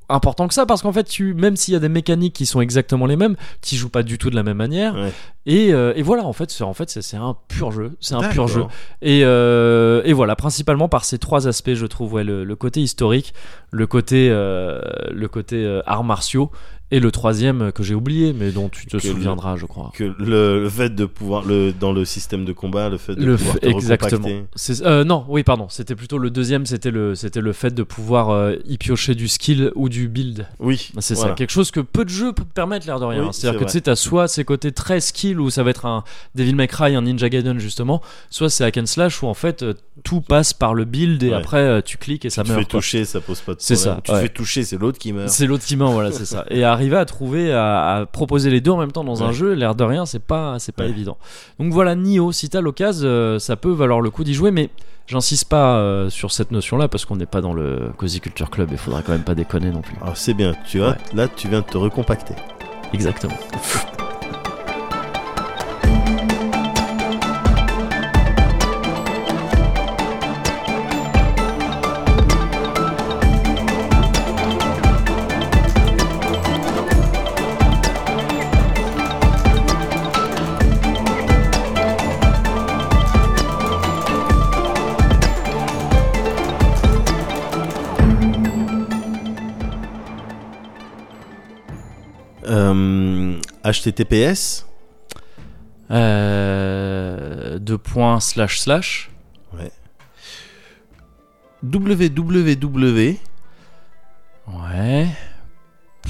S1: important que ça parce qu'en fait tu même s'il y a des mécaniques qui sont exactement les mêmes tu y joues pas du tout de la même manière
S2: Ouais.
S1: et, euh, et voilà en fait c'est en fait c'est c'est un pur jeu c'est un pur
S2: D'accord.
S1: jeu et, euh, et voilà, principalement par ces trois aspects, je trouve, ouais, le, le côté historique, le côté, euh, le côté euh, arts martiaux, et le troisième euh, que j'ai oublié, mais dont tu te
S2: Que le-
S1: souviendras, je crois.
S2: Que le, le fait de pouvoir, le, dans le système de combat, le fait de
S1: Le
S2: pouvoir
S1: f-
S2: te
S1: exactement.
S2: recompacter.
S1: C'est- euh, non, oui, pardon. C'était plutôt le deuxième. C'était le, c'était le fait de pouvoir euh, y piocher du skill ou du build.
S2: Oui,
S1: Bah, C'est
S2: voilà.
S1: ça, quelque chose que peu de jeux p- permettent l'air de rien.
S2: Oui, c'est
S1: C'est-à-dire que
S2: vrai.
S1: tu sais, t'as soit ces côtés très skill où ça va être un Devil May Cry, un Ninja Gaiden justement, soit c'est hack and slash où en fait euh, tout passe par le build et
S2: Ouais.
S1: après euh, tu cliques et ça
S2: Tu te
S1: meurt.
S2: fais
S1: quoi.
S2: toucher, ça pose pas de problème.
S1: C'est ça,
S2: Tu
S1: ouais.
S2: te fais toucher, c'est l'autre qui meurt.
S1: C'est l'autre qui meurt, voilà, c'est ça. Et arriver à trouver, à, à proposer les deux en même temps dans un
S2: Ouais.
S1: jeu, l'air de rien, c'est pas, c'est pas
S2: Ouais.
S1: évident. Donc voilà, Nioh, si t'as l'occasion, euh, ça peut valoir le coup d'y jouer, mais j'insiste pas euh, sur cette notion-là parce qu'on n'est pas dans le Cozy Culture Club et faudra quand même pas déconner non plus.
S2: Alors Ah, c'est bien, tu vois,
S1: Ouais.
S2: là tu viens de te recompacter.
S1: Exactement.
S2: Euh, HTTPS,
S1: Euh, deux points slash slash.
S2: www.
S1: Ouais.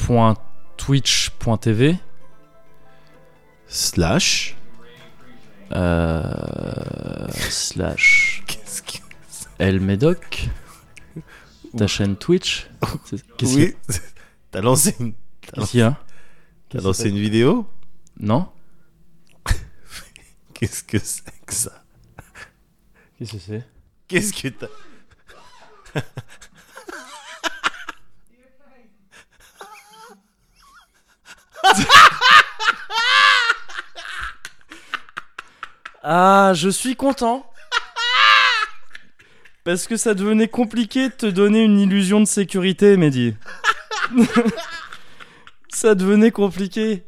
S1: Point twitch.tv.
S2: slash
S1: Euh, slash.
S2: Qu'est-ce que
S1: El Médoc. Ta chaîne Twitch. C'est- Qu'est-ce qu'il y a
S2: T'as lancé une,
S1: Qu'est-ce qu'il y a
S2: t'as lancé une vidéo
S1: hein Non
S2: Qu'est-ce que c'est que ça
S1: Qu'est-ce que c'est
S2: Qu'est-ce que t'as
S1: Ah, je suis content Parce que ça devenait compliqué de te donner une illusion de sécurité, Mehdi. ça devenait compliqué.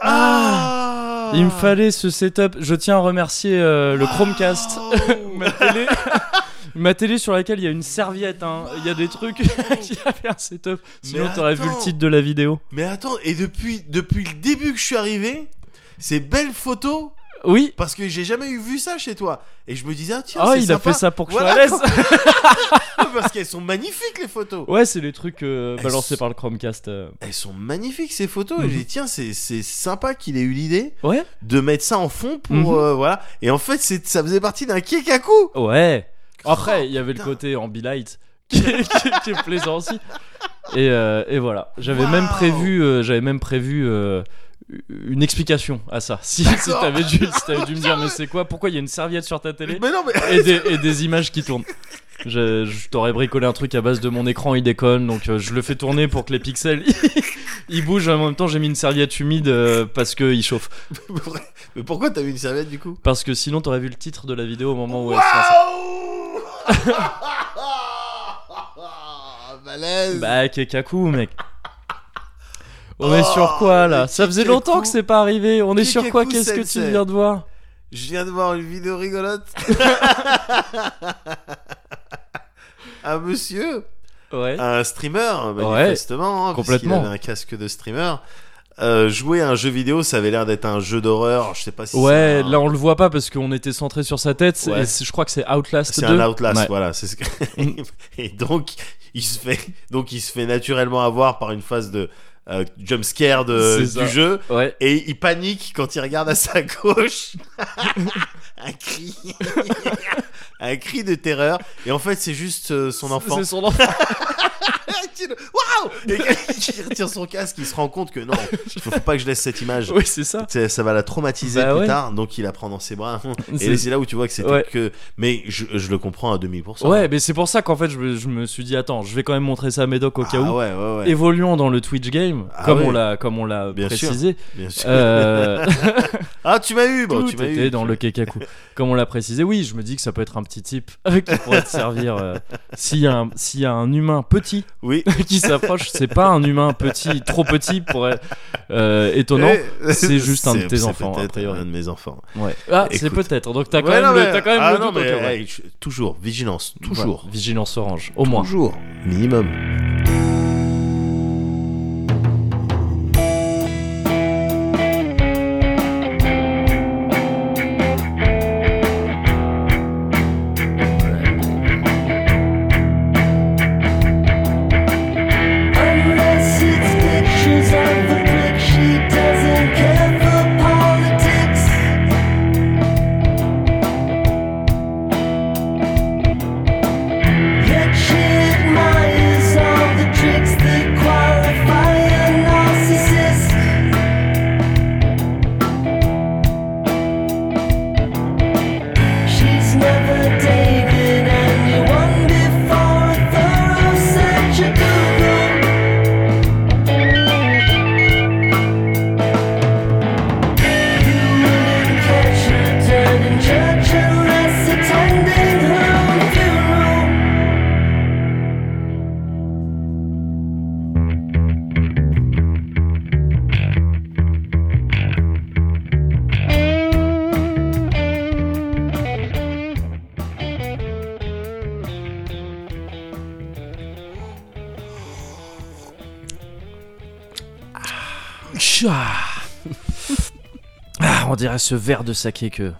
S2: Ah
S1: Il me fallait ce setup. Je tiens à remercier euh, le Chromecast.
S2: Oh.
S1: ma, télé... ma télé sur laquelle il y a une serviette. hein. Il y a des trucs qui avaient un setup. Sinon,
S2: Mais
S1: t'aurais vu le
S2: attends.
S1: titre de la vidéo.
S2: Mais attends, et depuis, depuis le début que je suis arrivé, ces belles photos,
S1: Oui.
S2: parce que j'ai jamais eu vu ça chez toi. Et je me disais, ah, tiens,
S1: Ah,
S2: c'est
S1: il
S2: sympa.
S1: a fait ça pour que
S2: Voilà.
S1: je sois à l'aise.
S2: parce qu'elles sont magnifiques les photos.
S1: ouais, c'est les trucs euh,
S2: Elles
S1: balancés
S2: sont-
S1: par le Chromecast. euh.
S2: Elles sont magnifiques ces photos. Et
S1: Mhm.
S2: j'ai dit, tiens, c'est c'est sympa qu'il ait eu l'idée
S1: Ouais.
S2: de mettre ça en fond pour.
S1: Mhm.
S2: euh, voilà. Et en fait, c'est- ça faisait partie d'un kikaku.
S1: Ouais. Après,
S2: Oh,
S1: il y avait le
S2: putain.
S1: côté ambilight qui, est- qui est- qui est plaisant aussi. Et, euh, et voilà. J'avais même
S2: Waouh.
S1: prévu, euh, j'avais même prévu euh, une explication à ça. Si, si
S2: D'accord.
S1: t'avais dû, si t'avais dû me dire, mais c'est quoi Pourquoi il y a une serviette sur ta télé
S2: Mais non, mais.
S1: et des, et des images qui tournent. Je, je t'aurais bricolé un truc à base de mon écran, il déconne, donc euh, je le fais tourner pour que les pixels ils bougent. En même temps, j'ai mis une serviette humide euh, parce que il chauffe.
S2: Mais pourquoi t'as eu une serviette du coup
S1: Parce que sinon, t'aurais vu le titre de la vidéo au moment où elle se lançait.
S2: Waouh Malaise
S1: Bah, Kekaku, mec. On est sur
S2: Oh,
S1: quoi là
S2: le
S1: Ça faisait
S2: Kekaku.
S1: longtemps que c'est pas arrivé. On est sur quoi
S2: Kekaku
S1: Qu'est-ce que tu
S2: sensei.
S1: viens de voir
S2: Je viens de voir une vidéo rigolote. un monsieur,
S1: Euh, Ouais.
S2: un streamer, manifestement, hein, puisqu'il
S1: complètement.
S2: avait un casque de streamer. Euh, jouer à un jeu vidéo, ça avait l'air d'être un jeu d'horreur. Je sais pas si
S1: Ouais,
S2: c'est un-
S1: là on le voit pas parce qu'on était centré sur sa tête.
S2: Ouais.
S1: Et c'est- je crois que c'est Outlast 2.
S2: C'est un Outlast,
S1: Ouais. Mm.
S2: voilà. C'est ce que... et donc il se fait, donc il se fait naturellement avoir par une phase de euh, jump scare de-
S1: C'est ça.
S2: du jeu
S1: Ouais.
S2: et il panique quand il regarde à sa gauche un cri, un cri de terreur et en fait c'est juste euh, son enfant
S1: C'est son enfant.
S2: Waouh Et qui retire son casque, il se rend compte que non, faut faut pas que je laisse cette image.
S1: Oui, c'est ça.
S2: Ça, ça va la traumatiser
S1: Bah
S2: plus
S1: ouais.
S2: tard, donc il la prend dans ses bras.
S1: C'est-
S2: Et c'est là où tu vois que c'était
S1: Ouais.
S2: que. Mais je, je le comprends à 2000%.
S1: Ouais, mais c'est pour ça qu'en fait, je me, je me suis dit, attends, je vais quand même montrer ça à Médoc au
S2: Ah
S1: cas où.
S2: ouais, ouais, ouais.
S1: Évoluant dans le Twitch game,
S2: Ah
S1: comme on
S2: ouais.
S1: l'a, comme on l'a
S2: Bien sûr.
S1: précisé.
S2: Bien sûr.
S1: euh,
S2: Ah, tu m'as eu, bro,
S1: tout
S2: tu m'as
S1: était
S2: eu.
S1: dans le kekaku. Comme on l'a précisé, oui, je me dis que ça peut être un petit type qui pourrait te servir. euh, S'il y, a un- s'il y a un humain petit
S2: Oui.
S1: qui s'approche, c'est pas un humain petit, trop petit pour être euh, étonnant.
S2: Eh,
S1: c'est juste un de tes
S2: c'est
S1: enfants, a
S2: peut-être
S1: priori.
S2: Un de mes enfants.
S1: Ouais. Ah, c'est
S2: Écoute.
S1: peut-être. Donc t'as quand,
S2: Ouais,
S1: même
S2: non,
S1: le-
S2: mais-
S1: t'as quand même
S2: ah,
S1: le
S2: non,
S1: doute,
S2: mais,
S1: ok, ouais.
S2: hey, je- toujours, vigilance, toujours.
S1: Voilà. Vigilance orange, au moins.
S2: Toujours. Minimum.
S3: Unless it's pictures of the clique, she doesn't care for politics. Yet she admires all the tricks that qualify a narcissist. She's never dated anyone before a thorough search of Google.
S1: Ah, on dirait ce verre de saké que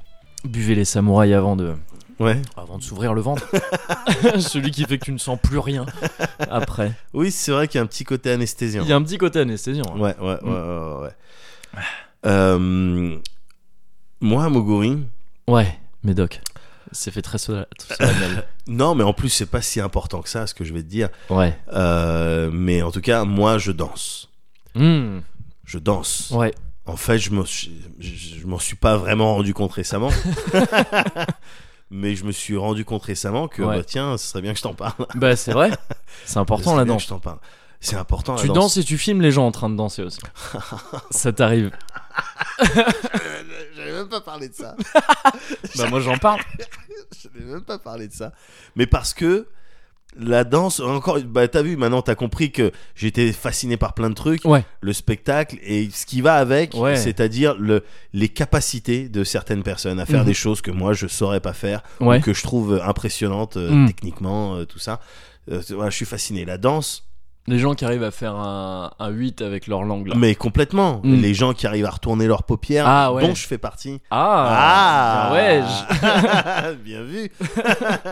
S1: buvaient les samouraïs avant de,
S2: Ouais.
S1: avant de s'ouvrir le ventre. Celui qui fait que tu ne sens plus rien après.
S2: Oui, c'est vrai qu'il y a un petit côté anesthésiant.
S1: Il y a un petit côté anesthésiant. hein.
S2: Ouais, ouais, ouais, ouais. ouais, ouais. Euh, moi, Moguri.
S1: Ouais, Médoc. C'est fait très sol- très solennel.
S2: Non, mais en plus, c'est pas si important que ça, ce que je vais te dire.
S1: ouais.
S2: Euh, mais en tout cas, moi, je danse.
S1: Hmm,
S2: Je danse.
S1: Ouais.
S2: En fait, je me suis- je- je m'en suis pas vraiment rendu compte récemment. mais je me suis rendu compte récemment que,
S1: Ouais.
S2: bah, tiens, ce serait bien que je t'en parle.
S1: Bah, c'est vrai. C'est
S2: Ce
S1: important
S2: serait
S1: la
S2: bien
S1: danse.
S2: que je t'en parle. C'est important la
S1: Tu
S2: danse.
S1: danses et tu filmes les gens en train de danser aussi. Ça t'arrive.
S2: J'avais même pas parlé de ça.
S1: Bah, moi j'en parle.
S2: Je n'ai même pas parlé de ça. Mais parce que la danse, encore, bah t'as vu, maintenant t'as compris que j'étais fasciné par plein de trucs,
S1: Ouais.
S2: le spectacle et ce qui va avec,
S1: Ouais.
S2: c'est-à-dire le, les capacités de certaines personnes à faire
S1: Mhm.
S2: des choses que moi je saurais pas faire,
S1: Ouais.
S2: ou que je trouve impressionnantes euh,
S1: Mhm.
S2: techniquement, euh, tout ça. Euh, c'est- voilà, je suis fasciné. La danse,
S1: Les gens qui arrivent à faire un, un 8 avec leur langue là.
S2: mais complètement.
S1: Mhm.
S2: Les gens qui arrivent à retourner leurs paupières,
S1: Ah ouais.
S2: dont je fais partie,
S1: Ah,
S2: Ah,
S1: ouais.
S2: Bien vu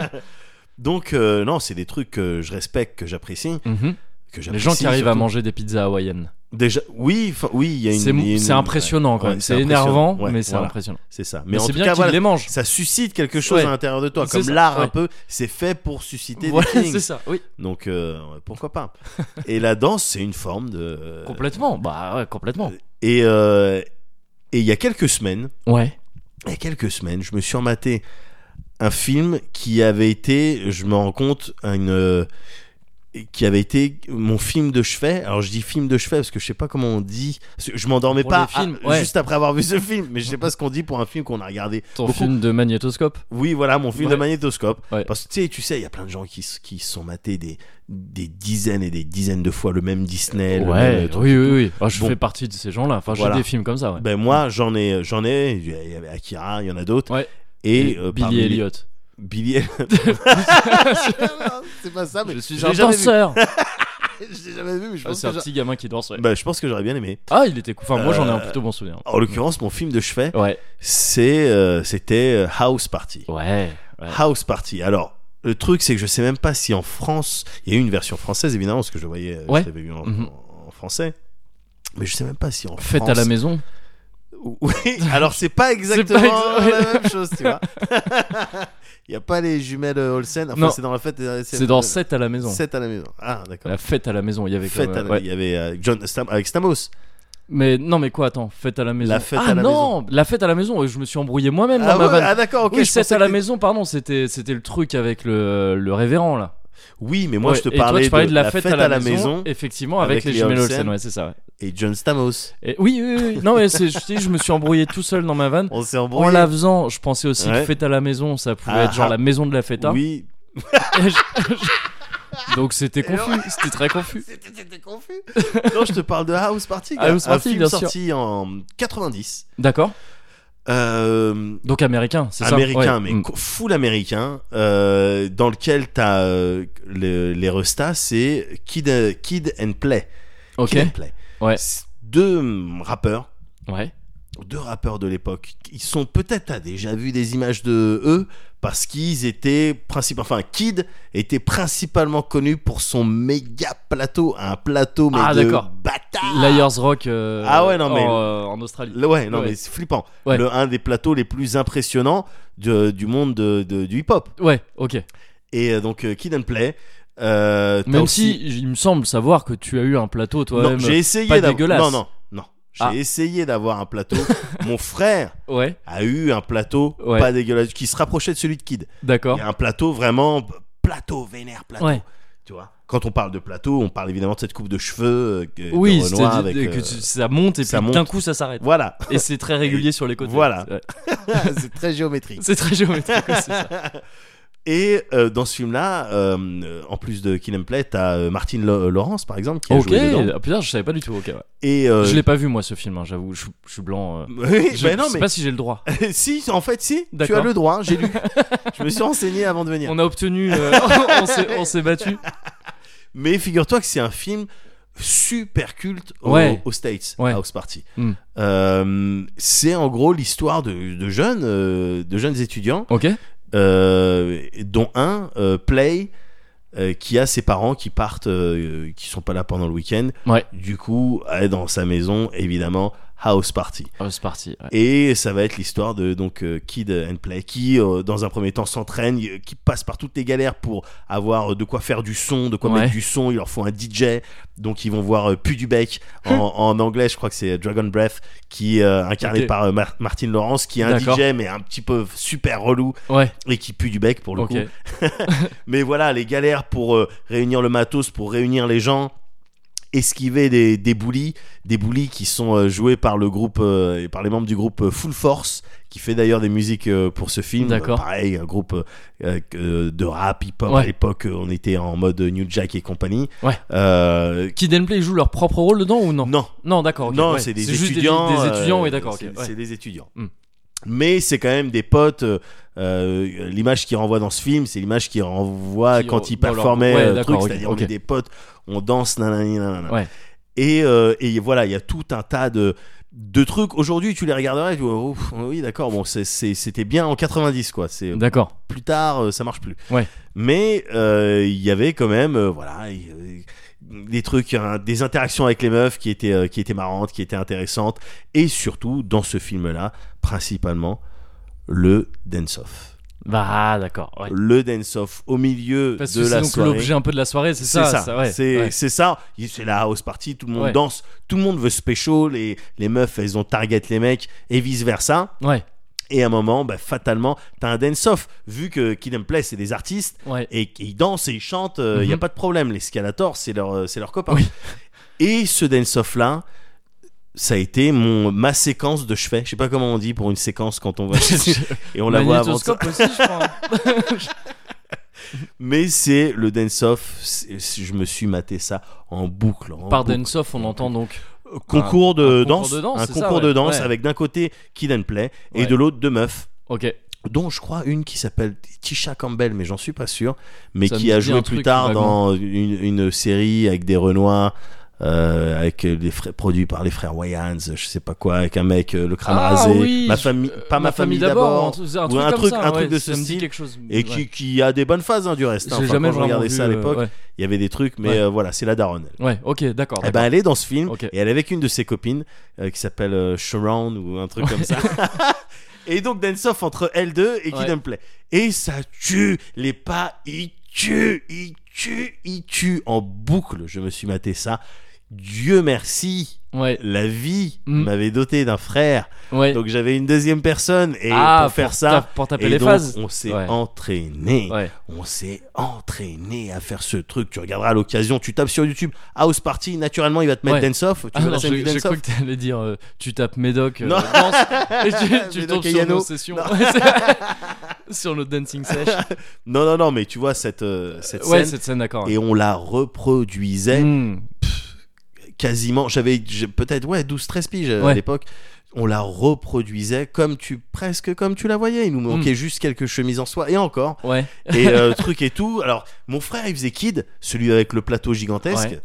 S2: Donc, euh, non, c'est des trucs que je respecte, que j'apprécie.
S1: je- Mhm.
S2: Que
S1: Les
S2: j'apprécie
S1: gens qui arrivent à
S2: surtout.
S1: manger des pizzas hawaïennes.
S2: Déjà, oui, enfin, oui, il y a une.
S1: C'est
S2: il y a
S1: mou-
S2: une-
S1: c'est impressionnant
S2: ouais,
S1: quand même.
S2: ouais,
S1: C'est
S2: impressionnant.
S1: énervant,
S2: Ouais,
S1: mais c'est
S2: voilà,
S1: impressionnant.
S2: C'est ça. Mais,
S1: Mais
S2: en
S1: c'est
S2: tout
S1: bien
S2: cas,
S1: qu'ils
S2: voilà,
S1: les mangent.
S2: ça suscite quelque chose
S1: Ouais.
S2: à l'intérieur de toi.
S1: C'est
S2: Comme
S1: ça,
S2: l'art
S1: ouais.
S2: un peu, c'est fait pour susciter
S1: Voilà,
S2: des
S1: c'est
S2: feelings.
S1: ça, oui.
S2: Donc, euh, pourquoi pas Et la danse, c'est une forme de. euh,
S1: Complètement, bah ouais, complètement.
S2: Et euh, et il y a quelques semaines,
S1: Ouais.
S2: il y a quelques semaines, je me suis rematé un film qui avait été, je me rends compte, une, euh, qui avait été mon film de chevet. Alors je dis film de chevet parce que je sais pas comment on dit. Parce que Je m'endormais
S1: Pour
S2: pas
S1: les films,
S2: à-
S1: ouais.
S2: juste après avoir vu ce film, mais je sais pas ce qu'on dit pour un film qu'on a regardé.
S1: Ton
S2: beaucoup.
S1: film de magnétoscope
S2: Oui, voilà, mon film
S1: Ouais.
S2: de magnétoscope.
S1: Ouais.
S2: Parce que tu sais, tu sais, il y a plein de gens qui s- qui se sont matés des des dizaines et des dizaines de fois le même Disney. le même
S1: Ouais,
S2: truc
S1: oui,
S2: et tout.
S1: oui, oui. Ah, je
S2: Bon.
S1: fais partie de ces gens-là. Enfin, j'ai
S2: Voilà.
S1: des films comme ça, ouais.
S2: Ben moi, j'en ai, j'en ai. Il y avait Akira, il y en a d'autres.
S1: Ouais.
S2: Et, euh,
S1: Billy
S2: parmi les-
S1: Elliot.
S2: Billy Non, c'est pas ça, mais
S1: Je suis
S2: l'ai
S1: un
S2: jamais vu.
S1: danseur
S2: Je l'ai jamais vu, mais je
S1: Ah,
S2: pense
S1: C'est un
S2: que j'a-
S1: petit gamin qui danse, ouais.
S2: Bah, je pense que j'aurais bien aimé.
S1: Ah, il était cool. Enfin, moi, j'en ai un
S2: Euh,
S1: plutôt bon souvenir.
S2: En l'occurrence, mon film de chevet,
S1: Ouais.
S2: c'est, euh, c'était euh, House Party.
S1: Ouais. ouais.
S2: House Party. Alors, le truc, c'est que je sais même pas si en France, il y a eu une version française, évidemment, parce que je voyais, euh,
S1: Ouais.
S2: je l'avais vu en,
S1: Mhm.
S2: en français. Mais je sais même pas si en
S1: Fête
S2: France.
S1: à la maison
S2: Oui, alors c'est pas exactement
S1: exa-
S2: la même chose, tu vois. Il n'y a pas les jumelles euh, Olsen. Enfin,
S1: Non.
S2: c'est dans la fête. euh,
S1: C'est dans 7 à la maison.
S2: 7 à la maison. Ah, d'accord.
S1: La fête à la maison, il y avait
S2: Fête
S1: quand
S2: à
S1: même-
S2: la-
S1: ouais.
S2: Il y avait euh, John Stam- avec Stamos.
S1: Mais non, mais quoi, attends, fête à la maison.
S2: La fête
S1: ah
S2: à la
S1: non, la fête à la maison, je me suis embrouillé moi-même dans
S2: ah,
S1: ma
S2: ouais,
S1: vanne.
S2: ah, d'accord, ok.
S1: oui,
S2: je
S1: 7
S2: pensais
S1: à la
S2: que-
S1: maison, pardon, c'était c'était le truc avec le, le révérend là.
S2: Oui, mais moi
S1: Ouais,
S2: je te
S1: et toi,
S2: parlais,
S1: tu de, la fête, à, la maison,
S2: maison
S1: effectivement, avec,
S2: avec
S1: les
S2: les
S1: jumelles
S2: Olsen.
S1: Olsen, ouais, c'est ça. ouais.
S2: et John Stamos.
S1: Et, oui, oui, oui, oui. non, mais c'est- je, sais, je me suis embrouillé tout seul dans ma vanne.
S2: On s'est
S1: En
S2: embrouillé.
S1: la faisant, je pensais aussi
S2: Ouais.
S1: que fête à la maison, ça pouvait
S2: Ah,
S1: être genre
S2: ah.
S1: la maison de la fête. hein.
S2: Oui,
S1: Et je- je- Donc c'était confus, c'était très confus.
S2: C'était c'était confus. non, je te parle de House Party. gars.
S1: House Party,
S2: un film
S1: bien sûr.
S2: sorti en 90.
S1: D'accord.
S2: Euh,
S1: Donc américain, c'est ça.
S2: américain,
S1: Ouais.
S2: mais
S1: Mm.
S2: co- full américain, euh, dans lequel t'as euh, le- les restas, c'est Kid, euh, Kid and Play.
S1: Ok.
S2: Kid and Play.
S1: Ouais.
S2: C'est Deux hum, rappeurs,
S1: Ouais.
S2: deux rappeurs de l'époque. Ils sont peut-être, t'as déjà vu des images de eux, parce qu'ils étaient principalement, enfin, Kid était principalement connu pour son méga plateau, un plateau mais
S1: Ah,
S2: de
S1: d'accord.
S2: bâtard.
S1: Layers Rock. euh,
S2: Ah ouais, non, mais-
S1: En, euh, en Australie.
S2: Le- Ouais, non,
S1: Ouais.
S2: mais c'est flippant.
S1: Ouais.
S2: Le, un des plateaux les plus impressionnants de- du monde de- de- du hip-hop.
S1: Ouais. Ok.
S2: Et euh, donc, euh, Kid and Play. Euh, t'as
S1: Même
S2: aussi-
S1: si j- il me semble savoir que tu as eu un plateau
S2: Non,
S1: toi-même.
S2: j'ai essayé
S1: pas
S2: d'avoir-
S1: dégueulasse.
S2: Non, non, non. J'ai
S1: Ah.
S2: essayé d'avoir un plateau. Mon frère
S1: Ouais.
S2: a eu un plateau
S1: Ouais.
S2: pas dégueulasse qui se rapprochait de celui de Kid.
S1: D'accord.
S2: Il y a un plateau vraiment plateau vénère plateau.
S1: Ouais.
S2: Tu vois. Quand on parle de plateau, on parle évidemment de cette coupe de cheveux euh,
S1: Oui,
S2: de
S1: c'est
S2: Renoir avec. euh,
S1: que tu- ça monte et
S2: ça
S1: puis d'un
S2: monte.
S1: coup ça s'arrête.
S2: Voilà,
S1: Et c'est très régulier sur les côtés.
S2: Voilà.
S1: Ouais.
S2: c'est très géométrique.
S1: C'est très géométrique. aussi, ça.
S2: Et euh, dans ce film-là, euh, euh, en plus de Kid and Play, t'as euh, Martine Lo- Lawrence par exemple qui a
S1: Ok.
S2: joué dedans.
S1: Ah, putain, je savais pas du tout. Ok. ouais.
S2: Et euh,
S1: Je l'ai pas vu moi ce film. hein, J'avoue, je, je suis blanc. euh.
S2: Oui,
S1: Je,
S2: bah non,
S1: je sais
S2: mais
S1: pas si j'ai le droit.
S2: si, en fait, si, tu
S1: D'accord.
S2: as le droit, j'ai lu. je me suis renseigné avant de venir.
S1: On a obtenu. euh, on s'est- on s'est battu.
S2: Mais figure-toi que c'est un film super culte au-
S1: Ouais.
S2: aux States,
S1: Ouais.
S2: House Party.
S1: Mm.
S2: Euh, c'est en gros l'histoire de, de jeunes, euh, de jeunes étudiants,
S1: Ok.
S2: euh, dont un, euh, Play, euh, qui a ses parents qui partent, euh, qui sont pas là pendant le week-end.
S1: Ouais.
S2: Du coup, est dans sa maison, évidemment, House Party.
S1: Oh, c'est parti. ouais.
S2: Et ça va être l'histoire de donc euh, Kid and Play qui euh, dans un premier temps s'entraîne, euh, qui passe par toutes les galères pour avoir euh, de quoi faire du son, de quoi
S1: Ouais.
S2: mettre du son. Il leur faut un DJ, donc ils vont voir euh, Pu du bec en, en anglais, je crois que c'est euh, Dragon Breath, qui euh, incarné
S1: Ok.
S2: par euh, Mar- Martin Lawrence, qui est un
S1: D'accord.
S2: DJ mais un petit peu super relou
S1: Ouais.
S2: et qui pue du bec pour le
S1: Ok.
S2: coup. Mais voilà, les galères pour euh, réunir le matos, pour réunir les gens, esquiver des, des bullies, des bullies qui sont euh, joués par le groupe, euh, et par les membres du groupe euh, Full Force, qui fait d'ailleurs des musiques euh, pour ce film.
S1: D'accord.
S2: Euh, pareil, un groupe euh, euh, que- de rap, hip-hop.
S1: Ouais.
S2: À l'époque, euh, on était en mode New Jack et compagnie.
S1: Ouais.
S2: Euh,
S1: Kid and Play joue leur propre rôle dedans ou non
S2: non,
S1: Non, d'accord. ok,
S2: non,
S1: ouais.
S2: c'est des
S1: juste
S2: étudiants.
S1: Des, des étudiants,
S2: euh,
S1: oui, d'accord. ok,
S2: C'est
S1: ouais.
S2: c'est des étudiants.
S1: Hmm.
S2: Mais c'est quand même des potes. euh, euh, l'image qui renvoie dans ce film, c'est l'image qui renvoie
S1: Qui-
S2: quand ils
S1: dans leur-
S2: performaient
S1: ouais,
S2: euh,
S1: d'accord,
S2: truc,
S1: ok,
S2: c'est-à-dire
S1: ok.
S2: on est des potes, on danse, nanani, nanana.
S1: Ouais.
S2: Et, euh, et voilà, il y a tout un tas de, de trucs. Aujourd'hui, tu les regarderas et tu vois, Ouf, oui, d'accord, bon, c'est- c'est- c'était bien en 90, quoi. C'est
S1: D'accord.
S2: plus tard, euh, ça marche plus.
S1: Ouais.
S2: Mais euh, il y avait quand même, euh, voilà, il y avait des trucs, hein, des interactions avec les meufs qui étaient, euh, qui étaient marrantes, qui étaient intéressantes. Et surtout, dans ce film-là, principalement, le dance-off.
S1: Bah, d'accord. ouais.
S2: Le dance-off au milieu
S1: Parce
S2: de
S1: que c'est
S2: la
S1: donc
S2: soirée.
S1: l'objet un peu de la soirée, c'est
S2: C'est
S1: ça.
S2: ça,
S1: ouais,
S2: c'est
S1: ouais.
S2: c'est ça. Il- C'est la house party, tout le monde
S1: Ouais.
S2: danse, tout le monde veut se pécho, les, les meufs elles ont target les mecs et vice versa.
S1: Ouais,
S2: Et à un moment, bah, fatalement, t'as un dance-off. Vu que Kid and Play c'est des artistes,
S1: ouais.
S2: et, et ils dansent et ils chantent, il
S1: Mhm.
S2: n'y a pas de problème. Les Scalator, c'est leur, euh, c'est leur copain.
S1: Oui.
S2: Et ce dance-off là, ça a été mon, ma séquence de chevet. Je sais pas comment on dit pour une séquence quand on va. et on la voit avant ça.
S1: Magnétoscope aussi, je crois.
S2: Mais c'est le dance-off. c'est- c'est- Je me suis maté ça en boucle. en
S1: Par
S2: boucle.
S1: dance off, on entend donc.
S2: Concours
S1: un concours
S2: de danse.
S1: de danse,
S2: Un
S1: c'est ça,
S2: concours
S1: ouais.
S2: de danse
S1: Ouais.
S2: avec d'un côté Kid and Play et
S1: Ouais.
S2: de l'autre deux meufs.
S1: Ok.
S2: dont je crois une qui s'appelle Tisha Campbell, mais j'en suis pas sûr, mais
S1: Ça me
S2: qui
S1: dit
S2: a
S1: un
S2: joué
S1: truc
S2: plus tard
S1: vaguement.
S2: dans une, une série avec des Renois, euh, avec les frais produits par les frères Wayans, je sais pas quoi, avec un mec euh, le crâne
S1: Ah
S2: rasé,
S1: oui,
S2: ma
S1: je-
S2: famille,
S1: euh,
S2: pas ma, famille,
S1: un
S2: d'abord,
S1: truc, un
S2: ou
S1: truc,
S2: un
S1: comme
S2: truc-
S1: ça,
S2: un
S1: ouais,
S2: truc de
S1: ça me dit
S2: samedi,
S1: quelque chose.
S2: et
S1: ouais.
S2: qui, qui a des bonnes phases hein, du reste. hein.
S1: J'ai
S2: Enfin,
S1: jamais
S2: quand je
S1: vraiment
S2: regardais
S1: vu,
S2: ça à
S1: euh,
S2: l'époque,
S1: ouais.
S2: il y avait des trucs, mais
S1: Ouais.
S2: euh, voilà, c'est la daronne. elle.
S1: Ouais, ok, d'accord.
S2: Eh ben, elle est dans ce film
S1: Ok.
S2: et elle est avec une de ses copines euh, qui s'appelle euh, Sharon ou un truc comme ça. et donc dance off entre elles deux et
S1: Ouais.
S2: Kid and Play. Et ça tue, les pas, ils tuent, ils tuent, ils tuent en boucle. Je me suis maté ça. Dieu merci,
S1: d'accord. ouais,
S2: la vie
S1: Mm.
S2: m'avait doté d'un frère.
S1: ouais.
S2: Donc j'avais une deuxième personne et
S1: ah,
S2: pour faire
S1: ta-
S2: ça.
S1: pour taper
S2: et
S1: les
S2: donc,
S1: phases.
S2: on s'est
S1: Ouais.
S2: entraîné
S1: Ouais.
S2: on s'est entraîné à faire ce truc. Tu regarderas à l'occasion, tu tapes sur YouTube House Party, naturellement il va te mettre
S1: Ouais.
S2: Dance Off. Tu
S1: Ah
S2: veux
S1: non,
S2: la scène
S1: j'ai
S2: du
S1: j'ai
S2: Dance
S1: cru
S2: Off
S1: que t'allais dire euh, tu tapes Médoc euh,
S2: Non.
S1: danse, et tu, tu
S2: Médoc
S1: tombes
S2: et
S1: sur
S2: Yano.
S1: nos sessions
S2: Non.
S1: Ouais, c'est- sur notre dancing sesh
S2: Non, non, non, mais tu vois cette, euh, cette
S1: ouais
S2: scène.
S1: cette scène d'accord ouais.
S2: Et on la reproduisait
S1: Hmm.
S2: quasiment. J'avais j'ai peut-être ouais, 12-13 piges euh,
S1: Ouais.
S2: à l'époque. On la reproduisait comme tu, presque comme tu la voyais. Il nous
S1: Mm.
S2: manquait juste quelques chemises en soie. Et encore.
S1: ouais
S2: et euh, truc et tout. Alors, mon frère, il faisait Kid, celui avec le plateau gigantesque.
S1: Ouais.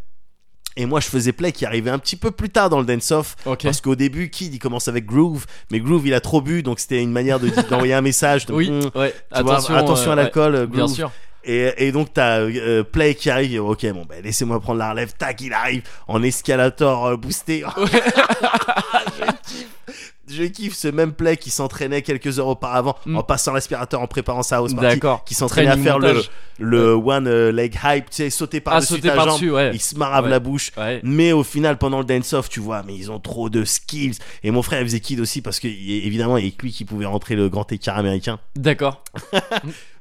S2: Et moi, je faisais Play qui arrivait un petit peu plus tard dans le dance-off.
S1: ok
S2: Parce qu'au début, Kid, il commence avec Groove. Mais Groove, il a trop bu, donc c'était une manière de d'envoyer un message. de,
S1: oui
S2: hmm, tu
S1: ouais
S2: vois,
S1: attention
S2: attention
S1: euh,
S2: à l'alcool, euh,
S1: ouais, bien
S2: Groove.
S1: sûr
S2: Et, et donc, t'as euh, Play qui arrive. et, ok, bon, ben, laissez-moi prendre la relève. Tac, il arrive en escalator euh, boosté. je kiffe ce même Play qui s'entraînait quelques heures auparavant
S1: Mm.
S2: en passant l'aspirateur, en préparant sa house party.
S1: d'accord
S2: Qui s'entraînait à
S1: Training
S2: faire le,
S1: montage.
S2: le one euh, leg hype, tu sais, sauter
S1: ah
S2: par-dessus
S1: sauter
S2: ta
S1: par
S2: jambe.
S1: dessus ouais
S2: Il se marave
S1: Ouais.
S2: la bouche.
S1: ouais
S2: Mais au final, pendant le dance-off, tu vois, mais ils ont trop de skills. Et mon frère, il faisait kid aussi parce que, il- évidemment, il y a que lui qui pouvait rentrer le grand écart américain.
S1: d'accord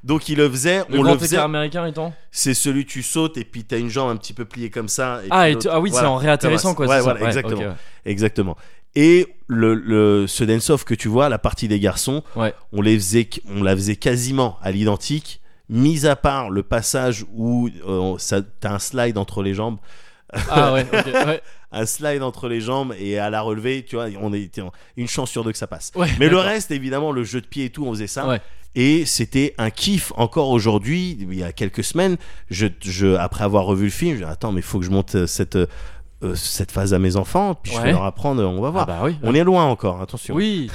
S2: Donc il le faisait,
S1: le
S2: on
S1: grand
S2: le faisait.
S1: écart américain étant
S2: C'est celui tu sautes et puis t'as une jambe un petit peu pliée comme ça. et
S1: ah
S2: puis
S1: et
S2: l'autre-
S1: tu- ah oui c'est
S2: voilà.
S1: en réatterrissant quoi
S2: Ouais,
S1: c'est ça
S2: voilà,
S1: ouais,
S2: exactement.
S1: ok, ouais.
S2: Exactement. Et le, le- ce dance-off que tu vois, la partie des garçons,
S1: Ouais.
S2: on, les faisait, on la faisait quasiment à l'identique, mis à part le passage où euh, ça- t'as un slide entre les jambes,
S1: ah ouais ok ouais
S2: un slide entre les jambes et à la relevée, tu vois, on était en- une chance sur deux que ça passe.
S1: Ouais,
S2: Mais le
S1: d'accord.
S2: reste, évidemment, le jeu de pied et tout, on faisait ça.
S1: Ouais.
S2: Et c'était un kiff encore aujourd'hui, il y a quelques semaines, je, je- après avoir revu le film, je dis, attends, mais il faut que je monte euh, cette, euh, cette phase à mes enfants, puis je
S1: Ouais.
S2: vais leur apprendre, on va voir.
S1: ah bah oui
S2: On est loin encore, attention.
S1: oui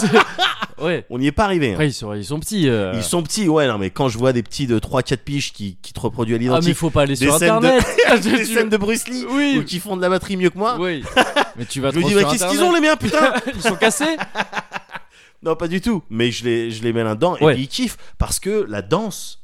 S1: C'est- ouais
S2: On n'y est pas arrivé. hein.
S1: après ils sont ils sont petits euh.
S2: Ils sont petits, ouais, non, mais quand je vois des petits de 3-4 piges qui, qui te reproduisent à
S1: ah mais
S2: l'identique,
S1: faut pas aller
S2: Des
S1: sur
S2: scènes de-
S1: internet
S2: des scènes de Bruce Lee,
S1: oui
S2: ou qui font de la batterie mieux que moi,
S1: Oui. Mais tu vas
S2: je me
S1: trop
S2: dis,
S1: sur
S2: mais qu'est-ce qu'ils ont
S1: Internet.
S2: les miens, putain
S1: Ils sont cassés
S2: Non, pas du tout. Mais je les, je les mets là-dedans et
S1: Ouais.
S2: puis ils kiffent parce que la danse.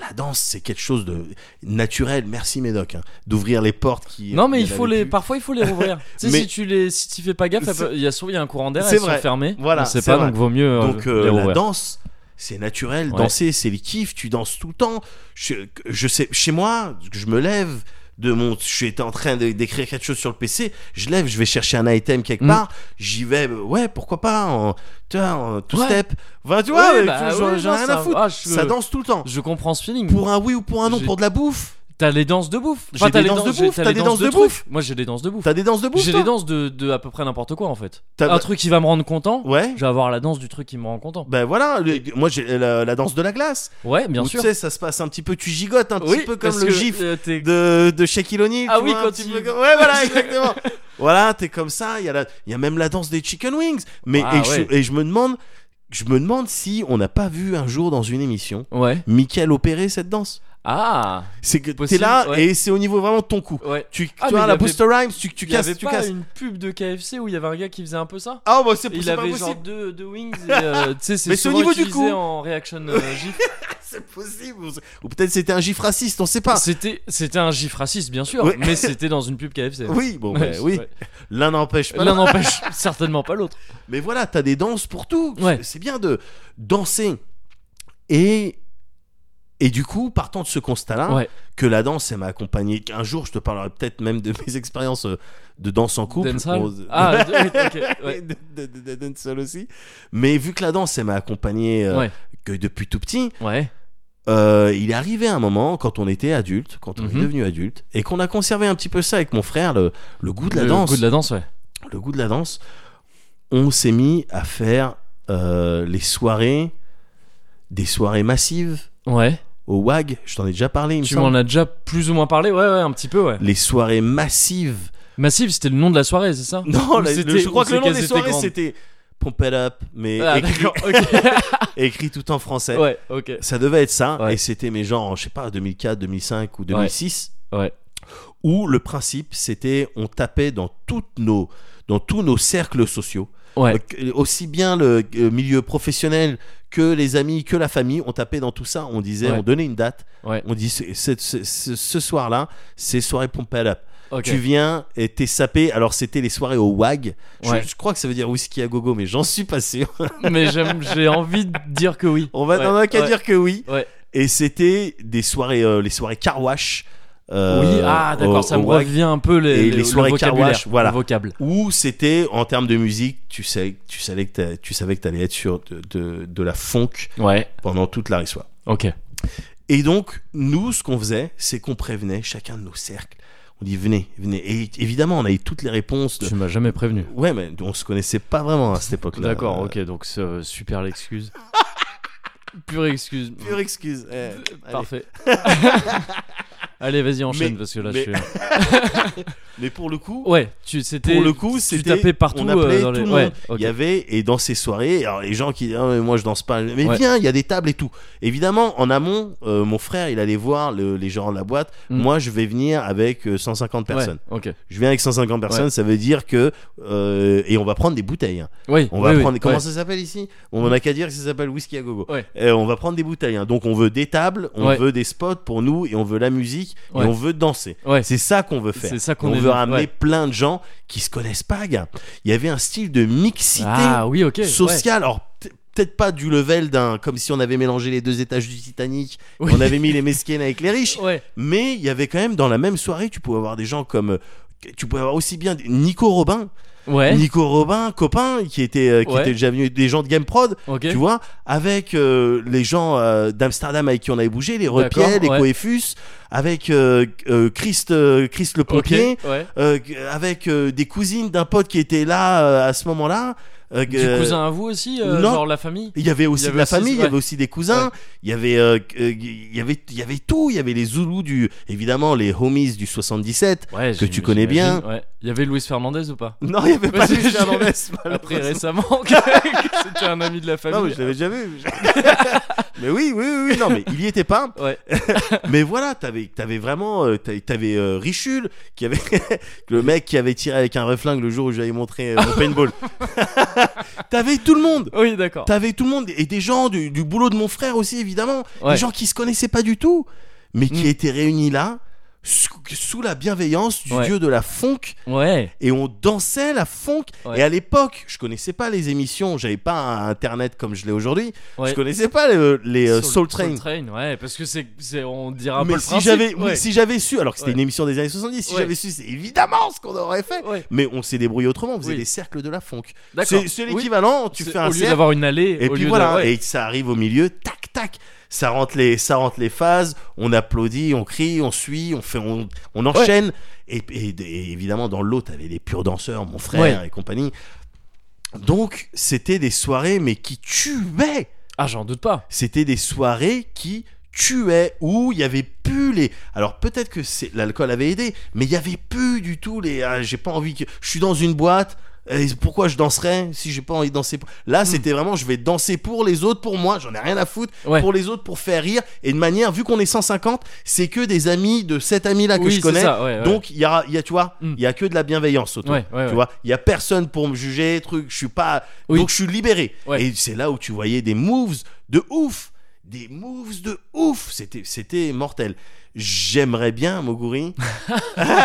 S2: La danse, c'est quelque chose de naturel. Merci Médoc, hein, d'ouvrir les portes qui.
S1: Non, mais
S2: qui
S1: il faut
S2: n'avaient
S1: les.
S2: plus.
S1: Parfois, il faut les rouvrir. tu sais,
S2: Mais-
S1: si tu les, si tu fais pas gaffe, elles
S2: C'est-
S1: peuvent- il y a souvent il y a un courant d'air.
S2: C'est
S1: Elles sont
S2: vrai.
S1: fermées.
S2: Voilà,
S1: On sait
S2: c'est
S1: pas,
S2: vrai.
S1: donc vaut mieux. euh,
S2: Donc euh,
S1: les
S2: la
S1: rouvrir.
S2: danse, c'est naturel.
S1: Ouais.
S2: Danser, c'est les kiffs. Tu danses tout le temps. Je, je sais, chez moi, je me lève de mon. J'étais en train de- d'écrire quelque chose sur le PC. Je lève, je vais chercher un item quelque
S1: Mm.
S2: part. J'y vais. euh, Ouais, pourquoi pas en, tu vois, en two
S1: Ouais.
S2: step. Enfin, tu
S1: Ouais,
S2: vois, euh,
S1: bah,
S2: j'en-
S1: ouais,
S2: j'en
S1: non,
S2: ai rien
S1: ça-
S2: à foutre.
S1: ah, je-
S2: Ça danse tout le temps.
S1: Je comprends ce feeling.
S2: Pour un oui ou pour un non,
S1: J'ai-
S2: pour de la bouffe.
S1: T'as les danses de bouffe.
S2: J'ai
S1: t'as
S2: des
S1: les
S2: danses de
S1: j'ai-
S2: bouffe,
S1: t'as les danses de bouffe. Moi, j'ai des danses de bouffe.
S2: T'as des danses de bouffe
S1: J'ai
S2: toi
S1: les danses de, de à peu près n'importe quoi en fait.
S2: T'as-
S1: Un truc qui va me rendre content.
S2: Ouais.
S1: Je vais avoir la danse du truc qui me rend content.
S2: Ben voilà, le- moi j'ai la, la danse de la glace.
S1: Ouais, bien
S2: Où,
S1: sûr.
S2: Tu sais, ça se passe un petit peu, tu gigotes un petit
S1: Oui,
S2: peu
S1: parce
S2: comme le
S1: que,
S2: gif
S1: euh, t'es-
S2: de, de Shaquille O'Neal.
S1: Ah
S2: tu
S1: oui,
S2: vois, un
S1: quand
S2: petit
S1: il-
S2: peu comme- Ouais, voilà, exactement. voilà, t'es comme ça. Il y, a la- il y a même la danse des chicken wings. Mais
S1: Ah
S2: et,
S1: ouais.
S2: je, et je me demande, je me demande si on n'a pas vu un jour dans une émission
S1: Ouais.
S2: Michael opérer cette danse.
S1: Ah.
S2: C'est que t'es
S1: Possible,
S2: là
S1: ouais.
S2: et c'est au niveau vraiment de ton cou.
S1: Ouais.
S2: Tu,
S1: Ah,
S2: tu
S1: mais
S2: vois,
S1: il
S2: la
S1: avait-
S2: Booster Rhymes, tu, tu
S1: Il y avait
S2: casses, tu
S1: pas
S2: casses.
S1: une pub de KFC où il y avait un gars qui faisait un peu ça.
S2: Ah bon, c'est
S1: Et
S2: c'est
S1: Il
S2: pas
S1: avait
S2: possible.
S1: genre deux, deux wings et euh, tu sais c'est
S2: Mais c'est au
S1: souvent
S2: niveau du
S1: utilisé
S2: cou.
S1: en reaction euh, gif.
S2: C'est possible. Ou peut-être c'était un gif raciste, on sait pas.
S1: C'était c'était un gif raciste bien sûr,
S2: Ouais.
S1: mais c'était dans une pub KFC.
S2: Oui, bon,
S1: Ouais,
S2: ben, oui.
S1: ouais.
S2: L'un n'empêche pas.
S1: L'un n'empêche certainement pas l'autre.
S2: Mais voilà, t'as des danses pour tout.
S1: Ouais.
S2: C'est- C'est bien de danser. Et et du coup, partant de ce constat-là,
S1: Ouais.
S2: que la danse, elle m'a accompagné. Un jour, je te parlerai peut-être même de mes expériences euh, de danse en couple.
S1: Dancehall
S2: Bon, euh,
S1: Ah d- ok.
S2: et
S1: Ouais.
S2: de, de- de- de dancehall aussi. Mais vu que la danse, elle m'a accompagné euh,
S1: Ouais.
S2: que depuis tout petit,
S1: Ouais.
S2: euh, il est arrivé un moment quand on était adulte, quand on
S1: Mhm.
S2: est devenu adulte, et qu'on a conservé un petit peu ça avec mon frère, le, le goût de la
S1: Le
S2: danse.
S1: goût de la danse ouais.
S2: Le goût de la danse. On s'est mis à faire euh, les soirées, des soirées massives
S1: Ouais.
S2: au WAG, je t'en ai déjà parlé, il me
S1: Tu
S2: semble.
S1: m'en as déjà plus ou moins parlé, ouais, ouais, un petit peu, ouais.
S2: Les soirées massives.
S1: Massive, c'était le nom de la soirée, c'est ça
S2: Non,
S1: Ou
S2: la- le-
S1: c'était-
S2: je crois
S1: ou
S2: que le
S1: c'est
S2: nom
S1: qu'elles
S2: des
S1: étaient
S2: soirées,
S1: grandes
S2: c'était Pump It Up, mais
S1: Ah,
S2: écrit,
S1: d'accord, ok.
S2: écrit tout en français.
S1: ouais, ok.
S2: Ça devait être ça,
S1: Ouais.
S2: et c'était mes genre, je sais pas, 2004, 2005 ou 2006,
S1: Ouais.
S2: où le principe, c'était on tapait dans, toutes nos, dans tous nos cercles sociaux.
S1: Ouais.
S2: Euh, aussi bien le euh, milieu professionnel que les amis, que la famille, on tapait dans tout ça, on disait,
S1: Ouais.
S2: on donnait une date,
S1: Ouais.
S2: on dit ce, ce- ce- ce- ce soir-là, c'est soirée Pump It Up.
S1: Ok.
S2: Tu viens et t'es sapé. Alors c'était les soirées au WAG. Je,
S1: Ouais.
S2: je crois que ça veut dire whisky à gogo, mais j'en suis pas sûr.
S1: Mais j'aime- j'ai envie de dire que oui.
S2: On va
S1: Ouais,
S2: on a qu'à
S1: ouais.
S2: dire que oui.
S1: Ouais.
S2: Et c'était des soirées, euh, les soirées euh, carwash.
S1: Oui, ah d'accord, ça me revient un peu les,
S2: Et les
S1: le
S2: soirées
S1: vocabulaire,
S2: car wash, voilà.
S1: le vocable.
S2: Où c'était en termes de musique, tu sais, tu savais que t'as- tu savais que t'allais être sur de, de, de la funk
S1: Ouais,
S2: pendant toute la soirée.
S1: ok.
S2: Et donc, nous, ce qu'on faisait, c'est qu'on prévenait chacun de nos cercles. On dit, venez, venez. Et évidemment, on a eu toutes les réponses. de-
S1: Tu m'as jamais prévenu.
S2: Ouais, mais on se connaissait pas vraiment à cette époque-là.
S1: D'accord, ok, donc euh, super l'excuse. Pure excuse.
S2: Pure excuse. Eh, allez.
S1: Parfait. Allez, vas-y, enchaîne
S2: Mais-
S1: parce que là
S2: mais-
S1: je suis.
S2: Mais pour le coup,
S1: Ouais, tu c'était.
S2: pour le coup,
S1: tu
S2: c'était
S1: tapais partout
S2: on appelait
S1: euh, dans les.
S2: tout le
S1: ouais,
S2: monde.
S1: ok.
S2: Il y avait et dans ces soirées, alors les gens qui disaient Ah, mais moi je danse pas, mais
S1: Ouais.
S2: viens, il y a des tables et tout. Évidemment, en amont, euh, mon frère, il allait voir le- les gens de la boîte.
S1: Mm.
S2: Moi, je vais venir avec euh, 150
S1: Ouais,
S2: personnes.
S1: ok.
S2: Je viens avec 150 personnes, ça veut dire que euh, et on va prendre des bouteilles. hein.
S1: Oui.
S2: On va
S1: oui, oui,
S2: prendre comment
S1: ouais.
S2: ça s'appelle ici On n'a qu'à dire que ça s'appelle whisky à gogo.
S1: Ouais.
S2: Euh, on va prendre des bouteilles. hein. Donc on veut des tables, on
S1: Ouais.
S2: veut des spots pour nous et on veut la musique
S1: Ouais.
S2: et on veut danser.
S1: Ouais.
S2: C'est ça qu'on veut faire.
S1: C'est ça qu'on
S2: on
S1: est
S2: veut
S1: venu-
S2: ramener
S1: ouais.
S2: plein de gens qui se connaissent pas, gars. Il y avait un style de mixité
S1: Ah oui, ok. ouais.
S2: sociale. Alors peut- peut-être pas du level d'un comme si on avait mélangé les deux étages du Titanic,
S1: Oui.
S2: on avait mis les mesquines avec les riches,
S1: Ouais.
S2: mais il y avait quand même dans la même soirée, tu pouvais avoir des gens comme tu pouvais avoir aussi bien Nico Robin,
S1: Ouais.
S2: Nico Robin, copain qui était euh, qui
S1: Ouais.
S2: était déjà venu des gens de Game Prod,
S1: Ok.
S2: tu vois, avec euh, les gens euh, d'Amsterdam avec qui on avait bougé, les Repiel, les
S1: ouais.
S2: Coefus, avec euh, euh, Christ, euh, Christ le
S1: Ok.
S2: pompier,
S1: Ouais.
S2: euh, avec euh, des cousines d'un pote qui était là euh, à ce moment-là. euh,
S1: Du
S2: euh,
S1: cousin à vous aussi, euh,
S2: non.
S1: genre la famille.
S2: Il y avait aussi
S1: Il y
S2: de
S1: avait
S2: la
S1: aussi-
S2: famille, il y
S1: ouais.
S2: avait aussi des cousins,
S1: Ouais.
S2: il y avait, euh, euh, il y avait, il y avait tout, il y avait les Zoulous du, évidemment les homies du 77.
S1: Ouais.
S2: Que
S1: j'im-
S2: tu connais
S1: j'imagine,
S2: bien.
S1: ouais. Il y avait Luis Fernandez ou pas
S2: Non, il y avait
S1: Ouais,
S2: pas
S1: c'est-
S2: les Fernandez.
S1: Après
S2: malheureusement.
S1: récemment, que que c'était un ami de la
S2: Non, mais
S1: famille.
S2: je l'avais déjà vu. mais oui, oui, oui, oui, non, mais il y était pas.
S1: Ouais.
S2: mais voilà, t'avais, t'avais vraiment, euh, t'avais, t'avais, euh, Richul, qui avait, le mec qui avait tiré avec un reflingue le jour où j'avais montré euh, mon paintball. t'avais tout le monde.
S1: Oui, d'accord.
S2: T'avais tout le monde et des gens du, du boulot de mon frère aussi évidemment,
S1: Ouais.
S2: des gens qui se connaissaient pas du tout, mais qui
S1: Mm.
S2: étaient réunis là sous, sous la bienveillance du
S1: Ouais.
S2: dieu de la funk
S1: Ouais.
S2: et on dansait la funk.
S1: Ouais.
S2: Et à l'époque, je connaissais pas les émissions, j'avais pas un internet comme je l'ai aujourd'hui,
S1: Ouais.
S2: je connaissais pas les, les, euh, Soul, Train.
S1: ouais, parce que c'est, c'est- on dira
S2: Mais
S1: pas le
S2: si
S1: principe,
S2: j'avais,
S1: ouais.
S2: si j'avais su, alors que c'était
S1: Ouais.
S2: une émission des années 70, si
S1: Ouais.
S2: j'avais su, c'est évidemment ce qu'on aurait fait.
S1: Ouais.
S2: Mais on s'est débrouillé autrement, on faisait
S1: Oui.
S2: les cercles de la funk.
S1: D'accord.
S2: C'est, c'est
S1: Oui.
S2: l'équivalent, tu
S1: C'est-
S2: fais un
S1: au lieu
S2: cercle.
S1: d'avoir une allée,
S2: Et
S1: au
S2: puis
S1: lieu
S2: voilà,
S1: de- ouais.
S2: et ça arrive au milieu, tac tac, ça rentre les, ça rentre les phases, on applaudit, on crie, on suit, on fait, on, on enchaîne. Et, et- et évidemment dans l'eau, t'avais les purs danseurs, mon frère et compagnie. Donc c'était des soirées mais qui tuaient.
S1: Ah, j'en doute pas.
S2: C'était des soirées qui tuaient où il y avait plus les. Alors peut-être que c'est l'alcool avait aidé, mais il y avait plus du tout les. ah, j'ai pas envie que. Je suis dans une boîte. et pourquoi je danserais si j'ai pas envie de danser pour...
S1: Hmm.
S2: Là, c'était vraiment je vais danser pour les autres, pour moi, j'en ai rien à foutre,
S1: Ouais.
S2: pour les autres, pour faire rire. Et de manière, vu qu'on est 150, c'est que des amis de cet ami là que
S1: Oui,
S2: je
S1: c'est
S2: connais.
S1: ça, ouais, ouais.
S2: Donc il y a, il y a, tu vois, il
S1: Mm.
S2: y a que de la bienveillance autour.
S1: Ouais, ouais,
S2: tu
S1: ouais.
S2: vois, il y a personne pour me juger, truc. Je suis pas,
S1: Oui.
S2: donc je suis libéré.
S1: Ouais.
S2: Et c'est là où tu voyais des moves de ouf, des moves de ouf. C'était, c'était mortel. J'aimerais bien Moguri.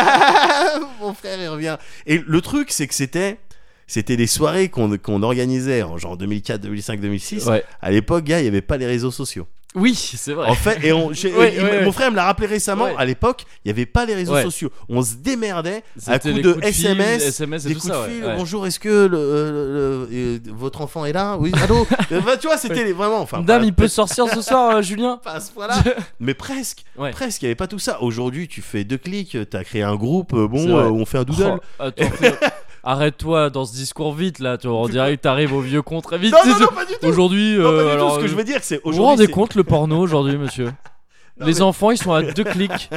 S2: Mon frère il revient. Et le truc c'est que c'était, c'était des soirées qu'on qu'on organisait en genre 2004, 2005, 2006.
S1: Ouais.
S2: À l'époque, gars, il y avait pas les réseaux sociaux.
S1: Oui, c'est vrai.
S2: En fait, et on, j'ai-
S1: Ouais,
S2: il-
S1: ouais,
S2: mon
S1: ouais.
S2: frère me l'a rappelé récemment.
S1: Ouais.
S2: À l'époque, il n'y avait pas les réseaux
S1: Ouais.
S2: sociaux. On se démerdait à
S1: C'était
S2: coups
S1: les
S2: de,
S1: coups de fil,
S2: SMS,
S1: SMS et
S2: des
S1: tout
S2: coups
S1: ça,
S2: de
S1: ouais,
S2: fil.
S1: ouais.
S2: Bonjour, est-ce que le, euh, le- le- euh, votre enfant est là Oui. Allô. Euh, bah, tu vois, c'était les- vraiment. Enfin,
S1: Dame,
S2: voilà,
S1: il peut sortir ce soir, euh, Julien
S2: pas à ce point-là, mais presque.
S1: Ouais.
S2: Presque. Il n'y avait pas tout ça. Aujourd'hui, tu fais deux clics. Tu as créé un groupe. euh, Bon,
S1: C'est vrai.
S2: euh, on fait un doodle.
S1: Oh, attends, fais- Arrête-toi dans ce discours vite là, tu on dirait que t'arrives au vieux con très vite.
S2: Non, non, non, pas du tout.
S1: Aujourd'hui,
S2: Non, pas
S1: euh,
S2: du tout.
S1: alors,
S2: Ce que
S1: euh,
S2: je veux dire, c'est
S1: vous
S2: aujourd'hui.
S1: vous rendez
S2: c'est-
S1: compte le porno aujourd'hui, monsieur Les enfants, ils sont à deux clics.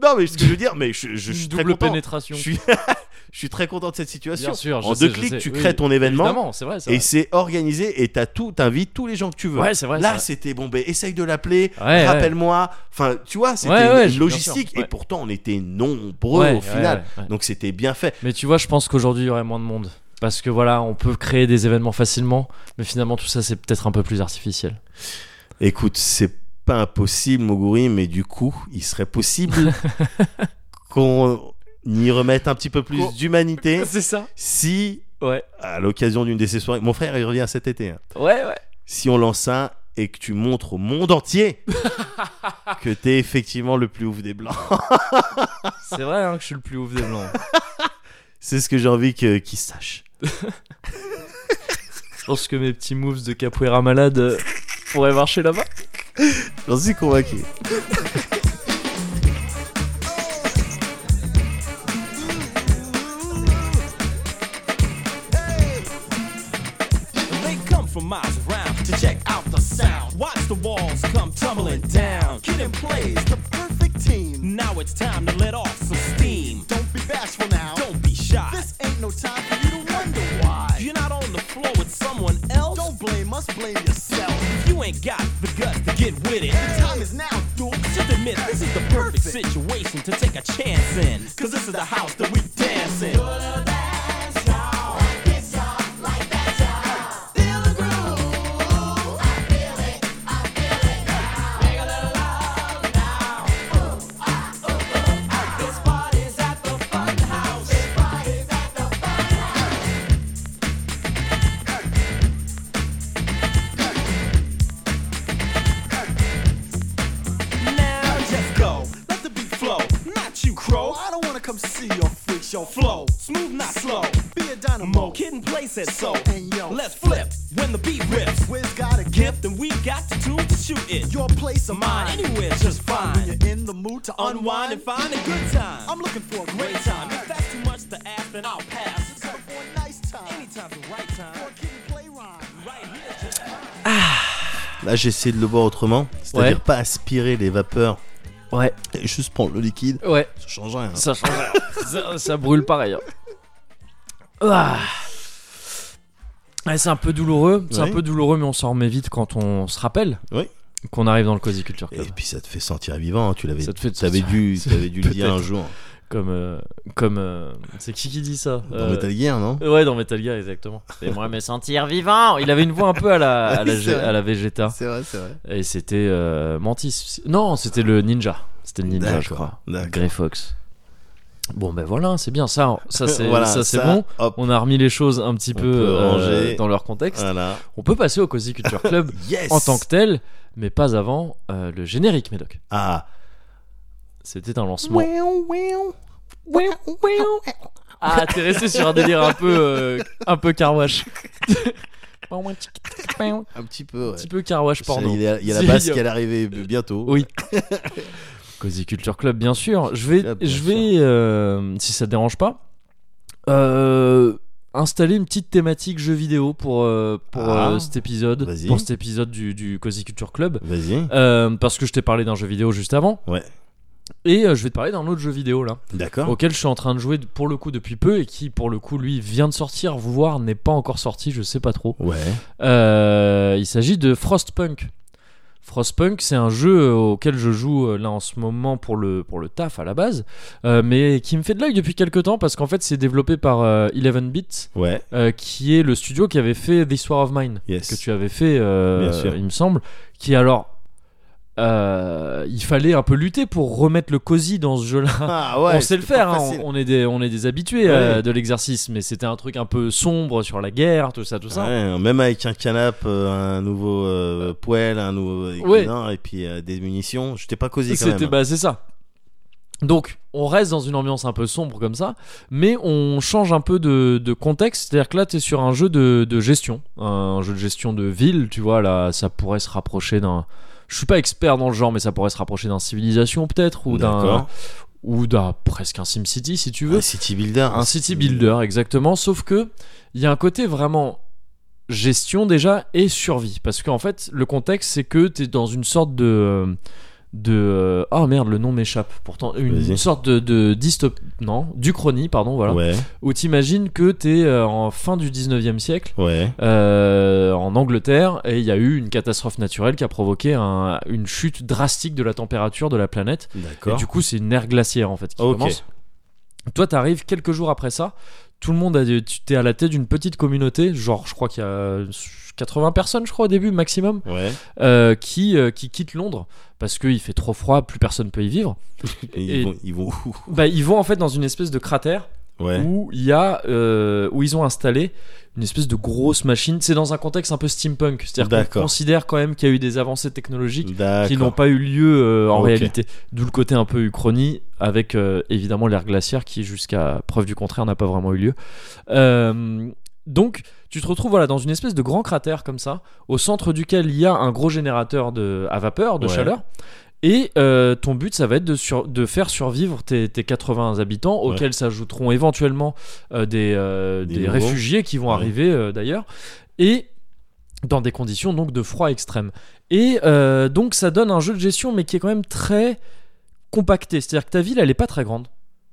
S2: Non, mais ce que je veux dire, mais je, je
S1: une
S2: suis très
S1: double
S2: content.
S1: pénétration.
S2: Je suis, je suis très content de cette situation.
S1: Bien sûr, je
S2: en
S1: sais,
S2: deux
S1: je
S2: clics,
S1: sais.
S2: tu
S1: Oui,
S2: crées ton événement
S1: Évidemment, c'est vrai. c'est
S2: et
S1: vrai.
S2: c'est organisé et t'as tout, t'invites tous les gens que tu veux.
S1: Ouais, c'est vrai. c'est
S2: Là,
S1: vrai.
S2: c'était bon, ben essaye de l'appeler,
S1: Ouais, ouais.
S2: rappelle-moi. Enfin, tu vois, c'était
S1: Ouais, ouais,
S2: une
S1: je- bien
S2: logistique
S1: sûr, ouais.
S2: et pourtant on était nombreux
S1: Ouais,
S2: au final.
S1: ouais, ouais, ouais.
S2: Donc c'était bien fait.
S1: Mais tu vois, je pense qu'aujourd'hui, il y aurait moins de monde. Parce que voilà, on peut créer des événements facilement, mais finalement, tout ça, c'est peut-être un peu plus artificiel.
S2: Écoute, c'est pas impossible, Moguri, mais du coup, il serait possible qu'on y remette un petit peu plus
S1: Qu'on-
S2: d'humanité
S1: C'est ça
S2: si,
S1: Ouais.
S2: à l'occasion d'une de ces soirées, mon frère, il revient cet été. hein.
S1: Ouais, ouais.
S2: si on lance ça et que tu montres au monde entier que t'es effectivement le plus ouf des blancs.
S1: C'est vrai hein, que je suis le plus ouf des blancs.
S2: C'est ce que j'ai envie que- qu'ils sachent.
S1: Je pense que mes petits moves de capoeira malade euh, pourraient marcher là-bas.
S2: J'en suis convaincu.
S4: They come from miles around to check out the sound. Watch the walls come tumbling down. Kid and plays the perfect team. Now it's time to let off some steam. Don't be bashful now. Don't be shy. This ain't no time for you to wonder why. You're not on the floor with someone else. Don't blame us, blame yourself. If you ain't got the guts to get with it, the time is now, dude. Just admit this is the perfect situation to take a chance in. Cause this is the house that we dance in. Now just go, let the beat flow. Not you, crow. I don't wanna come see your freak show flow. Smooth, not slow. Be a dynamo. Kid and place it so. And yo, let's flip when the beat rips. Wiz got a gift, and we got the tune to shoot it. Your place of mine, anywhere just fine. When you're in the mood to unwind and find a good time. I'm looking for a great time. If that's too much to ask, then I'll pass. It's time for a nice time. Anytime's the right time. For a kid and play rhyme. Right here, just
S2: Là, j'essaie de le boire autrement, c'est-à-dire
S1: Ouais.
S2: pas aspirer les vapeurs
S1: Ouais,
S2: et juste prendre le liquide.
S1: ouais.
S2: Ça change rien.
S1: Ça change rien. ça, ça brûle pareil. hein. Ah. Ouais, c'est un peu douloureux, c'est
S2: Oui.
S1: un peu douloureux, mais on s'en remet vite quand on se rappelle
S2: Oui.
S1: qu'on arrive dans le Cozy Culture
S2: Et
S1: Club.
S2: puis ça te fait sentir vivant, hein, tu l'avais
S1: Ça te fait te
S2: t'avais
S1: sentir-
S2: dû, t'avais dû le dire
S1: Peut-être.
S2: un jour.
S1: Comme, euh, comme, euh, c'est qui qui dit ça
S2: Dans
S1: Euh,
S2: Metal Gear, non
S1: Ouais, dans Metal Gear, exactement. Fais-moi me sentir vivant. Il avait une voix un peu à la, à la,
S2: Oui, c'est vrai.
S1: à la Vegeta.
S2: C'est vrai, c'est vrai.
S1: Et c'était euh, Mantis. Non, c'était le ninja. C'était le ninja, je
S2: D'accord,
S1: crois.
S2: d'accord.
S1: Grey Fox. Bon, ben voilà, c'est bien. Ça, ça c'est
S2: Voilà,
S1: ça, c'est bon.
S2: Hop,
S1: On a remis les choses un petit
S2: On
S1: peu
S2: peut
S1: euh,
S2: ranger.
S1: dans leur contexte.
S2: voilà.
S1: On peut passer au Cozy Culture Club
S2: Yes
S1: en tant que tel, mais pas avant euh, le générique, Médoc.
S2: Ah,
S1: C'était un lancement. Ah, t'es resté sur un délire un peu, euh, un peu carwash. un petit
S2: un petit peu, ouais.
S1: peu carwash
S2: Ça,
S1: porno.
S2: Il y a, il y a la
S1: Si,
S2: basse
S1: il y a-
S2: qui est arrivée b- bientôt.
S1: Oui. Cozy Culture Club, bien sûr. Je vais,
S2: Club, bien
S1: je vais euh, si ça te dérange pas, euh, installer une petite thématique jeu vidéo pour, euh, pour
S2: Ah,
S1: euh, cet épisode,
S2: vas-y.
S1: pour cet épisode du, du Cozy Culture Club.
S2: Vas-y.
S1: Euh, parce que je t'ai parlé d'un jeu vidéo juste avant.
S2: Ouais.
S1: Et euh, je vais te parler d'un autre jeu vidéo là,
S2: D'accord.
S1: auquel je suis en train de jouer pour le coup depuis peu et qui pour le coup lui vient de sortir, voire n'est pas encore sorti, je sais pas trop.
S2: Ouais.
S1: Euh, il s'agit de Frostpunk. Frostpunk, c'est un jeu auquel je joue euh, là en ce moment pour le, pour le taf à la base, euh, mais qui me fait de l'œil depuis quelques temps parce qu'en fait c'est développé par euh, 11-Bit,
S2: Ouais.
S1: euh, qui est le studio qui avait fait This War of Mine,
S2: Yes.
S1: que tu avais fait, euh,
S2: Bien sûr.
S1: il me semble, qui alors... euh, il fallait un peu lutter pour remettre le cosy dans ce jeu-là
S2: Ah ouais.
S1: on sait le
S2: c'était
S1: faire,
S2: pas
S1: hein,
S2: facile.
S1: on, on est des, on est des habitués
S2: Ouais.
S1: euh, de l'exercice, mais c'était un truc un peu sombre sur la guerre, tout ça, tout ça.
S2: Ouais, même avec un canap, euh, un nouveau euh, poêle, un nouveau
S1: Ouais.
S2: non, et puis euh, des munitions, je t'ai pas causé quand
S1: C'était
S2: même. hein.
S1: bah c'est ça. Donc on reste dans une ambiance un peu sombre comme ça, mais on change un peu de, de contexte, c'est-à-dire que là tu es sur un jeu de, de gestion, un jeu de gestion de ville, tu vois, là ça pourrait se rapprocher d'un... Je suis pas expert dans le genre, mais ça pourrait se rapprocher d'un civilisation peut-être, ou d'un...
S2: D'accord.
S1: Ou d'un presque un SimCity si tu veux.
S2: Un city builder,
S1: un city builder exactement sauf que il y a un côté vraiment gestion déjà et survie parce qu'en fait le contexte c'est que tu es dans une sorte de de euh, oh merde le nom m'échappe pourtant une,
S2: Vas-y.
S1: une sorte de, de dystop non du chrony pardon voilà
S2: Ouais,
S1: où t'imagines que t'es euh, en fin du 19e siècle
S2: ouais.
S1: euh, en Angleterre et il y a eu une catastrophe naturelle qui a provoqué un- une chute drastique de la température de la planète et
S2: D'accord.
S1: du coup c'est une ère glaciaire en fait qui
S2: Ok.
S1: commence toi t'arrives quelques jours après ça tout le monde a, tu t'es à la tête d'une petite communauté genre je crois qu'il y a 80 personnes je crois au début maximum
S2: Ouais.
S1: euh, qui, euh, qui quittent Londres parce qu'il fait trop froid, plus personne peut y vivre.
S2: Et ils,
S1: Et-
S2: Vont, ils vont où
S1: Bah, ils vont en fait dans une espèce de cratère
S2: Ouais.
S1: où il y a, euh, où ils ont installé une espèce de grosse machine. C'est dans un contexte un peu steampunk, c'est-à-dire qu'on
S2: D'accord.
S1: considère quand même qu'il y a eu des avancées technologiques qui n'ont
S2: D'accord.
S1: pas eu lieu euh, en
S2: Ok.
S1: réalité. D'où le côté un peu uchronie, avec euh, évidemment l'ère glaciaire qui, jusqu'à preuve du contraire, n'a pas vraiment eu lieu. Euh, donc, tu te retrouves voilà, dans une espèce de grand cratère comme ça, au centre duquel il y a un gros générateur de, à vapeur, de
S2: Ouais.
S1: chaleur. Et euh, ton but, ça va être de, sur- de faire survivre tes, tes 80 habitants,
S2: Ouais.
S1: auxquels s'ajouteront éventuellement euh, des, euh,
S2: Des
S1: des
S2: nouveaux.
S1: réfugiés qui vont
S2: Ouais.
S1: arriver euh, d'ailleurs. Et dans des conditions donc de froid extrême. Et euh, donc ça donne un jeu de gestion mais qui est quand même très compacté. C'est-à-dire que ta ville elle est pas très grande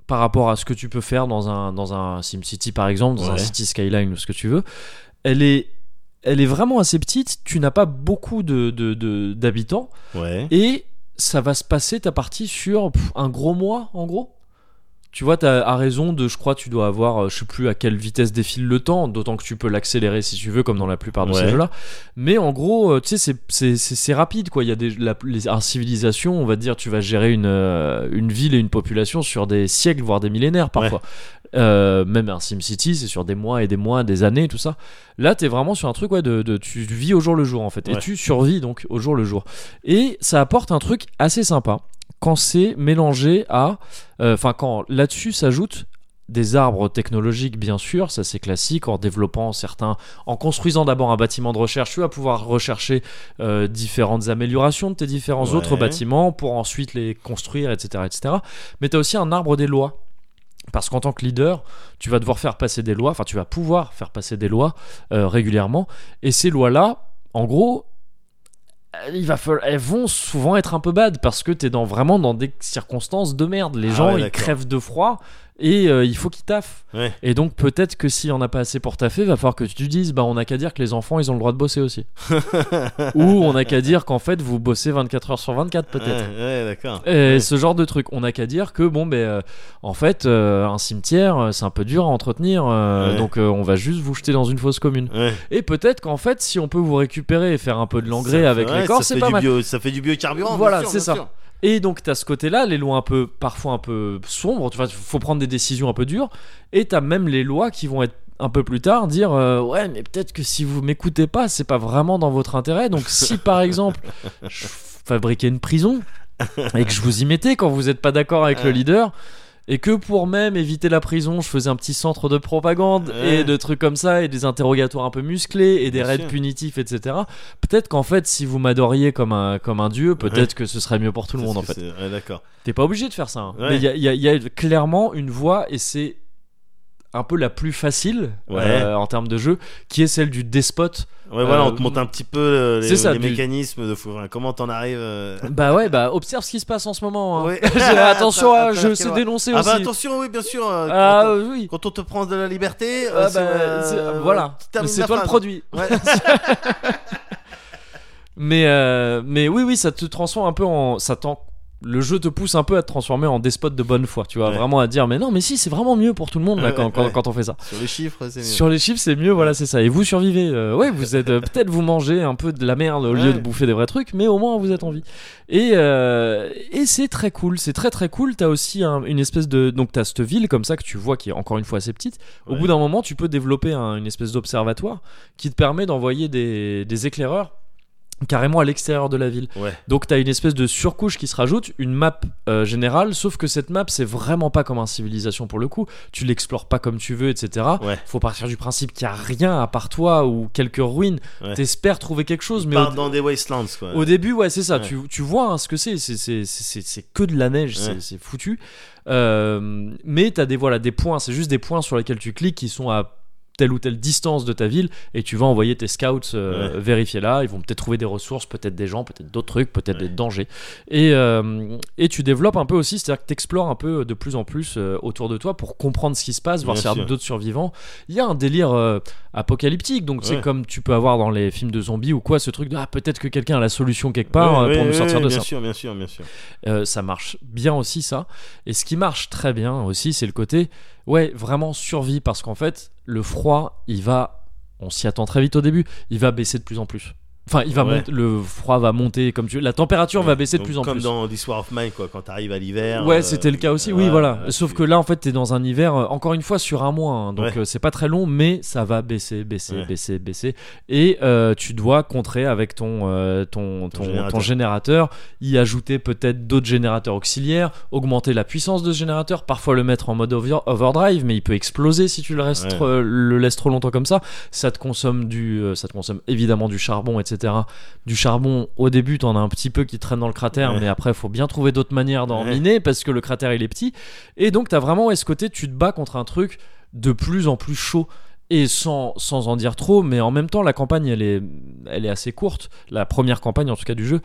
S1: par rapport à ce que tu peux faire dans un, dans un SimCity par exemple, dans un
S2: Ouais.
S1: City Skyline ou ce que tu veux. Elle est, elle est vraiment assez petite, tu n'as pas beaucoup de, de- de- d'habitants
S2: Ouais.
S1: et ça va se passer ta partie sur pff, un gros mois en gros. Tu vois, t'as à raison de, je crois, tu dois avoir, euh, je sais plus à quelle vitesse défile le temps, d'autant que tu peux l'accélérer si tu veux, comme dans la plupart de ces
S2: Ouais.
S1: jeux-là. Mais en gros, euh, tu sais, c'est- c'est- c'est c'est rapide, quoi. Il y a des, la, les, en civilisation, on va dire, tu vas gérer une, euh, une ville et une population sur des siècles, voire des millénaires parfois. Euh, même un SimCity, c'est sur des mois et des mois, des années, tout ça. Là, t'es vraiment sur un truc, ouais, de, de- tu vis au jour le jour, en fait. Et
S2: Ouais.
S1: tu survis, donc, au jour le jour. Et ça apporte un truc assez sympa quand c'est mélangé à. euh, Enfin, quand là-dessus s'ajoutent des arbres technologiques, bien sûr, ça c'est classique, en développant certains. En construisant d'abord un bâtiment de recherche, tu vas pouvoir rechercher euh, différentes améliorations de tes différents
S2: Ouais.
S1: autres bâtiments pour ensuite les construire, etc. etc. Mais tu as aussi un arbre des lois. Parce qu'en tant que leader, tu vas devoir faire passer des lois, enfin tu vas pouvoir faire passer des lois euh, régulièrement. Et ces lois-là, en gros, euh, il va falloir- elles vont souvent être un peu bad parce que t'es dans, vraiment dans des circonstances de merde. Les
S2: Ah
S1: gens,
S2: ouais,
S1: ils
S2: d'accord.
S1: crèvent de froid et euh, il faut qu'ils taffent.
S2: Ouais.
S1: Et donc peut-être que s'il y en a pas assez pour taffer, va falloir que tu te dises, bah on a qu'à dire que les enfants, ils ont le droit de bosser aussi. Ou on a qu'à dire qu'en fait, vous bossez 24 heures sur 24 peut-être.
S2: Ouais, ouais, d'accord.
S1: Et
S2: Ouais.
S1: ce genre de truc, on n'a qu'à dire que bon, ben, euh, en fait, euh, un cimetière, euh, c'est un peu dur à entretenir, euh,
S2: Ouais.
S1: donc euh, on va juste vous jeter dans une fosse commune.
S2: Ouais.
S1: Et peut-être qu'en fait, si on peut vous récupérer et faire un peu de l'engrais
S2: Ça-
S1: avec
S2: ouais,
S1: les corps,
S2: ça
S1: c'est
S2: fait
S1: pas
S2: du
S1: mal.
S2: bio- ça fait du biocarburant. bien
S1: Voilà,
S2: sûr,
S1: c'est
S2: bien
S1: ça.
S2: sûr.
S1: Et donc t'as ce côté-là, les lois un peu, parfois un peu sombres, tu vois, faut prendre des décisions un peu dures, et t'as même les lois qui vont être un peu plus tard dire euh, ouais mais peut-être que si vous m'écoutez pas c'est pas vraiment dans votre intérêt donc si par exemple je fabriquais une prison et que je vous y mettais quand vous n'êtes pas d'accord avec le leader et que pour même éviter la prison je faisais un petit centre de propagande et
S2: Ouais.
S1: de trucs comme ça et des interrogatoires un peu musclés et des
S2: Bien
S1: raids
S2: sûr.
S1: punitifs etc peut-être qu'en fait si vous m'adoriez comme un, comme un dieu peut-être que ce serait mieux pour tout le
S2: C'est
S1: monde
S2: ce
S1: en fait
S2: que c'est- ouais, d'accord.
S1: T'es pas obligé de faire ça. hein.
S2: Ouais.
S1: Mais il y a, il y a- il y a clairement une voie, et c'est un peu la plus facile
S2: Ouais.
S1: euh, en termes de jeu, qui est celle du despote.
S2: Ouais, voilà,
S1: Euh,
S2: on te monte un petit peu euh,
S1: c'est
S2: les,
S1: ça,
S2: les
S1: du-
S2: mécanismes de fou. enfin, Comment t'en arrives euh,
S1: Bah ouais, bah observe ce qui se passe en ce moment. hein.
S2: Ouais.
S1: Je- attention,
S2: À
S1: hein,
S2: travers
S1: je
S2: quel
S1: sais
S2: voie
S1: dénoncer
S2: Ah
S1: aussi.
S2: bah attention, oui, bien sûr. euh, quand
S1: Ah
S2: on-
S1: oui.
S2: Quand on te prend de la liberté, euh,
S1: Ah
S2: c'est,
S1: bah,
S2: euh,
S1: c'est- voilà,
S2: tu termines
S1: c'est
S2: la
S1: toi le
S2: phrase.
S1: produit.
S2: Ouais.
S1: Mais, euh, mais oui, oui, ça te transforme un peu en. Ça t'en- le jeu te pousse un peu à te transformer en despote de bonne foi, tu vois,
S2: Ouais.
S1: vraiment à dire, mais non, mais si, c'est vraiment mieux pour tout le monde là,
S2: Ouais,
S1: quand,
S2: ouais,
S1: quand-
S2: ouais.
S1: quand on fait ça.
S2: Sur les chiffres, c'est mieux.
S1: Sur les chiffres, c'est mieux, voilà, c'est ça. Et vous survivez. Euh, ouais, vous êtes euh, peut-être vous mangez un peu de la merde au lieu
S2: Ouais.
S1: de bouffer des vrais trucs, mais au moins vous êtes en vie. Et euh, et c'est très cool, c'est très très cool. T'as aussi un- une espèce de donc t'as cette ville comme ça que tu vois qui est encore une fois assez petite. Au
S2: Ouais.
S1: bout d'un moment, tu peux développer un- une espèce d'observatoire qui te permet d'envoyer des, des éclaireurs carrément à l'extérieur de la ville.
S2: Ouais.
S1: Donc t'as une espèce de surcouche qui se rajoute, une map euh, générale, sauf que cette map c'est vraiment pas comme un civilisation pour le coup, tu l'explores pas comme tu veux, etc.
S2: Ouais.
S1: Faut partir du principe qu'il y a rien à part toi ou quelques ruines,
S2: Ouais.
S1: t'espères trouver quelque chose, mais
S2: Part
S1: au,
S2: dans des wastelands, quoi.
S1: au début ouais c'est ça,
S2: Ouais.
S1: tu, tu vois hein, ce que c'est, c'est- c'est c'est- c'est- c'est que de la neige, c'est-
S2: Ouais.
S1: c'est foutu. Euh, mais t'as des, voilà, des points, c'est juste des points sur lesquels tu cliques qui sont à telle ou telle distance de ta ville et tu vas envoyer tes scouts euh, vérifier là. Ils vont peut-être trouver des ressources, peut-être des gens, peut-être d'autres trucs, peut-être des dangers. Et, euh, et tu développes un peu aussi, c'est-à-dire que tu explores un peu de plus en plus euh, autour de toi pour comprendre ce qui se passe, voir
S2: Bien
S1: s'il y a
S2: sûr.
S1: d'autres survivants. Il y a un délire euh, apocalyptique, donc c'est
S2: Ouais.
S1: comme tu peux avoir dans les films de zombies ou quoi, ce truc de ah, peut-être que quelqu'un a la solution quelque part
S2: Ouais,
S1: euh, pour
S2: ouais,
S1: nous sortir
S2: ouais,
S1: de
S2: bien
S1: ça.
S2: sûr, bien sûr, bien sûr.
S1: Euh, ça marche bien aussi ça. Et ce qui marche très bien aussi, c'est le côté, ouais, vraiment survie, parce qu'en fait, le froid, il va, on s'y attend très vite au début, il va baisser de plus en plus. Enfin, il va
S2: Ouais.
S1: monter, le froid va monter comme tu, la température va baisser de
S2: Donc,
S1: plus en
S2: comme
S1: plus.
S2: dans This War of Mine, quoi, quand t'arrives à l'hiver.
S1: Ouais,
S2: euh,
S1: c'était le cas aussi. oui,
S2: ouais,
S1: voilà.
S2: ouais,
S1: Sauf
S2: tu-
S1: que là, en fait, t'es dans un hiver, euh, encore une fois, sur un mois. hein. donc,
S2: Ouais.
S1: euh, c'est pas très long, mais ça va baisser, baisser,
S2: Ouais.
S1: baisser, baisser. Et euh, tu dois contrer avec ton, euh, ton, ton, ton
S2: Ton
S1: générateur.
S2: générateur.
S1: y ajouter peut-être d'autres générateurs auxiliaires, augmenter la puissance de ce générateur, parfois le mettre en mode over- overdrive, mais il peut exploser si tu le, restes,
S2: Ouais.
S1: euh, le laisses trop longtemps comme ça. Ça te consomme du, euh, ça te consomme évidemment du charbon, etc du charbon au début t'en as un petit peu qui traîne dans le cratère
S2: Ouais.
S1: mais après faut bien trouver d'autres manières d'en
S2: Ouais.
S1: miner parce que le cratère il est petit et donc t'as vraiment ouais, ce côté tu te bats contre un truc de plus en plus chaud et sans, sans en dire trop mais en même temps la campagne elle est, elle est assez courte la première campagne en tout cas du jeu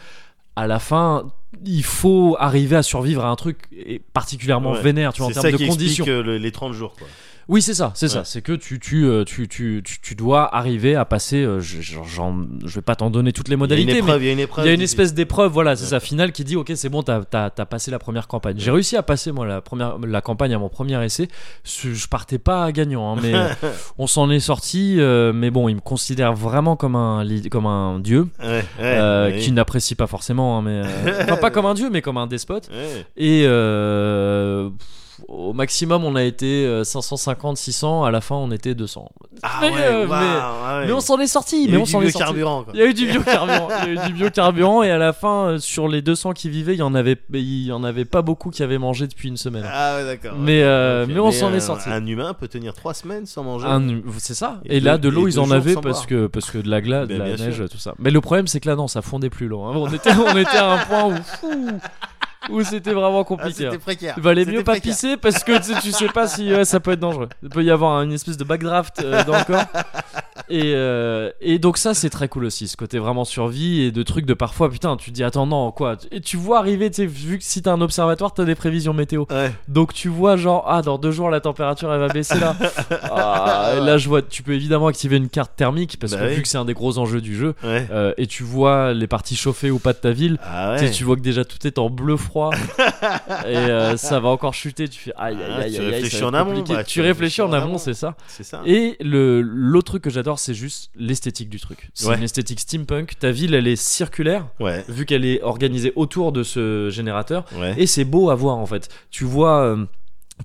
S1: à la fin il faut arriver à survivre à un truc et particulièrement
S2: Ouais.
S1: vénère tu vois, en
S2: C'est
S1: termes
S2: ça
S1: de
S2: qui
S1: conditions
S2: explique euh, le- les 30 jours, quoi.
S1: oui, c'est ça, c'est ça.
S2: Ouais.
S1: C'est que tu, tu, euh, tu, tu, tu, tu dois arriver à passer. euh, je, je- j'en- je vais pas t'en donner toutes les
S2: Il y a une
S1: modalités, mais
S2: épreuve, il y a une épreuve.
S1: il y a une
S2: qui-
S1: espèce d'épreuve, voilà, c'est
S2: Ouais.
S1: ça, finale qui dit ok, c'est bon, t'as as, passé la première campagne. J'ai réussi à passer moi la première la campagne à mon premier essai. Je je partais pas gagnant, hein, mais on s'en est sorti. euh, mais bon, il me considère vraiment comme un lead- comme un dieu
S2: Ouais, ouais,
S1: euh,
S2: ouais.
S1: qui n'apprécie pas forcément, hein, mais euh, enfin, pas comme un dieu, mais comme un despote.
S2: Ouais.
S1: Et euh, pff, au maximum, on a été euh, 550, 600. À la fin, on était 200.
S2: Ah
S1: Mais,
S2: ouais,
S1: euh,
S2: waouh,
S1: mais-
S2: ah ouais.
S1: Mais on s'en est sorti.
S2: Il y
S1: Mais
S2: a eu
S1: on
S2: du
S1: s'en est sorti.
S2: biocarburant, quoi.
S1: Il y a eu du biocarburant. Il y a eu du biocarburant et à la fin, euh, sur les 200 qui vivaient, il y en avait, il y en avait pas beaucoup qui avaient mangé depuis une semaine.
S2: Ah ouais, d'accord.
S1: mais euh, mais on s'en
S2: un-
S1: est sorti.
S2: Un humain peut tenir 3 semaines sans manger.
S1: Un- c'est ça. Et,
S2: Et
S1: là,
S2: deux-
S1: de l'eau,
S2: et
S1: ils
S2: deux
S1: en
S2: jours
S1: avaient
S2: sans
S1: parce
S2: boire.
S1: que parce que de la glace, de
S2: Ben,
S1: la
S2: bien
S1: neige,
S2: sûr.
S1: tout ça. Mais le problème, c'est que là, non, ça fondait plus l'eau. hein. On était on était à un point où fou, où c'était vraiment
S2: Ah,
S1: compliqué. hein.
S2: c'était précaire.
S1: Il valait
S2: C'était
S1: mieux pas
S2: précaire.
S1: pisser parce que tu sais, tu sais pas si ouais, ça peut être dangereux. Il peut y avoir une espèce de backdraft euh, dans le corps. Et, euh, et donc ça c'est très cool aussi ce côté vraiment survie et de trucs de parfois putain tu te dis attends non quoi et tu vois arriver tu sais, vu que si t'as un observatoire t'as des prévisions météo
S2: Ouais.
S1: donc tu vois genre ah dans deux jours la température elle va baisser là Ah, et là je vois tu peux évidemment activer une carte thermique parce
S2: Bah
S1: que
S2: oui.
S1: vu que c'est un des gros enjeux du jeu
S2: Ouais.
S1: euh, et tu vois les parties chauffées ou pas de ta ville
S2: Ah
S1: tu
S2: ouais.
S1: sais, tu vois que déjà tout est en bleu froid et euh, ça va encore chuter. Tu fais aïe aïe
S2: Ah,
S1: aïe
S2: tu
S1: aïe, aïe.
S2: réfléchis
S1: ça va
S2: en
S1: être
S2: amont,
S1: compliqué.
S2: bah,
S1: tu réfléchis en amont, c'est ça.
S2: C'est ça.
S1: Et le l'autre truc que j'adore, c'est juste l'esthétique du truc. C'est
S2: Ouais.
S1: une esthétique steampunk. Ta ville, elle est circulaire
S2: Ouais.
S1: vu qu'elle est organisée autour de ce générateur
S2: Ouais.
S1: et c'est beau à voir en fait. Tu vois. euh,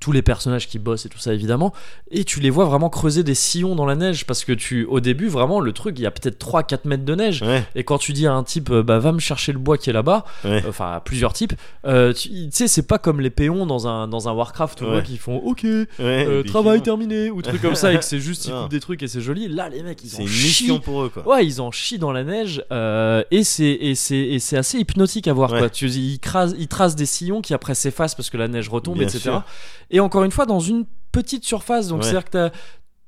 S1: tous les personnages qui bossent et tout ça évidemment et tu les vois vraiment creuser des sillons dans la neige parce que tu au début vraiment le truc il y a peut-être 3 4 mètres de neige
S2: Ouais.
S1: et quand tu dis à un type, euh, bah va me chercher le bois qui est là-bas,
S2: Ouais.
S1: euh, enfin à plusieurs types, euh, tu tu sais, c'est pas comme les péons dans un, dans un Warcraft où
S2: Ouais.
S1: on voit qu'ils font OK, euh,
S2: Ouais. Et puis,
S1: travail
S2: finalement,
S1: terminé, ou trucs comme ça, et que c'est juste, ils
S2: Non.
S1: coupent des trucs et c'est joli. Là, les mecs, ils
S2: C'est
S1: en
S2: une
S1: chient.
S2: mission pour eux, quoi.
S1: Ouais, ils en chient dans la neige euh, et c'est et c'est et c'est assez hypnotique à voir
S2: Ouais.
S1: quoi. Tu, ils, crasent- ils tracent des sillons qui après s'effacent parce que la neige retombe,
S2: Bien
S1: etc.
S2: sûr.
S1: Et encore une fois, dans une petite surface, donc
S2: Ouais.
S1: c'est-à-dire que t'as-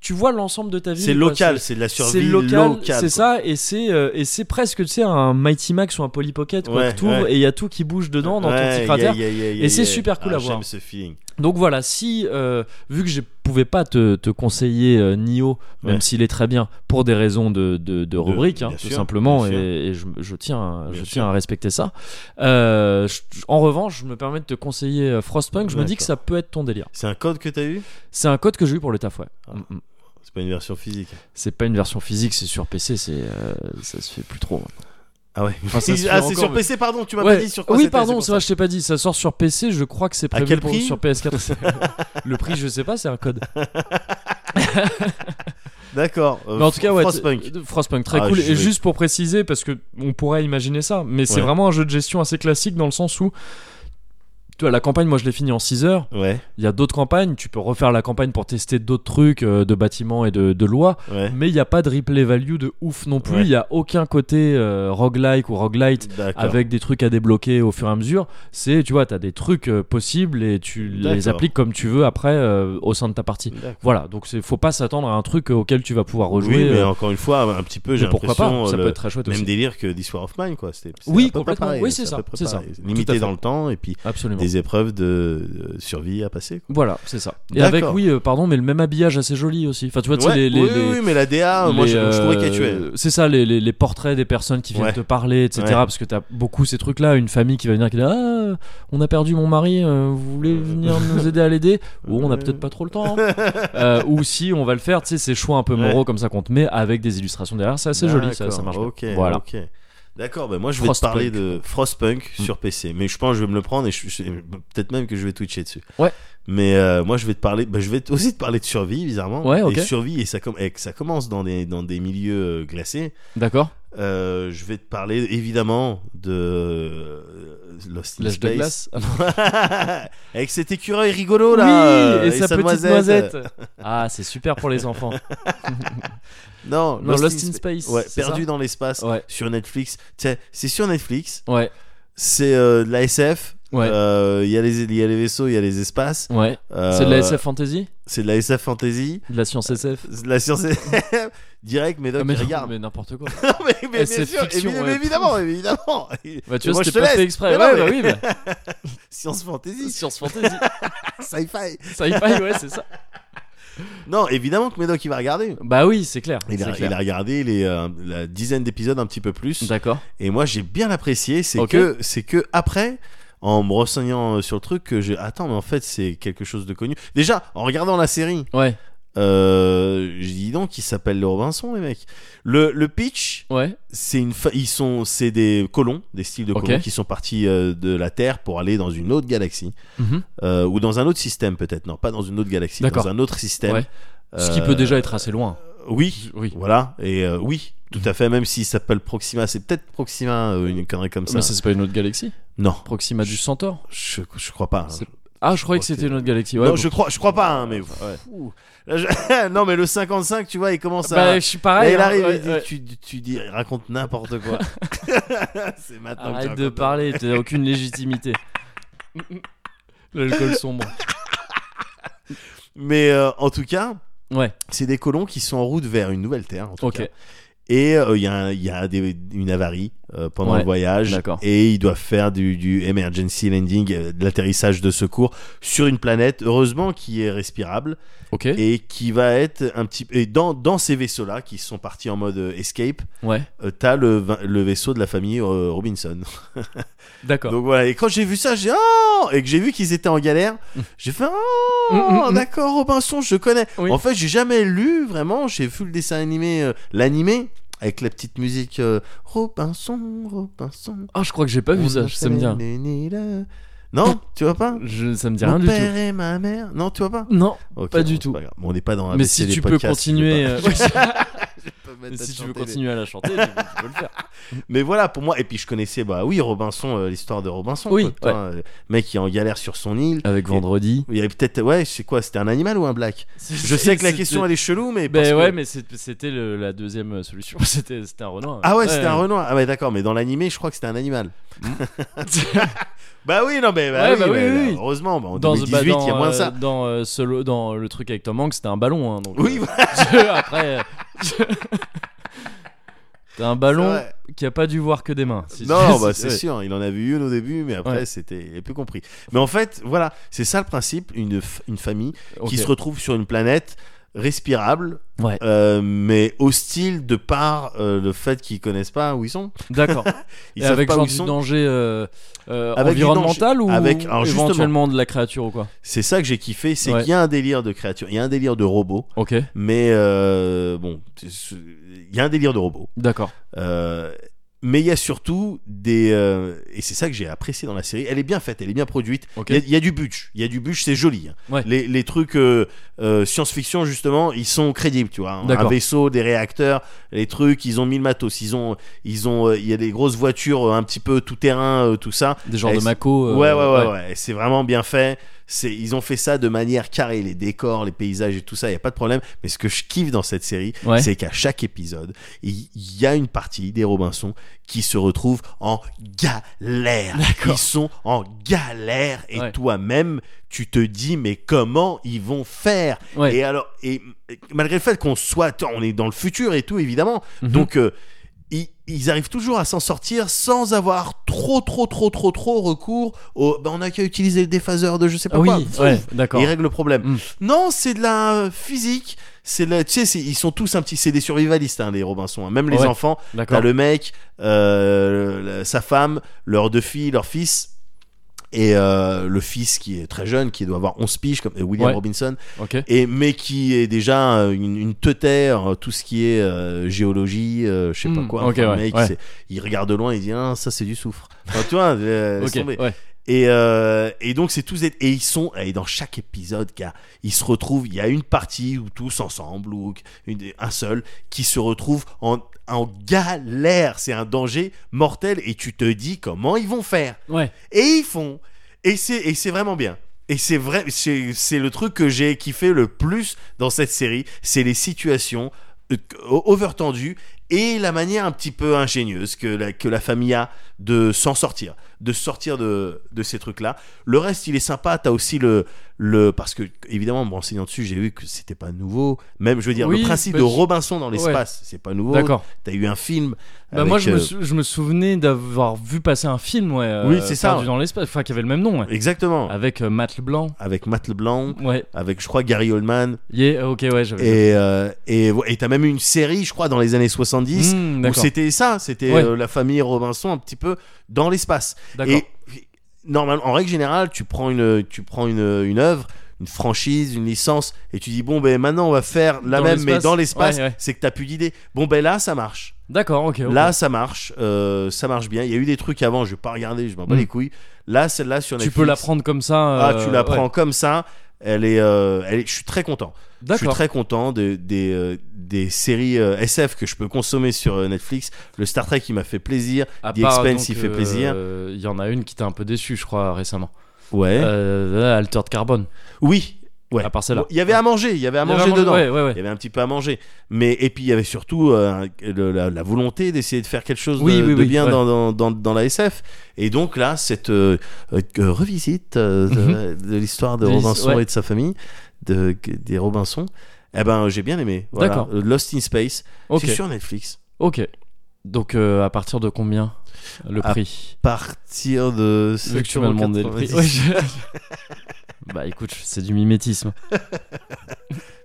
S1: tu vois l'ensemble de ta vie.
S2: C'est local, c'est de la
S1: c'est
S2: survie
S1: local,
S2: locale,
S1: c'est
S2: quoi.
S1: ça, et c'est euh, et c'est presque tu sais un Mighty Max ou un Polly Pocket quoi,
S2: Ouais,
S1: que t'ouvres
S2: ouais.
S1: et il y a tout qui bouge dedans dans
S2: Ouais,
S1: ton petit
S2: yeah,
S1: cratère.
S2: yeah, yeah, yeah,
S1: Et c'est
S2: yeah.
S1: super cool
S2: Ah,
S1: à voir.
S2: J'aime ce feeling.
S1: Donc voilà, si euh, vu que je pouvais pas te, te conseiller euh, Nioh, même
S2: Ouais.
S1: s'il est très bien pour des raisons de, de, de rubrique, hein,
S2: bien
S1: tout
S2: sûr,
S1: simplement,
S2: bien
S1: et,
S2: sûr.
S1: et je, je tiens, à- je
S2: Bien
S1: tiens
S2: sûr.
S1: à respecter ça. Euh, je- en revanche, je me permets de te conseiller euh, Frostpunk. Je me dis que ça
S2: D'accord.
S1: peut être ton délire.
S2: C'est un code que t'as eu
S1: C'est un code que j'ai eu pour le taf, ouais.
S2: Ah.
S1: Mm, mm.
S2: C'est pas une version physique.
S1: C'est pas une version physique, c'est sur PC, c'est euh, ça se fait plus trop.
S2: Ah ouais.
S1: Enfin, ça se fait
S2: ah, c'est
S1: encore,
S2: sur
S1: mais-
S2: PC, pardon, tu m'as
S1: Ouais.
S2: pas dit sur quoi
S1: Oui,
S2: c'était,
S1: pardon,
S2: pour
S1: c'est
S2: ça.
S1: vrai, je t'ai pas dit. Ça sort sur PC, je crois que c'est prévu
S2: quel
S1: pour-
S2: prix
S1: sur PS4. le prix, je sais pas, c'est un code.
S2: D'accord. euh,
S1: Mais en tout cas, ouais.
S2: Frostpunk.
S1: t- euh, Frostpunk, très
S2: Ah,
S1: cool.
S2: je
S1: Et
S2: vais-
S1: juste pour préciser, parce que on pourrait imaginer ça, mais c'est
S2: Ouais.
S1: vraiment un jeu de gestion assez classique dans le sens où Tu vois, la campagne, moi, je l'ai finie en 6 heures.
S2: Ouais,
S1: Il y a d'autres campagnes. Tu peux refaire la campagne pour tester d'autres trucs euh, de bâtiments et de, de lois.
S2: ouais.
S1: Mais il n'y a pas de replay value de ouf non plus. Il
S2: Ouais.
S1: n'y a aucun côté euh, roguelike ou roguelite
S2: D'accord.
S1: avec des trucs à débloquer au fur et à mesure. C'est, tu vois, tu as des trucs euh, possibles et tu les
S2: D'accord.
S1: appliques comme tu veux après euh, au sein de ta partie.
S2: D'accord.
S1: Voilà, donc c'est faut pas s'attendre à un truc auquel tu vas pouvoir rejouer.
S2: Oui, mais
S1: euh,
S2: encore une fois, un petit peu, j'ai
S1: mais pourquoi pas
S2: l'impression, euh,
S1: Ça
S2: le
S1: peut être très chouette
S2: même
S1: aussi.
S2: délire que The War of Mine, quoi. C'était, c'est
S1: Oui,
S2: à peu près
S1: complètement.
S2: pareil,
S1: Oui, c'est ça,
S2: à peu près
S1: c'est ça.
S2: pareil.
S1: Tout à
S2: Limité
S1: fait.
S2: dans le temps et puis
S1: Absolument.
S2: des épreuves de de survie à passer. quoi.
S1: Voilà, c'est ça. Et
S2: D'accord.
S1: avec, oui, euh, pardon, mais le même habillage assez joli aussi. Enfin, tu vois, Bah, tu sais,
S2: Ouais,
S1: les, les-
S2: oui,
S1: les-
S2: oui, mais la DA, moi,
S1: les,
S2: je, je trouvais qu'elle tuait.
S1: euh, C'est ça, les, les, les portraits des personnes qui viennent
S2: Ouais.
S1: te parler, etc.
S2: Ouais.
S1: Parce que t'as beaucoup ces trucs-là. Une famille qui va venir qui dit Ah, on a perdu mon mari, euh, vous voulez venir nous aider à l'aider Ou on a peut-être pas trop le temps. hein. Euh, ou si on va le faire, tu sais, ces choix un peu
S2: Ouais.
S1: moraux comme ça qu'on te met avec des illustrations derrière. ah, C'est assez joli, ça,
S2: D'accord,
S1: ça marche. bien.
S2: Ok,
S1: Voilà.
S2: ok. D'accord, ben moi je vais te
S1: Frostpunk.
S2: parler de Frostpunk
S1: Mm.
S2: sur PC, mais je pense que je vais me le prendre et je- je- peut-être même que je vais twitcher dessus.
S1: Ouais.
S2: Mais euh, moi je vais te parler, ben, je vais t- aussi te parler de survie bizarrement.
S1: Ouais, ok.
S2: Et survie et ça, com- et que ça commence dans des dans des milieux euh, glacés.
S1: D'accord
S2: Euh, je vais te parler évidemment de euh, Lost in
S1: L'âge de glace.
S2: Space.
S1: Ah, non.
S2: Avec cet écureuil rigolo là.
S1: oui,
S2: euh,
S1: et, sa, petite
S2: noisette.
S1: noisette. Ah, c'est super pour les enfants.
S2: Non,
S1: Non,
S2: Lost, in, Space.
S1: Space.
S2: Ouais,
S1: c'est
S2: perdu dans l'espace
S1: ça Ouais.
S2: sur Netflix. Tiens, c'est sur Netflix.
S1: Ouais.
S2: c'est euh, de la SF.
S1: Ouais.
S2: Euh, Il y, a les- il y a les vaisseaux, il y a les espaces.
S1: Ouais.
S2: Euh,
S1: C'est de la SF fantasy
S2: C'est de la SF fantasy.
S1: De la science SF
S2: C'est de la science direct, Médoc,
S1: Ah, mais, non,
S2: Euh, regarde.
S1: mais n'importe quoi.
S2: Non, mais, mais bien
S1: SF
S2: sûr,
S1: fiction,
S2: évi-
S1: ouais.
S2: évidemment, évidemment.
S1: Bah, tu
S2: Mais
S1: vois,
S2: moi,
S1: c'était
S2: je te
S1: pas
S2: laisse.
S1: fait exprès.
S2: Mais
S1: ouais,
S2: non,
S1: bah
S2: mais-
S1: oui, bah,
S2: Science fantasy,
S1: science fantasy.
S2: sci-fi.
S1: Sci-fi, ouais, c'est ça.
S2: Non, évidemment que Médoc, il va regarder.
S1: Bah oui, c'est clair.
S2: Il
S1: c'est
S2: a,
S1: clair.
S2: il a regardé les, euh, la dizaine d'épisodes, un petit peu plus.
S1: D'accord.
S2: Et moi, j'ai bien apprécié. C'est
S1: Ok.
S2: que, c'est que après, en me renseignant euh, sur le truc, que j'ai. Attends, mais en fait, c'est quelque chose de connu. Déjà, en regardant la série,
S1: Ouais,
S2: euh, je dis donc, ils s'appellent le Robinson, les mecs. Le, le pitch,
S1: ouais,
S2: c'est une, fa- ils sont, c'est des colons, des styles de
S1: Ok.
S2: colons qui sont partis euh, de la Terre pour aller dans une autre galaxie
S1: Mhm.
S2: Euh, ou dans un autre système peut-être. Non, pas dans une autre galaxie,
S1: D'accord.
S2: dans un autre système.
S1: ouais. Ce qui
S2: Euh,
S1: peut déjà être assez loin.
S2: Oui,
S1: Oui. Mhm.
S2: voilà. Et euh, oui, tout à fait. Même s'il s'appelle Proxima, c'est peut-être Proxima, euh, une connerie comme ça.
S1: Ah, Mais ça, c'est pas une autre galaxie
S2: Non,
S1: Proxima du Centaure
S2: je, je crois pas.
S1: C'est- Ah, je croyais que
S2: Proxima.
S1: c'était une autre galaxie. Ouais,
S2: non,
S1: bon.
S2: je crois, je crois pas. hein, mais Ouh. Là, je- non, mais le 55, tu vois, il commence à.
S1: Bah, je suis pareil.
S2: Là, il
S1: hein,
S2: arrive,
S1: ouais,
S2: il dit,
S1: ouais.
S2: Tu, tu dis, raconte n'importe quoi. c'est maintenant que
S1: Arrête
S2: tu
S1: de
S2: racontes.
S1: parler, t'as aucune légitimité. L'alcool sombre.
S2: Mais euh, en tout cas,
S1: Ouais,
S2: c'est des colons qui sont en route vers une nouvelle terre. En tout
S1: ok.
S2: cas. Et euh, il y a, un- il y a des- une avarie euh, pendant
S1: Ouais,
S2: le voyage.
S1: d'accord.
S2: Et ils doivent faire du, du emergency landing, euh, de l'atterrissage de secours sur une planète, heureusement, qui est respirable
S1: Ok,
S2: et qui va être un petit. Et dans, dans ces vaisseaux-là, qui sont partis en mode euh, escape,
S1: ouais,
S2: euh, t'as le, va- le vaisseau de la famille euh, Robinson.
S1: d'accord.
S2: Donc voilà, et quand j'ai vu ça, j'ai oh et que j'ai vu qu'ils étaient en galère, j'ai fait oh
S1: Mm, mm, mm.
S2: d'accord Robinson, je connais.
S1: Oui.
S2: En fait, j'ai jamais lu vraiment, j'ai vu le dessin animé euh, l'animé avec la petite musique euh, Robinson, Robinson.
S1: Ah, je crois que j'ai pas vu
S2: on
S1: ça, ça me dit. rien.
S2: appelle Nina. Non, tu vois pas
S1: Je- ça me dit
S2: Mon
S1: rien du tout.
S2: père et ma mère. Non, tu vois pas
S1: Non,
S2: Ok,
S1: Pas
S2: bon,
S1: du
S2: c'est
S1: tout.
S2: grave. Bon, on n'est pas dans la
S1: mais
S2: BC
S1: si
S2: des
S1: tu peux
S2: podcasts, tu peux
S1: continuer,
S2: pas-
S1: euh,
S2: Je peux pas
S1: mais
S2: mettre ta
S1: si tu
S2: chanter,
S1: veux
S2: mais-
S1: continuer à la chanter, tu peux, tu peux le faire.
S2: Mais voilà, pour moi, et puis je connaissais, bah oui, Robinson, euh, l'histoire de Robinson.
S1: Oui,
S2: quoi, putain, euh, mec qui est en galère sur son île.
S1: Avec vendredi.
S2: Il y avait peut-être, ouais, c'est quoi, c'était un animal ou un black Je sais que la question elle est chelou, mais. parce
S1: Ben
S2: que-
S1: ouais, mais c'est- c'était le- la deuxième euh, solution. C'était c'était un renard.
S2: Ah ouais, c'était un renard. Ah ouais, d'accord, mais dans l'animé, je crois que c'était un animal. bah oui, non, mais bah
S1: Ouais,
S2: oui,
S1: bah oui,
S2: mais,
S1: oui, oui.
S2: heureusement, bah, en
S1: Dans,
S2: 2018,
S1: bah,
S2: il
S1: dans,
S2: y a moins de
S1: euh,
S2: ça.
S1: Dans, euh, solo, dans le truc avec Tom Hanks, c'était un ballon. Hein, donc,
S2: Oui,
S1: euh,
S2: voilà,
S1: après. euh, T'as un ballon
S2: ouais.
S1: qui a pas dû voir que des mains. Si-
S2: Non,
S1: si-
S2: bah c'est
S1: ouais.
S2: sûr, il en avait eu une au début, mais après,
S1: Ouais.
S2: c'était il a plus compris. Mais en fait, voilà, c'est ça le principe une, f- une famille
S1: Ok.
S2: qui se retrouve sur une planète respirable,
S1: Ouais.
S2: euh, mais hostile de par euh, le fait qu'ils connaissent pas où ils sont.
S1: D'accord.
S2: Ils
S1: Et
S2: savent
S1: avec
S2: pas où
S1: genre
S2: ils
S1: du
S2: sont.
S1: danger euh, euh,
S2: Avec du
S1: environnemental ou
S2: Avec- alors, justement.
S1: éventuellement de la créature ou quoi
S2: C'est ça que j'ai kiffé, c'est
S1: Ouais.
S2: qu'il y a un délire de créature, il y a un délire de robot,
S1: Ok,
S2: mais euh, bon, c'est- il y a un délire de robot.
S1: d'accord.
S2: Euh, Mais il y a surtout des. euh, et c'est ça que j'ai apprécié dans la série. Elle est bien faite, elle est bien produite. Il
S1: Ok.
S2: y a- il y, a du butch. Il y a du butch, c'est joli. hein.
S1: Ouais.
S2: Les, les trucs euh, euh, science-fiction, justement, ils sont crédibles, tu vois. hein. Un
S1: D'accord.
S2: vaisseau, des réacteurs, les trucs, ils ont mis le matos. Ils ont. Ils ont euh, il y a des grosses voitures, euh, un petit peu tout-terrain, euh, tout ça.
S1: Des genres
S2: Eh,
S1: de
S2: c'est-
S1: Mako. euh,
S2: ouais, ouais, ouais, ouais. C'est vraiment bien fait. C'est, ils ont fait ça de manière carrée, les décors, les paysages et tout ça, il n'y a pas de problème. Mais ce que je kiffe dans cette série,
S1: Ouais.
S2: c'est qu'à chaque épisode, il il y a une partie des Robinson qui se retrouvent en galère.
S1: D'accord.
S2: Ils sont en galère et
S1: Ouais.
S2: toi-même, tu te dis, mais comment ils vont faire
S1: Ouais.
S2: Et alors, et et malgré le fait qu'on soit, on est dans le futur et tout, évidemment.
S1: Mhm.
S2: Donc, euh, ils, ils arrivent toujours à s'en sortir sans avoir trop, trop, trop, trop, trop recours au. bah, on a qu'à utiliser le déphaseur de je sais pas
S1: Ah oui,
S2: quoi.
S1: ouais,
S2: Pouf,
S1: d'accord.
S2: Ils règlent le problème.
S1: Mm.
S2: Non, c'est de la euh, physique. C'est de la, tu sais, c'est- ils sont tous un petit. C'est des survivalistes, hein, les Robinson. hein. Même les
S1: Ouais.
S2: enfants. T'as
S1: D'accord.
S2: le mec, euh, la- sa femme, leurs deux filles, leur fils. Et euh, le fils qui est très jeune, qui doit avoir 11 piges, comme euh, William
S1: Ouais.
S2: Robinson
S1: Ok.
S2: et mais qui est déjà euh, une, une teutère, euh, tout ce qui est euh, géologie, euh, je sais pas
S1: Mm,
S2: quoi.
S1: ok,
S2: Enfin, le
S1: ouais,
S2: mec,
S1: ouais.
S2: c'est- il regarde de loin et il dit ah, ça c'est du soufre. Enfin, tu vois, euh, laisse
S1: Ok.
S2: tomber.
S1: Ouais.
S2: Et, euh, et donc c'est tous des- et ils sont et dans chaque épisode, gars, ils se retrouvent. Il y a une partie où tous ensemble ou une- un seul qui se retrouve en en galère, c'est un danger mortel et tu te dis comment ils vont faire.
S1: Ouais.
S2: Et ils font. Et c'est, et c'est vraiment bien. Et c'est vrai, c'est, c'est le truc que j'ai kiffé le plus dans cette série, c'est les situations euh, overtendues et la manière un petit peu ingénieuse que la, que la famille a de s'en sortir, de sortir de, de ces trucs-là. Le reste, il est sympa, t'as aussi le, le... Parce que, évidemment, en me renseignant dessus, j'ai vu que c'était pas nouveau. Même, je veux dire,
S1: Oui,
S2: le principe
S1: bah,
S2: de
S1: je-
S2: Robinson dans
S1: Ouais.
S2: l'espace, c'est pas nouveau.
S1: D'accord.
S2: T'as eu un film...
S1: Bah moi
S2: avec,
S1: je me,
S2: euh,
S1: sou- je me souvenais d'avoir vu passer un film ouais. euh,
S2: Oui, c'est ça,
S1: Perdu
S2: ouais.
S1: dans l'espace, enfin qui avait le même nom ouais.
S2: Exactement.
S1: Avec euh, Matt Leblanc.
S2: Avec Matt LeBlanc,
S1: Ouais.
S2: avec, je crois, Gary Oldman,
S1: Yeah, ok ouais j'avais.
S2: Et euh, et ouais, et t'as même eu une série, je crois, dans les années 70
S1: Hmm,
S2: où
S1: d'accord.
S2: c'était ça, c'était
S1: Ouais.
S2: euh, la famille Robinson un petit peu dans l'espace.
S1: D'accord.
S2: Et normalement, en règle générale, tu prends une, tu prends une, une œuvre, une franchise, une licence, et tu dis bon ben maintenant on va faire la
S1: Dans
S2: même mais
S1: l'espace.
S2: dans l'espace.
S1: Ouais, ouais.
S2: C'est que t'as plus d'idées. Bon ben là ça marche.
S1: D'accord. Ok. ok.
S2: Là ça marche, Euh, ça marche bien. Il y a eu des trucs avant, je vais pas regarder, je m'en bats
S1: Mm.
S2: les couilles. Là celle-là sur
S1: tu
S2: Netflix.
S1: peux la prendre comme ça.
S2: Ah
S1: euh,
S2: tu la prends
S1: ouais.
S2: comme ça. Elle est, euh, elle est, je suis très content. Je suis
S1: D'accord.
S2: très content de- des, euh, des séries euh, SF que je peux consommer sur euh, Netflix. Le Star Trek, il m'a fait plaisir.
S1: À
S2: The
S1: part,
S2: Expanse,
S1: donc,
S2: il fait
S1: euh,
S2: plaisir.
S1: Il y en a une qui t'a un peu déçu je crois récemment.
S2: Ouais.
S1: Euh, Altered Carbone.
S2: oui. Ouais.
S1: À part celle-là.
S2: Il y avait à manger. Il y avait à
S1: Il y avait
S2: manger dedans.
S1: Ouais ouais ouais.
S2: Il y avait un petit peu à manger. Mais, et puis, il y avait surtout euh, le- la, la volonté d'essayer de faire quelque chose
S1: Oui,
S2: de,
S1: oui,
S2: de
S1: oui,
S2: bien
S1: ouais.
S2: dans, dans, dans- dans la SF. Et donc, là, cette euh, euh, euh, revisite euh, de, de l'histoire de
S1: Mhm. De l'his-
S2: Robinson
S1: ouais.
S2: et de sa famille, de, des Robinson, eh ben, j'ai bien aimé. Voilà.
S1: D'accord.
S2: Euh, Lost in Space.
S1: Ok.
S2: C'est sur Netflix.
S1: Ok. Donc euh, à partir de combien le
S2: À-
S1: prix
S2: partir de
S1: Vu que tu m'as demandé le prix.
S2: 7,90.
S1: Ouais, je- bah écoute c'est du mimétisme.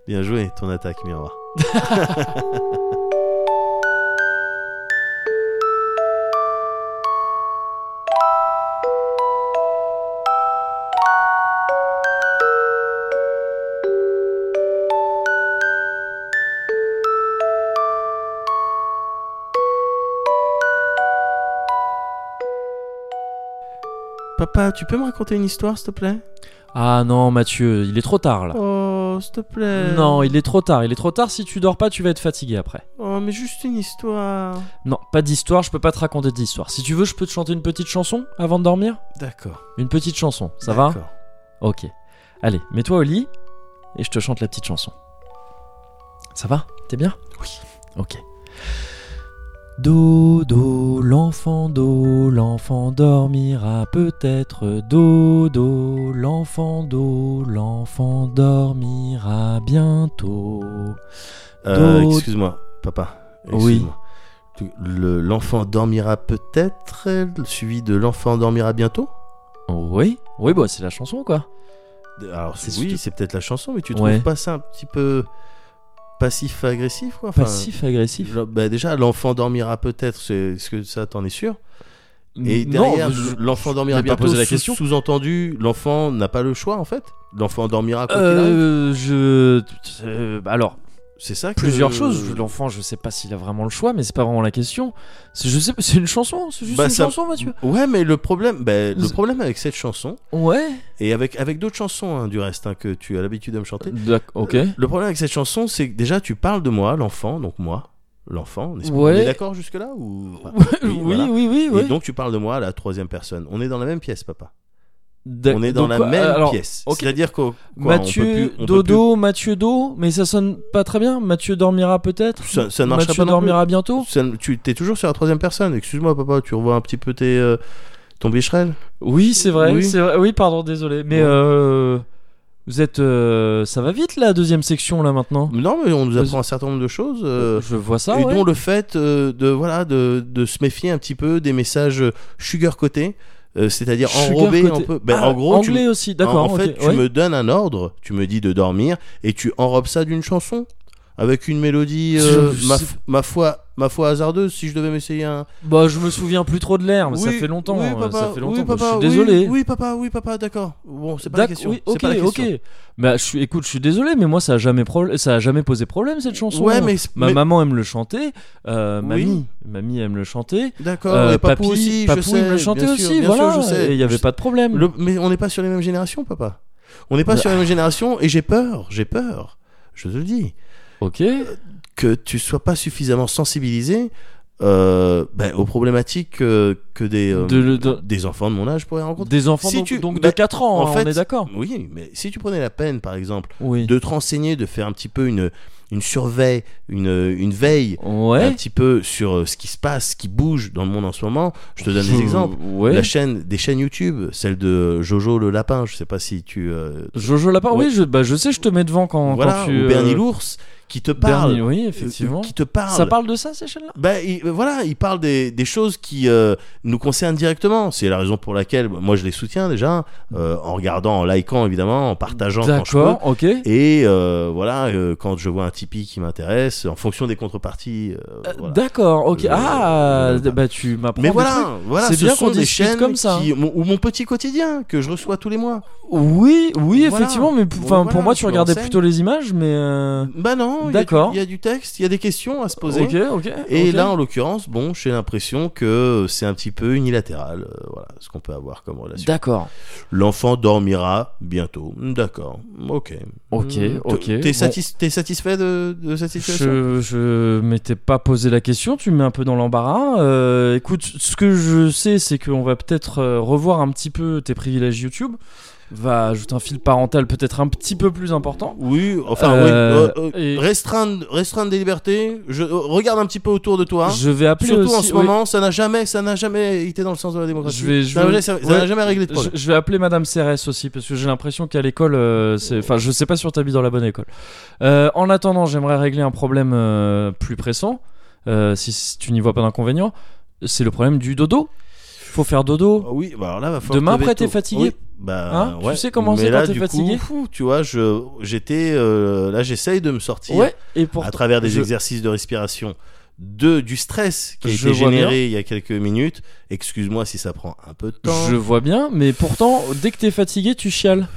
S2: Bien joué, ton attaque, miroir. Papa, tu peux me raconter une histoire, s'il te plaît
S1: Ah non Mathieu il est trop tard là.
S2: Oh, s'il te plaît.
S1: Non, il est trop tard. Il est trop tard. Si tu dors pas, tu vas être fatigué après.
S2: Oh, mais juste une histoire.
S1: Non, pas d'histoire. Je peux pas te raconter d'histoire. Si tu veux, je peux te chanter une petite chanson avant de dormir.
S2: D'accord.
S1: Une petite chanson. Ça va Ok. Allez, mets-toi au lit et je te chante la petite chanson. Ça va T'es bien Oui. Ok. Dodo, l'enfant do, l'enfant dormira peut-être. Dodo, l'enfant do, l'enfant dormira bientôt.
S2: Euh,
S1: D'autres-
S2: excuse-moi, papa.
S1: Oui.
S2: Excuse-moi. Tu- le- L'enfant dormira peut-être, euh, suivi de l'enfant dormira bientôt
S1: Oui, oui, bah c'est la chanson quoi.
S2: Alors,
S1: C'est
S2: oui,
S1: surtout-
S2: c'est peut-être la chanson, mais tu
S1: Ouais.
S2: trouves pas ça un petit peu passif-agressif quoi Enfin,
S1: Passif agressif.
S2: le- bah, déjà, l'enfant dormira peut-être, c'est- est-ce que ça t'en es sûr Et
S1: Non,
S2: derrière,
S1: je-
S2: l'enfant dormira
S1: je vais pas
S2: bientôt,
S1: poser la
S2: sous-
S1: question.
S2: sous-entendu, Euh, l'enfant n'a pas le choix en fait L'enfant dormira quoi qu'il arrive
S1: Euh, je. euh, alors,
S2: C'est ça que...
S1: Plusieurs choses. L'enfant, je sais pas s'il a vraiment le choix, mais c'est pas vraiment la question. C'est, je sais pas, c'est une chanson, c'est juste
S2: Bah,
S1: une
S2: ça-
S1: chanson, Mathieu.
S2: Ouais, mais le problème, ben, le
S1: Z-
S2: problème avec cette chanson
S1: Ouais.
S2: et avec avec d'autres chansons hein, du reste hein, que tu as l'habitude de me chanter.
S1: D'ac- ok.
S2: Le problème avec cette chanson, c'est que déjà tu parles de moi, l'enfant, donc moi, l'enfant. n'est-ce pas
S1: Ouais.
S2: On est d'accord jusque là ou
S1: Oui,
S2: voilà.
S1: oui, oui, oui.
S2: Et donc tu parles de moi à la troisième personne. On est dans la même pièce, papa.
S1: D'ac-
S2: On est dans
S1: donc,
S2: la
S1: quoi,
S2: même
S1: alors,
S2: pièce.
S1: ok.
S2: C'est-à-dire que
S1: Mathieu Dodo, Mathieu Do, mais ça sonne pas très bien. Mathieu dormira peut-être.
S2: Ça- ça ne marchera
S1: Mathieu
S2: pas non plus.
S1: dormira bientôt.
S2: Ça- tu t'es toujours sur la troisième personne. Excuse-moi, papa, tu revois un petit peu tes, euh, ton bicherel.
S1: Oui, c'est vrai.
S2: Oui.
S1: c'est vrai. Oui, pardon, désolé. Mais
S2: Ouais.
S1: euh, vous êtes, euh, ça va vite la deuxième section là maintenant.
S2: Non, mais on nous apprend un certain nombre de choses. euh,
S1: je vois ça.
S2: et
S1: Ah ouais.
S2: dont le fait euh, de voilà de, de se méfier un petit peu des messages sugar cotés, c'est-à-dire
S1: Sugar
S2: enrobés
S1: Coated.
S2: un peu. Ben,
S1: Ah,
S2: en gros, tu,
S1: anglais aussi. D'accord.
S2: En,
S1: ok,
S2: en fait, tu
S1: ouais.
S2: me donnes un ordre, tu me dis de dormir, et tu enrobes ça d'une chanson avec une mélodie, euh,
S1: Je- je
S2: ma,
S1: sais-
S2: ma foi, ma foi hasardeuse. Si je devais m'essayer un.
S1: Bah, je me souviens plus trop de l'air, mais ça
S2: Oui,
S1: fait longtemps.
S2: oui,
S1: euh,
S2: papa,
S1: ça fait longtemps.
S2: oui,
S1: bah,
S2: papa,
S1: je suis
S2: oui,
S1: désolé.
S2: Oui, papa, oui, papa, d'accord. Bon, c'est pas la
S1: D'ac-
S2: question.
S1: oui,
S2: c'est
S1: ok,
S2: pas la question.
S1: ok. Bah, je suis, écoute, je suis désolé, mais moi, ça a jamais, pro- ça a jamais posé problème cette chanson.
S2: Ouais, mais c'est-
S1: ma
S2: mais-
S1: maman aime le chanter. euh,
S2: Oui.
S1: mamie, mamie aime le chanter.
S2: D'accord.
S1: euh,
S2: et papou
S1: papy,
S2: aussi,
S1: papou
S2: je sais,
S1: aime le chanter
S2: bien sûr,
S1: aussi.
S2: bien
S1: voilà.
S2: sûr, je sais.
S1: Et il y avait
S2: Je-
S1: pas de problème.
S2: Le- mais on n'est pas sur les mêmes générations, papa. On n'est pas
S1: Mm. Bah.
S2: sur les mêmes générations, et j'ai peur, j'ai peur. Je te le dis.
S1: Ok.
S2: que tu sois pas suffisamment sensibilisé euh, ben, aux problématiques euh, que des, euh,
S1: De- le- de-
S2: des enfants de mon âge pourraient rencontrer.
S1: Des enfants
S2: Si
S1: donc,
S2: tu-
S1: donc
S2: bah,
S1: de 4 ans,
S2: en
S1: hein,
S2: fait,
S1: on est d'accord.
S2: Oui, mais si tu prenais la peine, par exemple,
S1: Oui.
S2: de te renseigner, de faire un petit peu une, une surveille, une, une veille, un
S1: Ouais.
S2: petit peu sur euh, ce qui se passe, ce qui bouge dans le monde en ce moment, je te donne des exemples.
S1: Ouais.
S2: La chaîne, des chaînes YouTube, celle de Jojo le lapin, je sais pas si tu. euh,
S1: Jojo Lapin,
S2: Ouais.
S1: oui, je, bah, je sais, je te mets devant quand, quand
S2: voilà,
S1: tu.
S2: ou Bernie
S1: euh,
S2: l'ours, qui te parle.
S1: Bernie, oui,
S2: euh,
S1: effectivement.
S2: Qui te parle.
S1: Ça parle de ça, ces chaînes-là
S2: Ben il- euh, voilà, il parle des, des choses qui euh, nous concernent directement. C'est la raison pour laquelle bah, moi je les soutiens déjà, euh, en regardant, en likant évidemment, en partageant quand je
S1: D'accord, ok.
S2: peux. Et euh, voilà, euh, quand je vois un Tipeee qui m'intéresse, en fonction des contreparties. euh,
S1: Euh,
S2: voilà.
S1: D'accord, ok.
S2: Je-
S1: ah,
S2: je-
S1: bah tu m'apprends.
S2: Mais
S1: des
S2: voilà, voilà,
S1: C'est
S2: ce
S1: bien
S2: sont
S1: qu'on
S2: des
S1: discute
S2: chaînes
S1: comme ça, hein.
S2: qui- mon- ou mon petit quotidien que je reçois tous les mois.
S1: trucs. Oui, oui,
S2: Voilà.
S1: effectivement, mais pour,
S2: Bon,
S1: enfin,
S2: voilà,
S1: pour moi,
S2: tu
S1: tu regardais
S2: l'enseignes.
S1: plutôt les images, mais. euh,
S2: Bah non, il y a du-
S1: D'accord.
S2: il y, a du texte, il y a des questions à se poser.
S1: Ok, ok.
S2: Et
S1: ok.
S2: là, en l'occurrence, bon, j'ai l'impression que c'est un petit peu unilatéral, euh, voilà, ce qu'on peut avoir comme relation.
S1: D'accord.
S2: L'enfant dormira bientôt. D'accord. Ok.
S1: Ok,
S2: T-
S1: ok.
S2: T'es
S1: Bon.
S2: satis- t'es satisfait de, de cette situation
S1: Je, je m'étais pas posé la question, tu me mets un peu dans l'embarras. Euh, écoute, ce que je sais, c'est qu'on va peut-être euh, revoir un petit peu tes privilèges YouTube. Va ajouter un fil parental peut-être un petit peu plus important.
S2: Oui, enfin,
S1: Euh,
S2: oui. euh, euh,
S1: et-
S2: restreindre, restreindre des libertés. Je, euh, regarde un petit peu autour de toi. hein.
S1: Je vais appeler
S2: Surtout
S1: aussi-
S2: en ce
S1: oui.
S2: moment, ça n'a jamais, ça n'a jamais été dans le sens de la démocratie.
S1: Je vais, je
S2: ça n'a
S1: vais-
S2: jamais- ça n'a
S1: ouais,
S2: jamais réglé de
S1: je,
S2: problème.
S1: je vais appeler Madame Cérès aussi parce que j'ai l'impression qu'à l'école, euh, c'est- enfin, je sais pas si on t'habille dans la bonne école. Euh, en attendant, j'aimerais régler un problème euh, plus pressant, euh, si, si tu n'y vois pas d'inconvénient. C'est le problème du dodo. Faut faire dodo.
S2: Ah Oui, bah alors là, va falloir
S1: Demain,
S2: te lever
S1: après, t'es
S2: tôt.
S1: fatigué
S2: Oui, bah,
S1: Hein Tu
S2: ouais.
S1: sais comment
S2: Mais
S1: c'est
S2: là,
S1: quand t'es
S2: du coup,
S1: fatigué
S2: fou, Tu vois, je, j'étais euh, là, j'essaye de me sortir
S1: Ouais. Et pour
S2: à travers des
S1: je-
S2: exercices de respiration, de du stress qui a
S1: Je
S2: été
S1: vois
S2: généré il y a quelques minutes. Excuse-moi si ça prend un peu de temps.
S1: Je vois bien, mais pourtant, dès que t'es fatigué, tu chiales.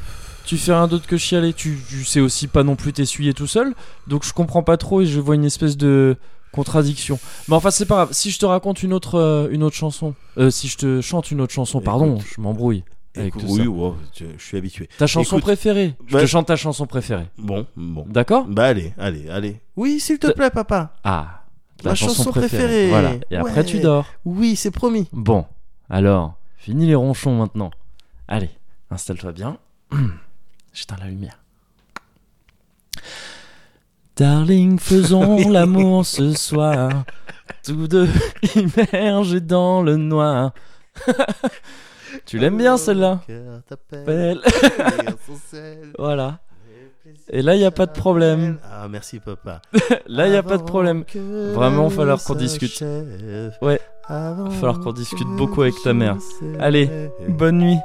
S1: Tu fais rien d'autre que chialer. Tu, tu sais aussi pas non plus t'essuyer tout seul. Donc je comprends pas trop et je vois une espèce de contradiction. Mais enfin, c'est pas grave. Si je te raconte une autre, euh, une autre chanson, euh, si je te chante une autre chanson, pardon, je m'embrouille. avec
S2: Écoute,
S1: tout
S2: oui,
S1: ça.
S2: wow, je, je suis habitué.
S1: Ta chanson
S2: Écoute,
S1: préférée. Je te
S2: ouais.
S1: chante ta chanson préférée.
S2: Bon, bon.
S1: D'accord
S2: Bah allez, allez, allez. Oui, s'il te
S1: Ta-
S2: plaît, papa.
S1: Ah,
S2: Ma chanson préférée.
S1: Voilà. Et après,
S2: Ouais.
S1: tu dors.
S2: Oui, c'est promis.
S1: Bon, alors, fini les ronchons maintenant. Allez, installe-toi bien. J'éteins la lumière. Darling, faisons l'amour ce soir. Tous deux immergés dans le noir. tu l'aimes bien celle-là
S2: Cœur t'appelle,
S1: Belle.
S2: les garçons s'aiment,
S1: Voilà.
S2: les plaisirs
S1: Et là, y a pas de problème.
S2: s'appellent. Ah, merci, papa.
S1: Là, il a pas de
S2: Avant
S1: problème.
S2: que la
S1: Vraiment, falloir
S2: nuit
S1: qu'on discute.
S2: s'achève,
S1: Ouais.
S2: avant
S1: Falloir qu'on discute
S2: que
S1: beaucoup avec ta
S2: je
S1: mère.
S2: sais.
S1: Allez,
S2: Ah
S1: bonne nuit.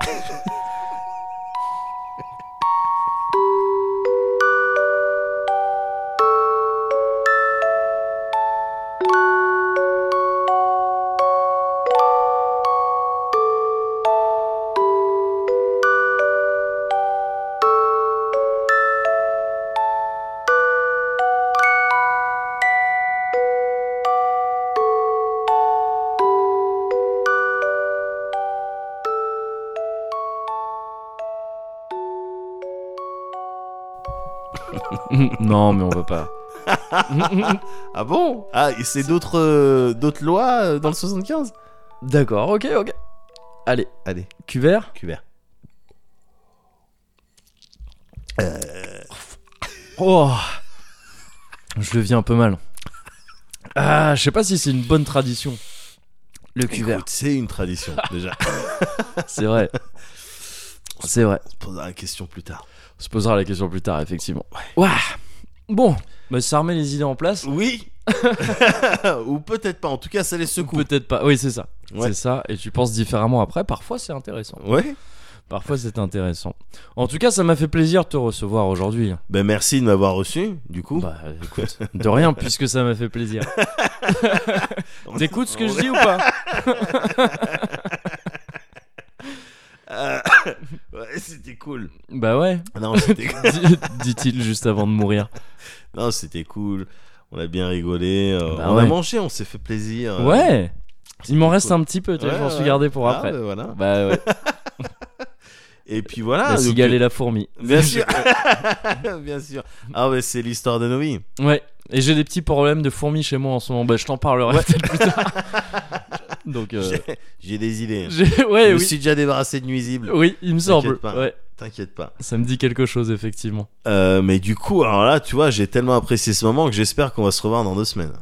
S1: non, mais on veut pas.
S2: Ah bon Ah, et c'est d'autres euh, d'autres lois euh, dans le 75
S1: D'accord, ok, ok. Allez,
S2: Allez,
S1: cuvert.
S2: cuvert.
S1: Oh Je le vis un peu mal. Ah, je sais pas si c'est une bonne tradition. Le cuvert,
S2: Écoute, c'est une tradition déjà.
S1: c'est vrai. C'est vrai.
S2: On se posera la question plus tard.
S1: On se posera la question plus tard, effectivement. Ouah. Bon, bah, ça remet les idées en place.
S2: Oui Ou peut-être pas, en tout cas, ça les secoue.
S1: Peut-être pas. Oui, c'est ça.
S2: Ouais.
S1: C'est ça. Et tu penses différemment après. Parfois, c'est intéressant.
S2: Ouais
S1: Parfois, c'est intéressant. En tout cas, ça m'a fait plaisir de te recevoir aujourd'hui.
S2: Ben merci de m'avoir reçu, du coup.
S1: Bah, écoute, de rien, puisque ça m'a fait plaisir. T'écoutes ce que je dis ou pas
S2: Ouais, c'était cool.
S1: Bah ouais.
S2: Non, c'était
S1: Dit- dit-il juste avant de mourir.
S2: Non, c'était cool. On a bien rigolé. euh,
S1: Bah
S2: on a
S1: ouais.
S2: mangé, on s'est fait plaisir. euh,
S1: Ouais. Il m'en reste
S2: cool.
S1: un petit peu, tu vois,
S2: Ouais,
S1: j'en suis
S2: ouais.
S1: gardé pour
S2: Ah,
S1: après.
S2: bah voilà.
S1: Bah ouais,
S2: Et puis voilà.
S1: la
S2: Ah, donc, euh,
S1: cigale et la fourmi.
S2: Bien sûr. bien sûr. Ah ouais, c'est l'histoire de nos vies.
S1: Ouais, et j'ai des petits problèmes de fourmis chez moi en ce moment, bah je t'en parlerai peut-être plus tard. Donc, euh,
S2: J'ai- J'ai des idées.
S1: j'ai-
S2: Je
S1: ouais,
S2: me
S1: oui.
S2: suis déjà débarrassé de nuisibles.
S1: Oui, il me semble.
S2: T'inquiète pas.
S1: Ouais,
S2: T'inquiète pas.
S1: ça me dit quelque chose, effectivement.
S2: Euh, mais du coup, alors là, tu vois, j'ai tellement apprécié ce moment que j'espère qu'on va se revoir dans deux semaines.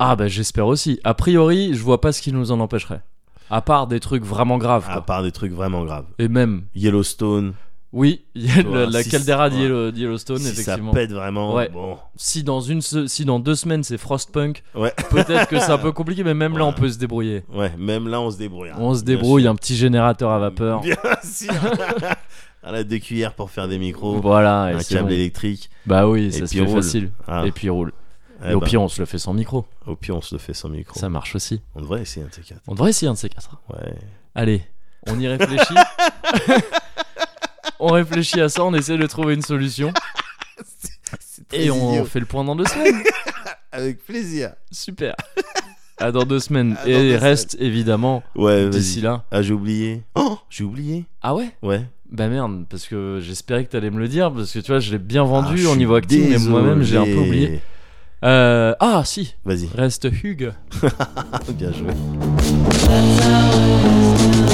S1: Ah bah j'espère aussi. A priori, je vois pas ce qui nous en empêcherait. À part des trucs vraiment graves,
S2: À
S1: quoi.
S2: part des trucs vraiment graves.
S1: Et même,
S2: Yellowstone,
S1: oui, il y a le-
S2: Voilà,
S1: la
S2: si-
S1: caldeira
S2: ouais.
S1: d'Yellow- d'Yellowstone,
S2: si ça
S1: effectivement.
S2: pète vraiment,
S1: Ouais.
S2: bon.
S1: si dans une se- si dans deux semaines c'est Frostpunk,
S2: Ouais.
S1: peut-être que c'est un peu compliqué, mais même là on
S2: Ouais.
S1: peut se débrouiller.
S2: Ouais, même là, on se débrouille. hein.
S1: On se
S2: Bien
S1: débrouille,
S2: sûr.
S1: un petit générateur à vapeur.
S2: Bien sûr. à la deux cuillères pour faire des micros,
S1: Voilà, et
S2: un
S1: c'est
S2: câble
S1: bon.
S2: électrique.
S1: Bah oui, ça
S2: Et
S1: se
S2: puis
S1: fait
S2: roule.
S1: facile.
S2: Ah,
S1: Et puis roule.
S2: eh
S1: et au
S2: ben,
S1: pire, on se le fait sans micro.
S2: au pire, on se le fait sans micro.
S1: Ça marche aussi.
S2: On devrait essayer un T4.
S1: On devrait essayer un de ces quatre. hein.
S2: Ouais.
S1: Allez, on y réfléchit. on réfléchit à ça, on essaie de trouver une solution. Et on
S2: idiot.
S1: fait le point dans deux semaines.
S2: Avec plaisir.
S1: Super. À dans deux semaines.
S2: À dans
S1: et
S2: deux
S1: reste évidemment
S2: Ouais,
S1: d'ici
S2: vas-y.
S1: là.
S2: Ah, j'ai oublié. Oh, j'ai oublié.
S1: Ah ouais
S2: Ouais.
S1: Bah merde, parce que j'espérais que t'allais me le dire, parce que tu vois, je l'ai bien vendu
S2: Ah,
S1: on
S2: je
S1: y voit
S2: suis
S1: acting, mais moi-même j'ai un peu
S2: désolé.
S1: oublié. Euh, ah si,
S2: Vas-y.
S1: reste Hugues.
S2: Bien joué.
S3: That's how it is now.